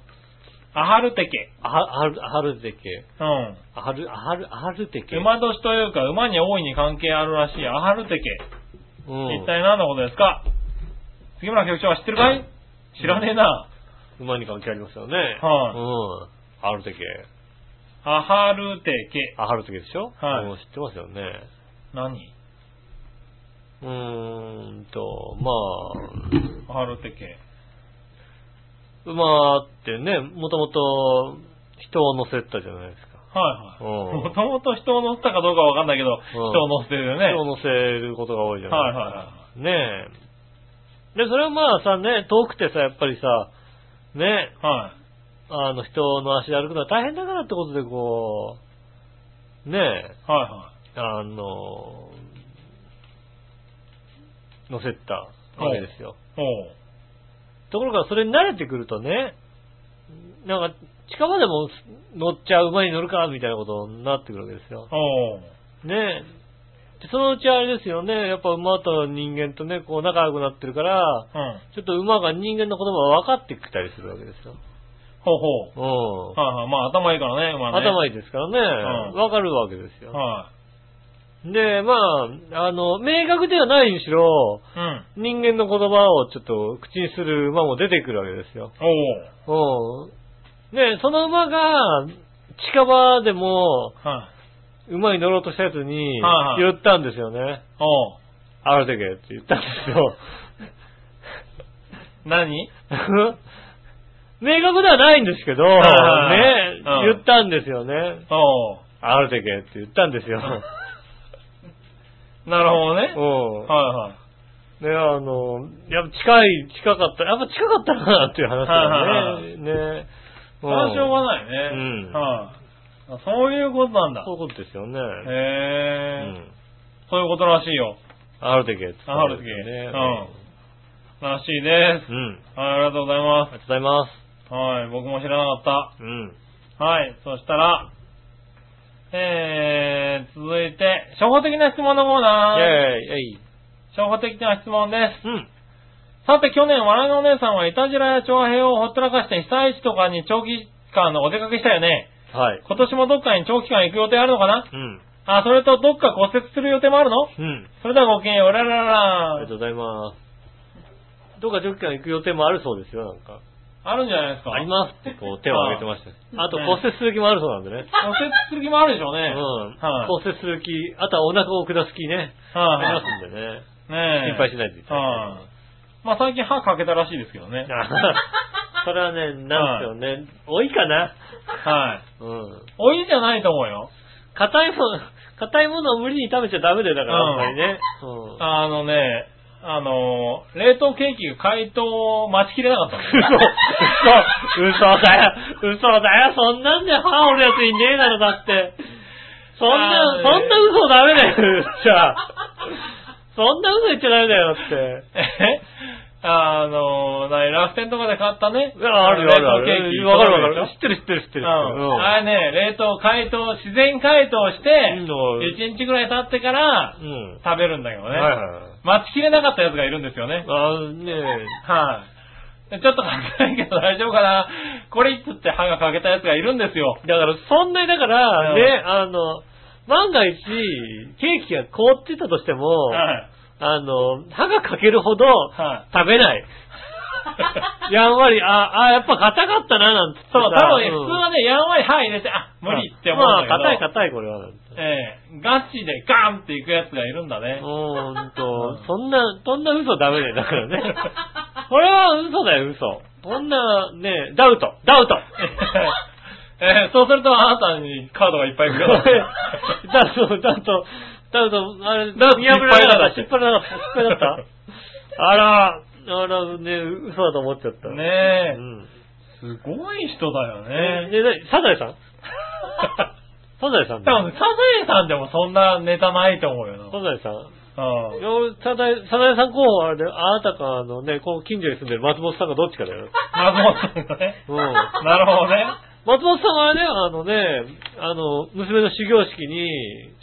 S3: アハルテケ。
S2: あは、あは、あはるてけ。
S3: うん。
S2: あはる、あはる、あはるてけ。
S3: 馬年というか、馬に大いに関係あるらしい、アハルテケ。
S2: うん。
S3: 一体何のことですか杉村局長は知ってるかい知らねえな。
S2: 馬に関係ありますよね。
S3: は
S2: うん。あはるてけ。
S3: アハルテケ。
S2: あはるてけでしょ
S3: はい
S2: うん知ってますよね。
S3: 何
S2: うーんと、ま
S3: アハルテケ。
S2: あ、馬ってね、もともと人を乗せたじゃないですか。
S3: はいはい。
S2: うん
S3: もともと人を乗せたかどうかわかんないけど、
S2: うん
S3: 人を乗せてるよね。
S2: 人を乗せることが多いじゃない
S3: は
S2: い
S3: はい
S2: ですか。ねえ。で、それはまあさ、ね、遠くてさ、やっぱりさ、ね、
S3: はい。はい。
S2: あの人の足で歩くのは大変だからってことで、こう、ねえ、
S3: はいは
S2: あの、乗せたわけですよ。
S3: い。おう。
S2: ところが、それに慣れてくるとね、なんか、近場でも乗っちゃう馬に乗るか、みたいなことになってくるわけですよ。
S3: おう。
S2: ねえ。でそのうちあれですよね、やっぱ馬と人間とね、こう仲良くなってるから、
S3: うん。
S2: ちょっと馬が人間の言葉を分かってきたりするわけですよ。
S3: ほうほう。
S2: う
S3: はいはい。まあ、頭いいからね、まあ
S2: ん。
S3: ね。
S2: 頭
S3: い
S2: いいですからね、
S3: うん
S2: 分かるわけです
S3: い
S2: よ。
S3: は
S2: で、まあ、あの、明確ではないにしろ、
S3: い。うん。
S2: 人間の言葉をちょっと口にする馬も出てくるわけですよ。
S3: おう。
S2: うん。で、その馬が、近場でも、
S3: はい。
S2: 馬に乗ろうとしたやつに
S3: はい、は
S2: 言ったんですよね。
S3: おう。
S2: ある時って言ったんですよ。
S3: 何
S2: 明確ではないんですけど、ね
S3: はいはい、うん
S2: 言ったんですよね。
S3: おう。
S2: ある時って言ったん ですよ。
S3: なるほどね。
S2: うん。
S3: はいはい。
S2: ね、あの、やっぱ近い、近かった、やっぱ近かったなっていう話だ よね。ね。
S3: それはしょう
S2: い。
S3: がないね。
S2: うん
S3: はい、あ。そういうことなんだ
S2: そう。いうことですよね。う
S3: へえ、
S2: ん。
S3: そういうことらしいよ。
S2: ある時って言ったんですよね。
S3: あるらしいです。
S2: うん。うん。
S3: はい、ありがとうございま。
S2: ありがとうございます
S3: はい、僕も知らなかっ
S2: す。うん。
S3: た。はい、そしたら、えー、続いて、初歩的な質問のコ
S2: イ
S3: ー
S2: ェ
S3: ナ
S2: ー
S3: ー。
S2: イ、えい。
S3: 初歩的な質問です。
S2: うん。
S3: さて、去年、笑いのお姉さんは、いたじらや長平をほったらかして、被災地とかに長期間お出かけしたよね。
S2: はい。
S3: 今年もどっかに長期間行く予定あるのかな
S2: うん。
S3: あ、それとどっか骨折する予定もあるの
S2: うん。
S3: それではごきげんよう、ララ
S2: あり
S3: ラ
S2: がとうございます。どっか10キロ行く予定もあるそうですよ、なんか。
S3: あるんじゃないですか
S2: ありますってこう手を挙げてましたよ。あと骨折する気もあるそうなんでね。
S3: 骨折する気もあるでしょう
S2: う
S3: ね。
S2: ん。
S3: はい
S2: 骨折する気、あとはお腹を下す気ね。あり
S3: はい、
S2: ますんで ね。
S3: ねえ。
S2: 心配しないでいただ
S3: はいい、まあ最近歯かけたらしいですけどね
S2: て。。それはね、なんですよね。多いかな。
S3: はい。
S2: うん。
S3: 多いんじゃないと思うよ。
S2: 硬いもの、硬いものを無理に食べちゃダメだよ、だから、
S3: うん
S2: あんまりね。うん。
S3: あのね、あの、冷凍ケーキが解凍を待ちきれなかったん
S2: 嘘、嘘、嘘だよ、嘘だよ、そんなんで歯折るやついねえだろ、だって。そんな、
S3: あーね
S2: そんな嘘ダメだよ、じゃあ。そんな嘘言っちゃダメだよ、だって。
S3: えあの、なに楽天とかで買ったね。
S2: いやあるよ、あるあ
S3: 冷凍ケーキ。
S2: る。わかるわかる。知
S3: 知
S2: ってる、知ってる、知って
S3: うん。
S2: る。
S3: あれね、冷凍解凍、自然解凍して、
S2: うん
S3: 1日くらい経ってから
S2: うん。うん。
S3: 食べるんだけどね。
S2: はいはいはい。
S3: 待ちきれなかったやつがいるんですよね。
S2: あーね
S3: はい、でちょっとかけないけど大丈夫かなこれっつって歯が欠けたやつがいるんですよ。
S2: だから、そんなに、だから、
S3: うん
S2: ね、あの、万が一、ケーキが凍ってたとしても、
S3: はい。
S2: あの、歯が欠けるほど、
S3: はい。
S2: 食べない。やんわり、あ、あ、やっぱ硬かったな、なんつってさ。
S3: そう、多分ね、
S2: ん
S3: 普通はね、やんわり歯入れて、あ、無理って思うんだけど。
S2: まあ、硬い硬い、これは。
S3: ええガチでガンっていくやつがいるんだね。
S2: うーん
S3: う
S2: と
S3: ん、
S2: そんな、そんな嘘ダメだよ、だからね。これは嘘だよ、嘘。こんな、ね、ダウト、ダウト。
S3: ええそうするとあなたにカードがいっぱい来
S2: こ
S3: る
S2: れ
S3: から。
S2: ダウト、ダウト、ダウト、あれ、
S3: ダウト
S2: 見破られなかった、
S3: 失
S2: 失敗なかった、失敗だった。あら、あら、ね、嘘だと思っちゃった。う
S3: ねえ、
S2: ん。
S3: すごい人だよ
S2: え、
S3: ね。
S2: で、なサザエさんサザエさん
S3: 多
S2: だよ
S3: 分、サザエさんでもそんなネタないと思うよな。
S2: サザエさん
S3: うん
S2: いや俺サザエ、サザエさん候補はあれだよあなたか、あのね、こう近所に住んでる松本さんかどっちかだよ。
S3: 松本さんがね。
S2: うん。
S3: なるほどね。
S2: 松本さんはね、あのね、あの、娘の修行式に、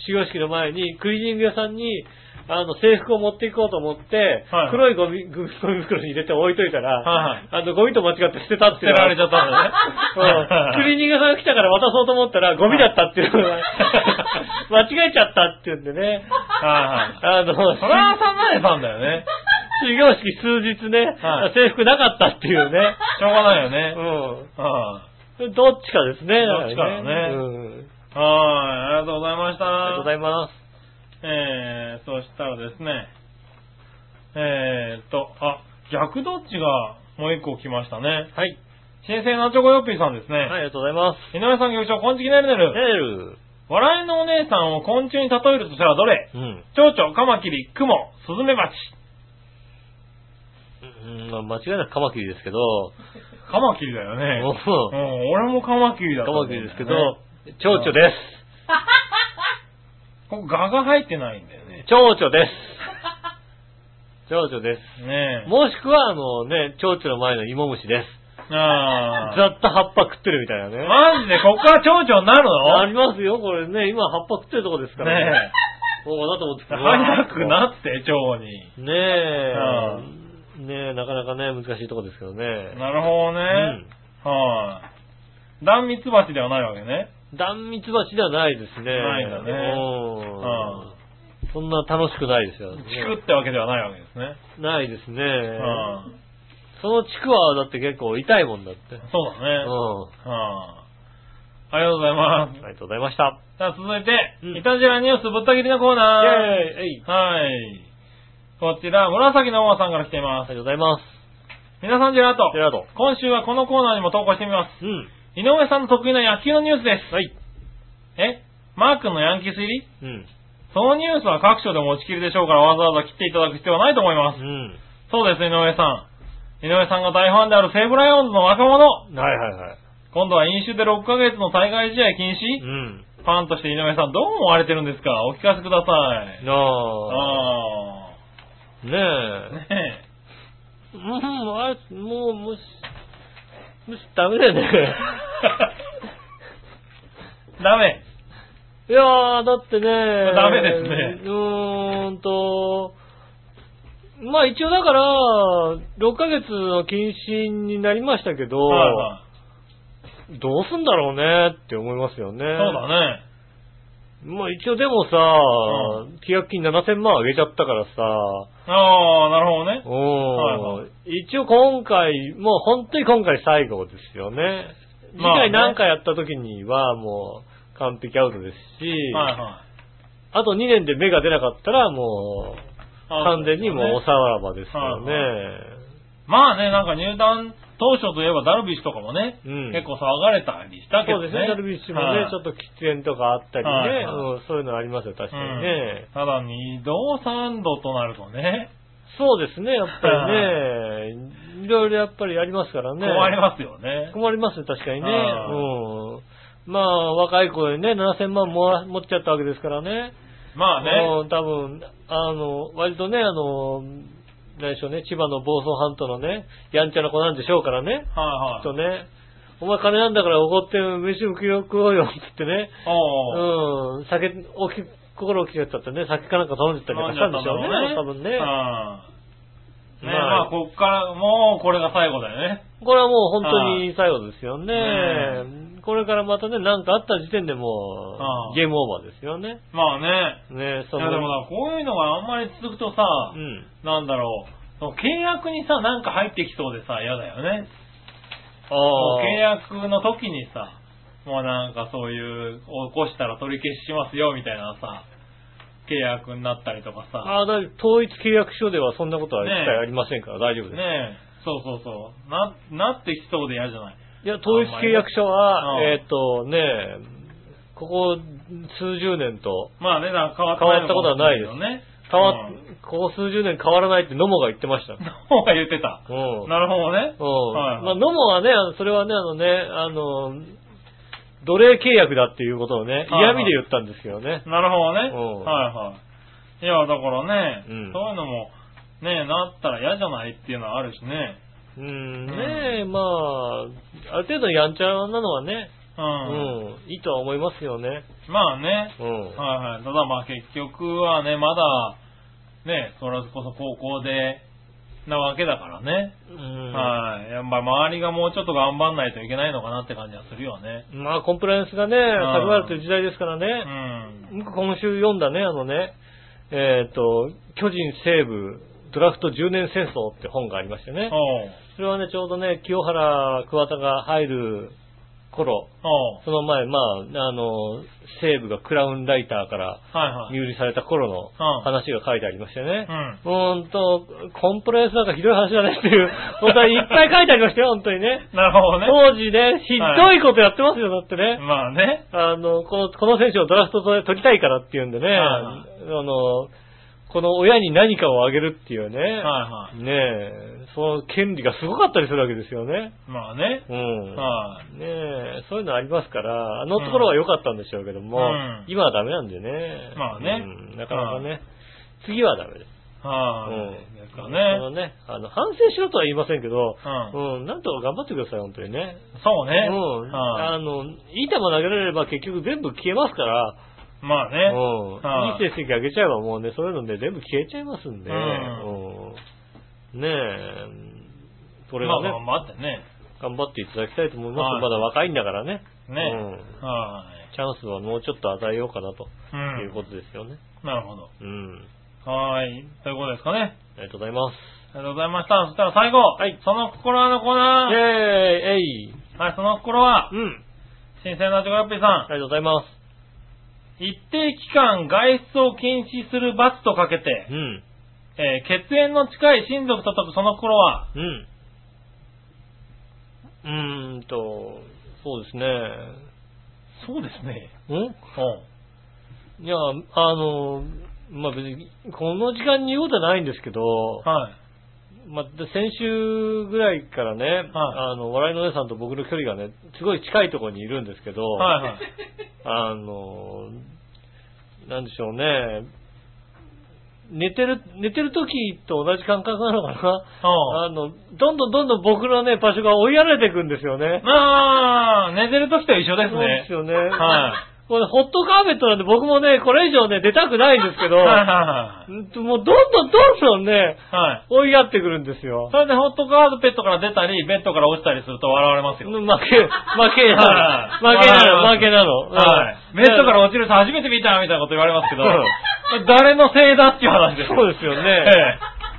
S2: 修行式の前に、クリーニング屋さんに、あの、制服を持っていこうと思って、
S3: はい
S2: 黒いゴミ、ゴミゴミ袋に入れて置いといたら、
S3: はいはい
S2: あの、ゴミと間違って捨てたっ
S3: 捨
S2: て
S3: て
S2: いうのが
S3: られちゃったんだね。
S2: うんクリーニング屋さんが来たから渡そうと思ったら、ゴミだったっていうのが、間違えちゃったっていうんでね、
S3: はいはい。
S2: あの、
S3: それはサザエさんだよね。
S2: 修行式数日ね、
S3: はい
S2: 制服なかったっていう ね。
S3: しょうがないよ
S2: う
S3: ね。
S2: ん。どっちかですね。
S3: どっちかだね
S2: うん。
S3: うん。はい、ありがとうございました。
S2: ありがとうございます。
S3: えー、そしたらですね、えーっと、あ、逆どっちがもう一個来ましたね。
S2: はい。
S3: 新生なチョコヨッピーさんですね。
S2: はい、ありがとうございます。
S3: 井上さん局長、こんちきねるね
S2: エ
S3: る。
S2: ル。
S3: 笑いのお姉さんを昆虫に例えるとしたらどれ
S2: うん。
S3: 蝶々、カマキリ、クモ、スズメバチ。
S2: うんまあ間違いなくカマキリですけど、
S3: カマキリだよね。
S2: うん
S3: うん、俺もカマキリだ
S2: カ
S3: と思
S2: マ
S3: うん
S2: キ
S3: だ
S2: リ
S3: よね
S2: ですけど、蝶々で
S3: ここガが入ってないんだよね
S2: す。。蝶々です。蝶々です。
S3: ねえ。
S2: もしくは、あのね、蝶々の前の芋虫です。
S3: ああ。
S2: ざっと葉っぱ食ってるみたいなね。
S3: マジで、ここから蝶々になる
S2: あ
S3: の
S2: りますよ、これね。今葉っぱ食ってるとこですから
S3: ね
S2: おおなと思って
S3: え。早くなって、蝶に。
S2: ねえ、ねえ、なかなかね、難しいとこですけどね。
S3: なるほどね。はい。断蜜蜂ではないわけね。
S2: うん。断蜜蜂ではないですね。
S3: ないんだね
S2: うん
S3: うん
S2: そんな楽しくないですよ、ね
S3: チ。クってわけではないわけですね。
S2: ないですね。
S3: うん。
S2: その地区はだって結構痛いもんだって。
S3: そうだ
S2: う
S3: ね。
S2: ん。
S3: はい。ありがとうございま
S2: あ
S3: す
S2: り。がとうございました。
S3: さあ、続いて
S2: うん、
S3: イタジラニュースぶった切りの
S2: イェ
S3: コー
S2: ー
S3: ナー。
S2: イえい
S3: はい。こちら、紫の王さんから来てい
S2: あ
S3: ま
S2: り
S3: す。
S2: がとうございます。
S3: 皆さん、ジェラート
S2: ジェ。ラード。
S3: 今週はこのコーナーにも投稿してみます。
S2: うん。
S3: 井上さんの得意な野球のニュースです。
S2: はい。
S3: えマー君のヤンキース入り
S2: うん。
S3: そのニュースは各所で持ちきりでしょうからわざわざ切っていただく必要はないと思いま
S2: う
S3: す。そうです、井上さん。井上さんが大ファンである西武ライオンズの若者。
S2: ん。はいはいはい。
S3: 今度は飲酒で6ヶ月の対外試合禁
S2: う
S3: 止、
S2: ん。
S3: ファンとして井上さんどう思われてるんですかお聞かせください。
S2: なあ。
S3: あ
S2: ね
S3: あ。
S2: え。
S3: ねえ。
S2: うん、あれ、もう、むし、むし、ダメだよね。
S3: ダメ。
S2: いやー、だってね。ダ
S3: メですね
S2: うーんと、まあ一応だから、6ヶ月の謹慎になりましたけど、
S3: はいはい
S2: どうすんだろうねって思いますよね。そう
S3: そうだね。
S2: まあ一応でもさ、
S3: う
S2: 契約金7000万あげちゃったからさ、
S3: ああ、なるほどね
S2: う。ん、
S3: はいは
S2: 一応今回、もう本当に今回最後ですよね。次
S3: まあ
S2: 回
S3: ね
S2: 何回やった時にはもう完璧アウトですし、
S3: はいはい。
S2: あと2年で芽が出なかったらもう
S3: あ
S2: 完全にもうおさらばですからね。
S3: まあね、なんか入団当初といえばダルビッシュとかもね、
S2: うん
S3: 結構騒がれたりしたけ
S2: そう
S3: ど
S2: で
S3: ね。
S2: すね、ダルビッシュもね、ちょっ
S3: っ
S2: と喫煙とかあったりね、
S3: はいは
S2: うんそういうのありますよ、確かにね。
S3: ただ二度三度となるとね、
S2: そうですね、やっぱりね、いろいろやっぱりありますからね。
S3: 困りますよね。
S2: 困りますね、確かにね。
S3: ああ
S2: うん。まあ、若い子にね、7000万もら持っちゃったわけですからね。
S3: まあね、
S2: うん、多分、あの、割とね、あの、何でしょうね、千葉の房総半島のね、やんちゃな子なんでしょうからね。き
S3: はい
S2: っ
S3: は
S2: と
S3: い。
S2: ね、お前金なんだから怒って飯食よ食おうよって言ってね、
S3: おー
S2: うん、酒、大き、心起きちゃったってね、酒かなんか頼んでたりとかしたんでしょうね、多分ね。
S3: ああね
S2: まあ
S3: まあ、こっから、もうこれが最後だよね。
S2: これはもう本当に最後ですよ
S3: は
S2: ね。これからまたね、なんかあった時点でも
S3: ああ
S2: う、ゲームオーバーですよね。
S3: まあね。
S2: ね、
S3: い
S2: そ
S3: やでも
S2: の、
S3: な、こういうのがあんまり続くとさ、
S2: うん。
S3: なんだろう、その契約にさ、なんか入ってきそうでさ、嫌だよね。
S2: あ
S3: もう
S2: あ
S3: 契約の時にさ、もうなんかそういう、起こしたら取り消ししますよみたいなさ、契約になったりとかさ、
S2: ああ、だい統一契約書ではそんなことは一切
S3: ねえ
S2: ありませんから大丈夫です。
S3: ねえ、そうそうそう、な、なってきそうで嫌じゃない。
S2: いや、統一契約書は、
S3: あんまりね
S2: えっとね、ここ数十年と
S3: まあね、なんか変わ
S2: 変わったことはないです
S3: よね。
S2: 変わ
S3: う
S2: っ
S3: ん、
S2: ここ数十年変わらないってノモが言ってま した。
S3: そうが言ってた。
S2: うん。
S3: なるほどね。
S2: うん。
S3: はい
S2: まあ、ノモはね、あのそれはね、あのね、あの、奴隷契約だっていうことをね、
S3: はいは
S2: 嫌
S3: い
S2: 味で言ったんですけどね。
S3: なるほどね。
S2: うん
S3: はいはい。いや、だからね、
S2: うん
S3: そういうのも、ねなったら嫌じゃないっていうのはあるしね。
S2: うん、ねえ、まあ、ある程度やんちゃなのはね、う
S3: うん。
S2: ん、いいとは思いますよね。
S3: まあね、
S2: うん。
S3: はいはい。ただまあ結局はね、まだ、ね、それこそ高校で、なわけだからね。
S2: うん
S3: はい。やっぱ周りがもうちょっと頑張んないといけないのかなって感じはするよね。
S2: まあ、コンプライアンスがね、下がるという時代ですから
S3: う
S2: ね。
S3: ん。
S2: 僕今週読んだね、あのね、えっ、と、巨人西部ドラフト10年戦争って本がありましてね。
S3: おう
S2: それはね、ちょうどね、清原桑田が入る頃、
S3: おう
S2: その前、まあ、あの、西武がクラウンライターから
S3: はいはい。
S2: 入理された頃の
S3: うん
S2: 話が書いてありましてね
S3: う。ん。
S2: うーんと、コンプライアンスなんかひどい話だねっていう、本当にいっぱい書いてありましたよ、本当にね。
S3: なるほどね。
S2: 当時ね、ひどいことやってますよ、だってね。
S3: まあね。
S2: あの、この、この選手をドラフトで取りたいからっていうんでね、あ
S3: は
S2: の、この親に何かをあげるっていうね、
S3: はいは
S2: ねえ、その権利がすごかったりするわけですよね。
S3: い。まあね。
S2: うん。
S3: はい。
S2: ねえ、そういうのありますから、あのところは良かったんでしょうけども、
S3: うん
S2: 今はダメなんでね。
S3: まあね
S2: うんなかなかね、次はダメです。
S3: はい、
S2: うん
S3: ですか
S2: あ
S3: ね
S2: の。ね、あの、反省しろとは言いませんけど、
S3: う
S2: うん、なんとか頑張ってください、本当にね。
S3: そうね。
S2: うん。
S3: は
S2: あの、いい球投げられれば結局全部消えますから、
S3: いまあ
S2: う
S3: ね。は
S2: ん。
S3: い
S2: いい成績上げちゃえばもうね、そういうので全部消えちゃいますんで、
S3: うん
S2: うんねえ、これ
S3: ま
S2: が
S3: あ
S2: ね、
S3: 頑張ってね。
S2: 頑張っていただきたいと思います。
S3: はい
S2: まだ若いんだからね。
S3: ね。
S2: う
S3: は
S2: チャンスはもうちょっと与えようかなと
S3: い。う。
S2: いうんことですよね。
S3: なるほど。
S2: うん。
S3: はい。ということですかね。
S2: ありがとうございます。
S3: ありがとうございました。そしたら最後。
S2: はい
S3: その心はのコーナー。
S2: えーイえい
S3: はい、その心は、
S2: うん。
S3: 新鮮なチョコヨッピー
S2: あり
S3: さ
S2: がとうございま
S3: ん。一定期間外出を禁止する罰とかけて
S2: す。う、ん。
S3: えー血縁の近い親族と解くその心は、
S2: うん。うーんと、そうですね。
S3: そうですね。
S2: うん
S3: うん。
S2: いや、あの、まあ、別に、この時間に言うことはないんですけど、
S3: はい。
S2: まあ、で先週ぐらいからね、あの、笑いのお姉さんと僕の距離がね、すごい近いところにいるんですけど、
S3: はいはい。
S2: あの、なんでしょうね。寝てる、寝てる時と同じ感覚なのかな
S3: うん。
S2: あの、どんどんどんどん僕のね、場所が追いやられていくんですよね。
S3: まあ、寝てる時と一緒ですね。
S2: そうですよね。
S3: はい。
S2: これ、ホットカーペットなんて僕もね、これ以上ね、出たくないんですけど、
S3: はいは
S2: うんもうどんどんどんどんね、
S3: いはい。はい。
S2: 追いやってくるんですよ
S3: そ。れでホットカーペットから出たり、ベッドから落ちたりすると笑われます
S2: 負け、
S3: よ。
S2: 負けなの、負けなの、
S3: はい
S2: 負けなの。
S3: はい。ベッドから落ちる人初めて見たみたいなこと言われますけど、誰のせいだっていう話ですよ。
S2: そうですよね
S3: え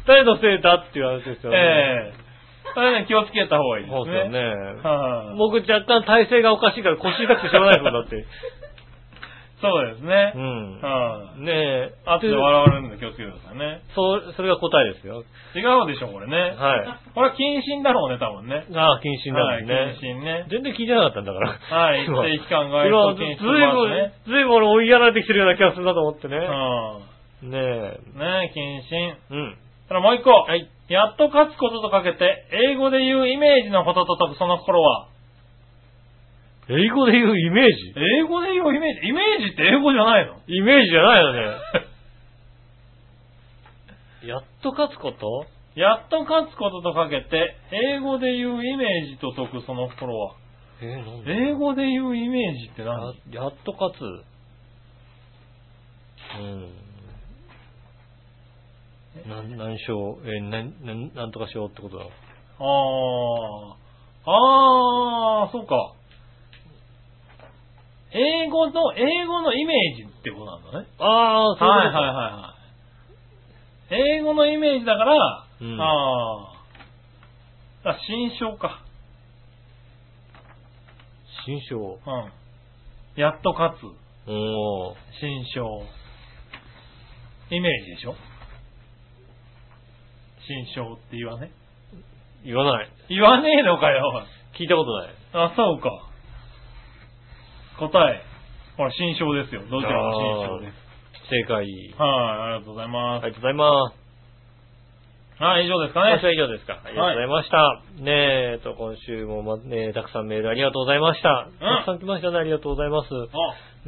S2: 誰のせいだっていう話です
S3: え
S2: よね。
S3: ええそれね、気をつけた方がいいですね。
S2: そうですよね。
S3: はい
S2: 僕若干体勢がおかしいから腰痛くてしょうがないもんだって。
S3: そうですね
S2: う。ん。
S3: はい
S2: ねえ、
S3: あとで笑われるんで気をつけてくださいね。
S2: そう、それが答えですよ。
S3: 違うでしょ、これね。
S2: は
S3: これは謹慎だろうね、多分ね。
S2: い。ああ、謹慎だもんね。
S3: はい、謹慎ね。
S2: 全然聞いてなかったんだから。
S3: はい、一
S2: 今
S3: 定期間が
S2: 今、
S3: あ
S2: ず
S3: る
S2: い
S3: と
S2: ぶ
S3: 禁止とかね
S2: ん、ずいぶん俺追いやられてきてるような気がするなと思ってね。ねえ。
S3: うん。ね謹慎。
S2: うん。
S3: ただもう一個。やっと勝つこととかけて、英語で言うイメージのことと解くその心は。
S2: 英語で言うイメージ
S3: 英語で言うイメージ、イメージって英語じゃないの
S2: イメージじゃないよね。 やっと勝つこと
S3: やっと勝つこととかけて、英語で言うイメージと解くその心は。
S2: えー、なんだ
S3: 英語で言うイメージって何
S2: ややっと勝つ。うん。なん、なんしよう、えー、なん、なん、なんとかしようってことだろ
S3: あー。あー、そうか。英語の、英語のイメージってことなんだね。
S2: ああ、
S3: はい
S2: は
S3: はいい
S2: は
S3: はいはい。英語のイメージだから、
S2: うん
S3: あーあ。新章か。
S2: い。新章。
S3: うん。やっと勝つ。
S2: おー。
S3: 新章。イメージでしょ新章って言わね。
S2: 言わない。
S3: 言わねえのかよ。
S2: 聞いたことない。
S3: あ、そうか。答え。ほら、新章ですよ。どちらも新章で
S2: 正解。
S3: す。はい、ありがとうございま
S2: あ
S3: す。
S2: りがとうございます。
S3: はい、以上ですか
S2: 今
S3: ね
S2: 週。は以上ですか。ありがとうございました。ねえ、えっと、今週もま、ねえ、たくさんメールありがとうございました。たくさん来ましたね。ありがとうございます。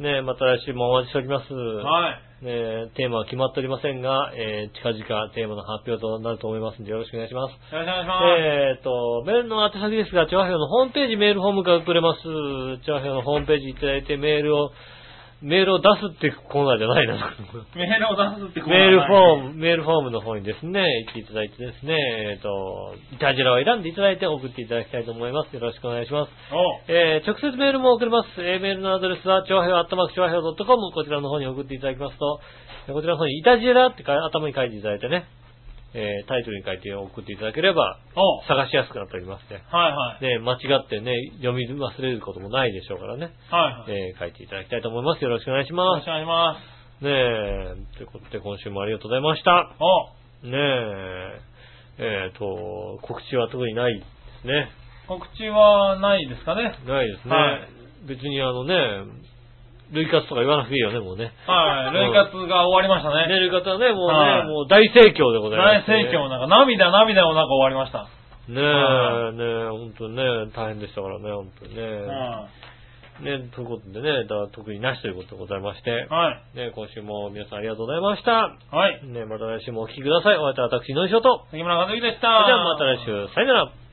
S2: ねえ、また来週もお待ちしております。
S3: あ、はい。
S2: ねえ、テーマは決まっておりませんが、えー近々テーマの発表となると思いますのでよろしくお願いします。
S3: よろしくお願いします。
S2: えっ、と、メールの宛先ですが、チョアヘオのホームページメールフォームから送れます。チョアヘオのホームページいただいてメールを、メールを出すってコーナーじゃないな。
S3: メールを出すってこと
S2: メールフ
S3: ーム。
S2: ォーム、メールフォームの方にですね、行っていただいてですね、えっ、と、いたじらを選んでいただいて送っていただきたいと思います。よろしくお願いします。
S3: お
S2: えー直接メールも送れます。えーメールのアドレスは、長平アットマーク長平 .com こちらの方に送っていただきますと、えーこちらの方にいたじらってか頭に書いていただいてね、えータイトルに書いて送っていただければ、
S3: お
S2: 探しやすくなっておりますね。
S3: はいはい。
S2: で、間違ってね、読み忘れることもないでしょうからね、
S3: はいはい。よ
S2: えー書いていただきたいと思います。よろしくお願いし
S3: ろ
S2: ま
S3: しくお願いします。
S2: す。ねえ、ということで今週もありがとうございました。
S3: お
S2: ねえ、えっ、と、告知は特にないですね。
S3: 告知はないですかね。
S2: ないですね。
S3: はい
S2: 別にあのね、類活とか言わなくていいよね、もうね。
S3: はい。類活が終わりました
S2: ね、
S3: ね。
S2: 類活はね、もうね、
S3: はい
S2: もう大盛況でございま
S3: 大
S2: す、
S3: 盛況なんか、涙涙をなんか終わりました。
S2: ね
S3: は
S2: え、ねえ、本当にね、大変でしたからね、本当にね。
S3: は
S2: ね、ということでね、だ特になしということでございまして
S3: い。、はい。
S2: ね、今週も皆さんありがとうございました。
S3: はい。
S2: ね、また来週もお聞きください。お会いいたい私、のりしょと。
S3: 杉村和之でした。
S2: それではまた来週、さよなら。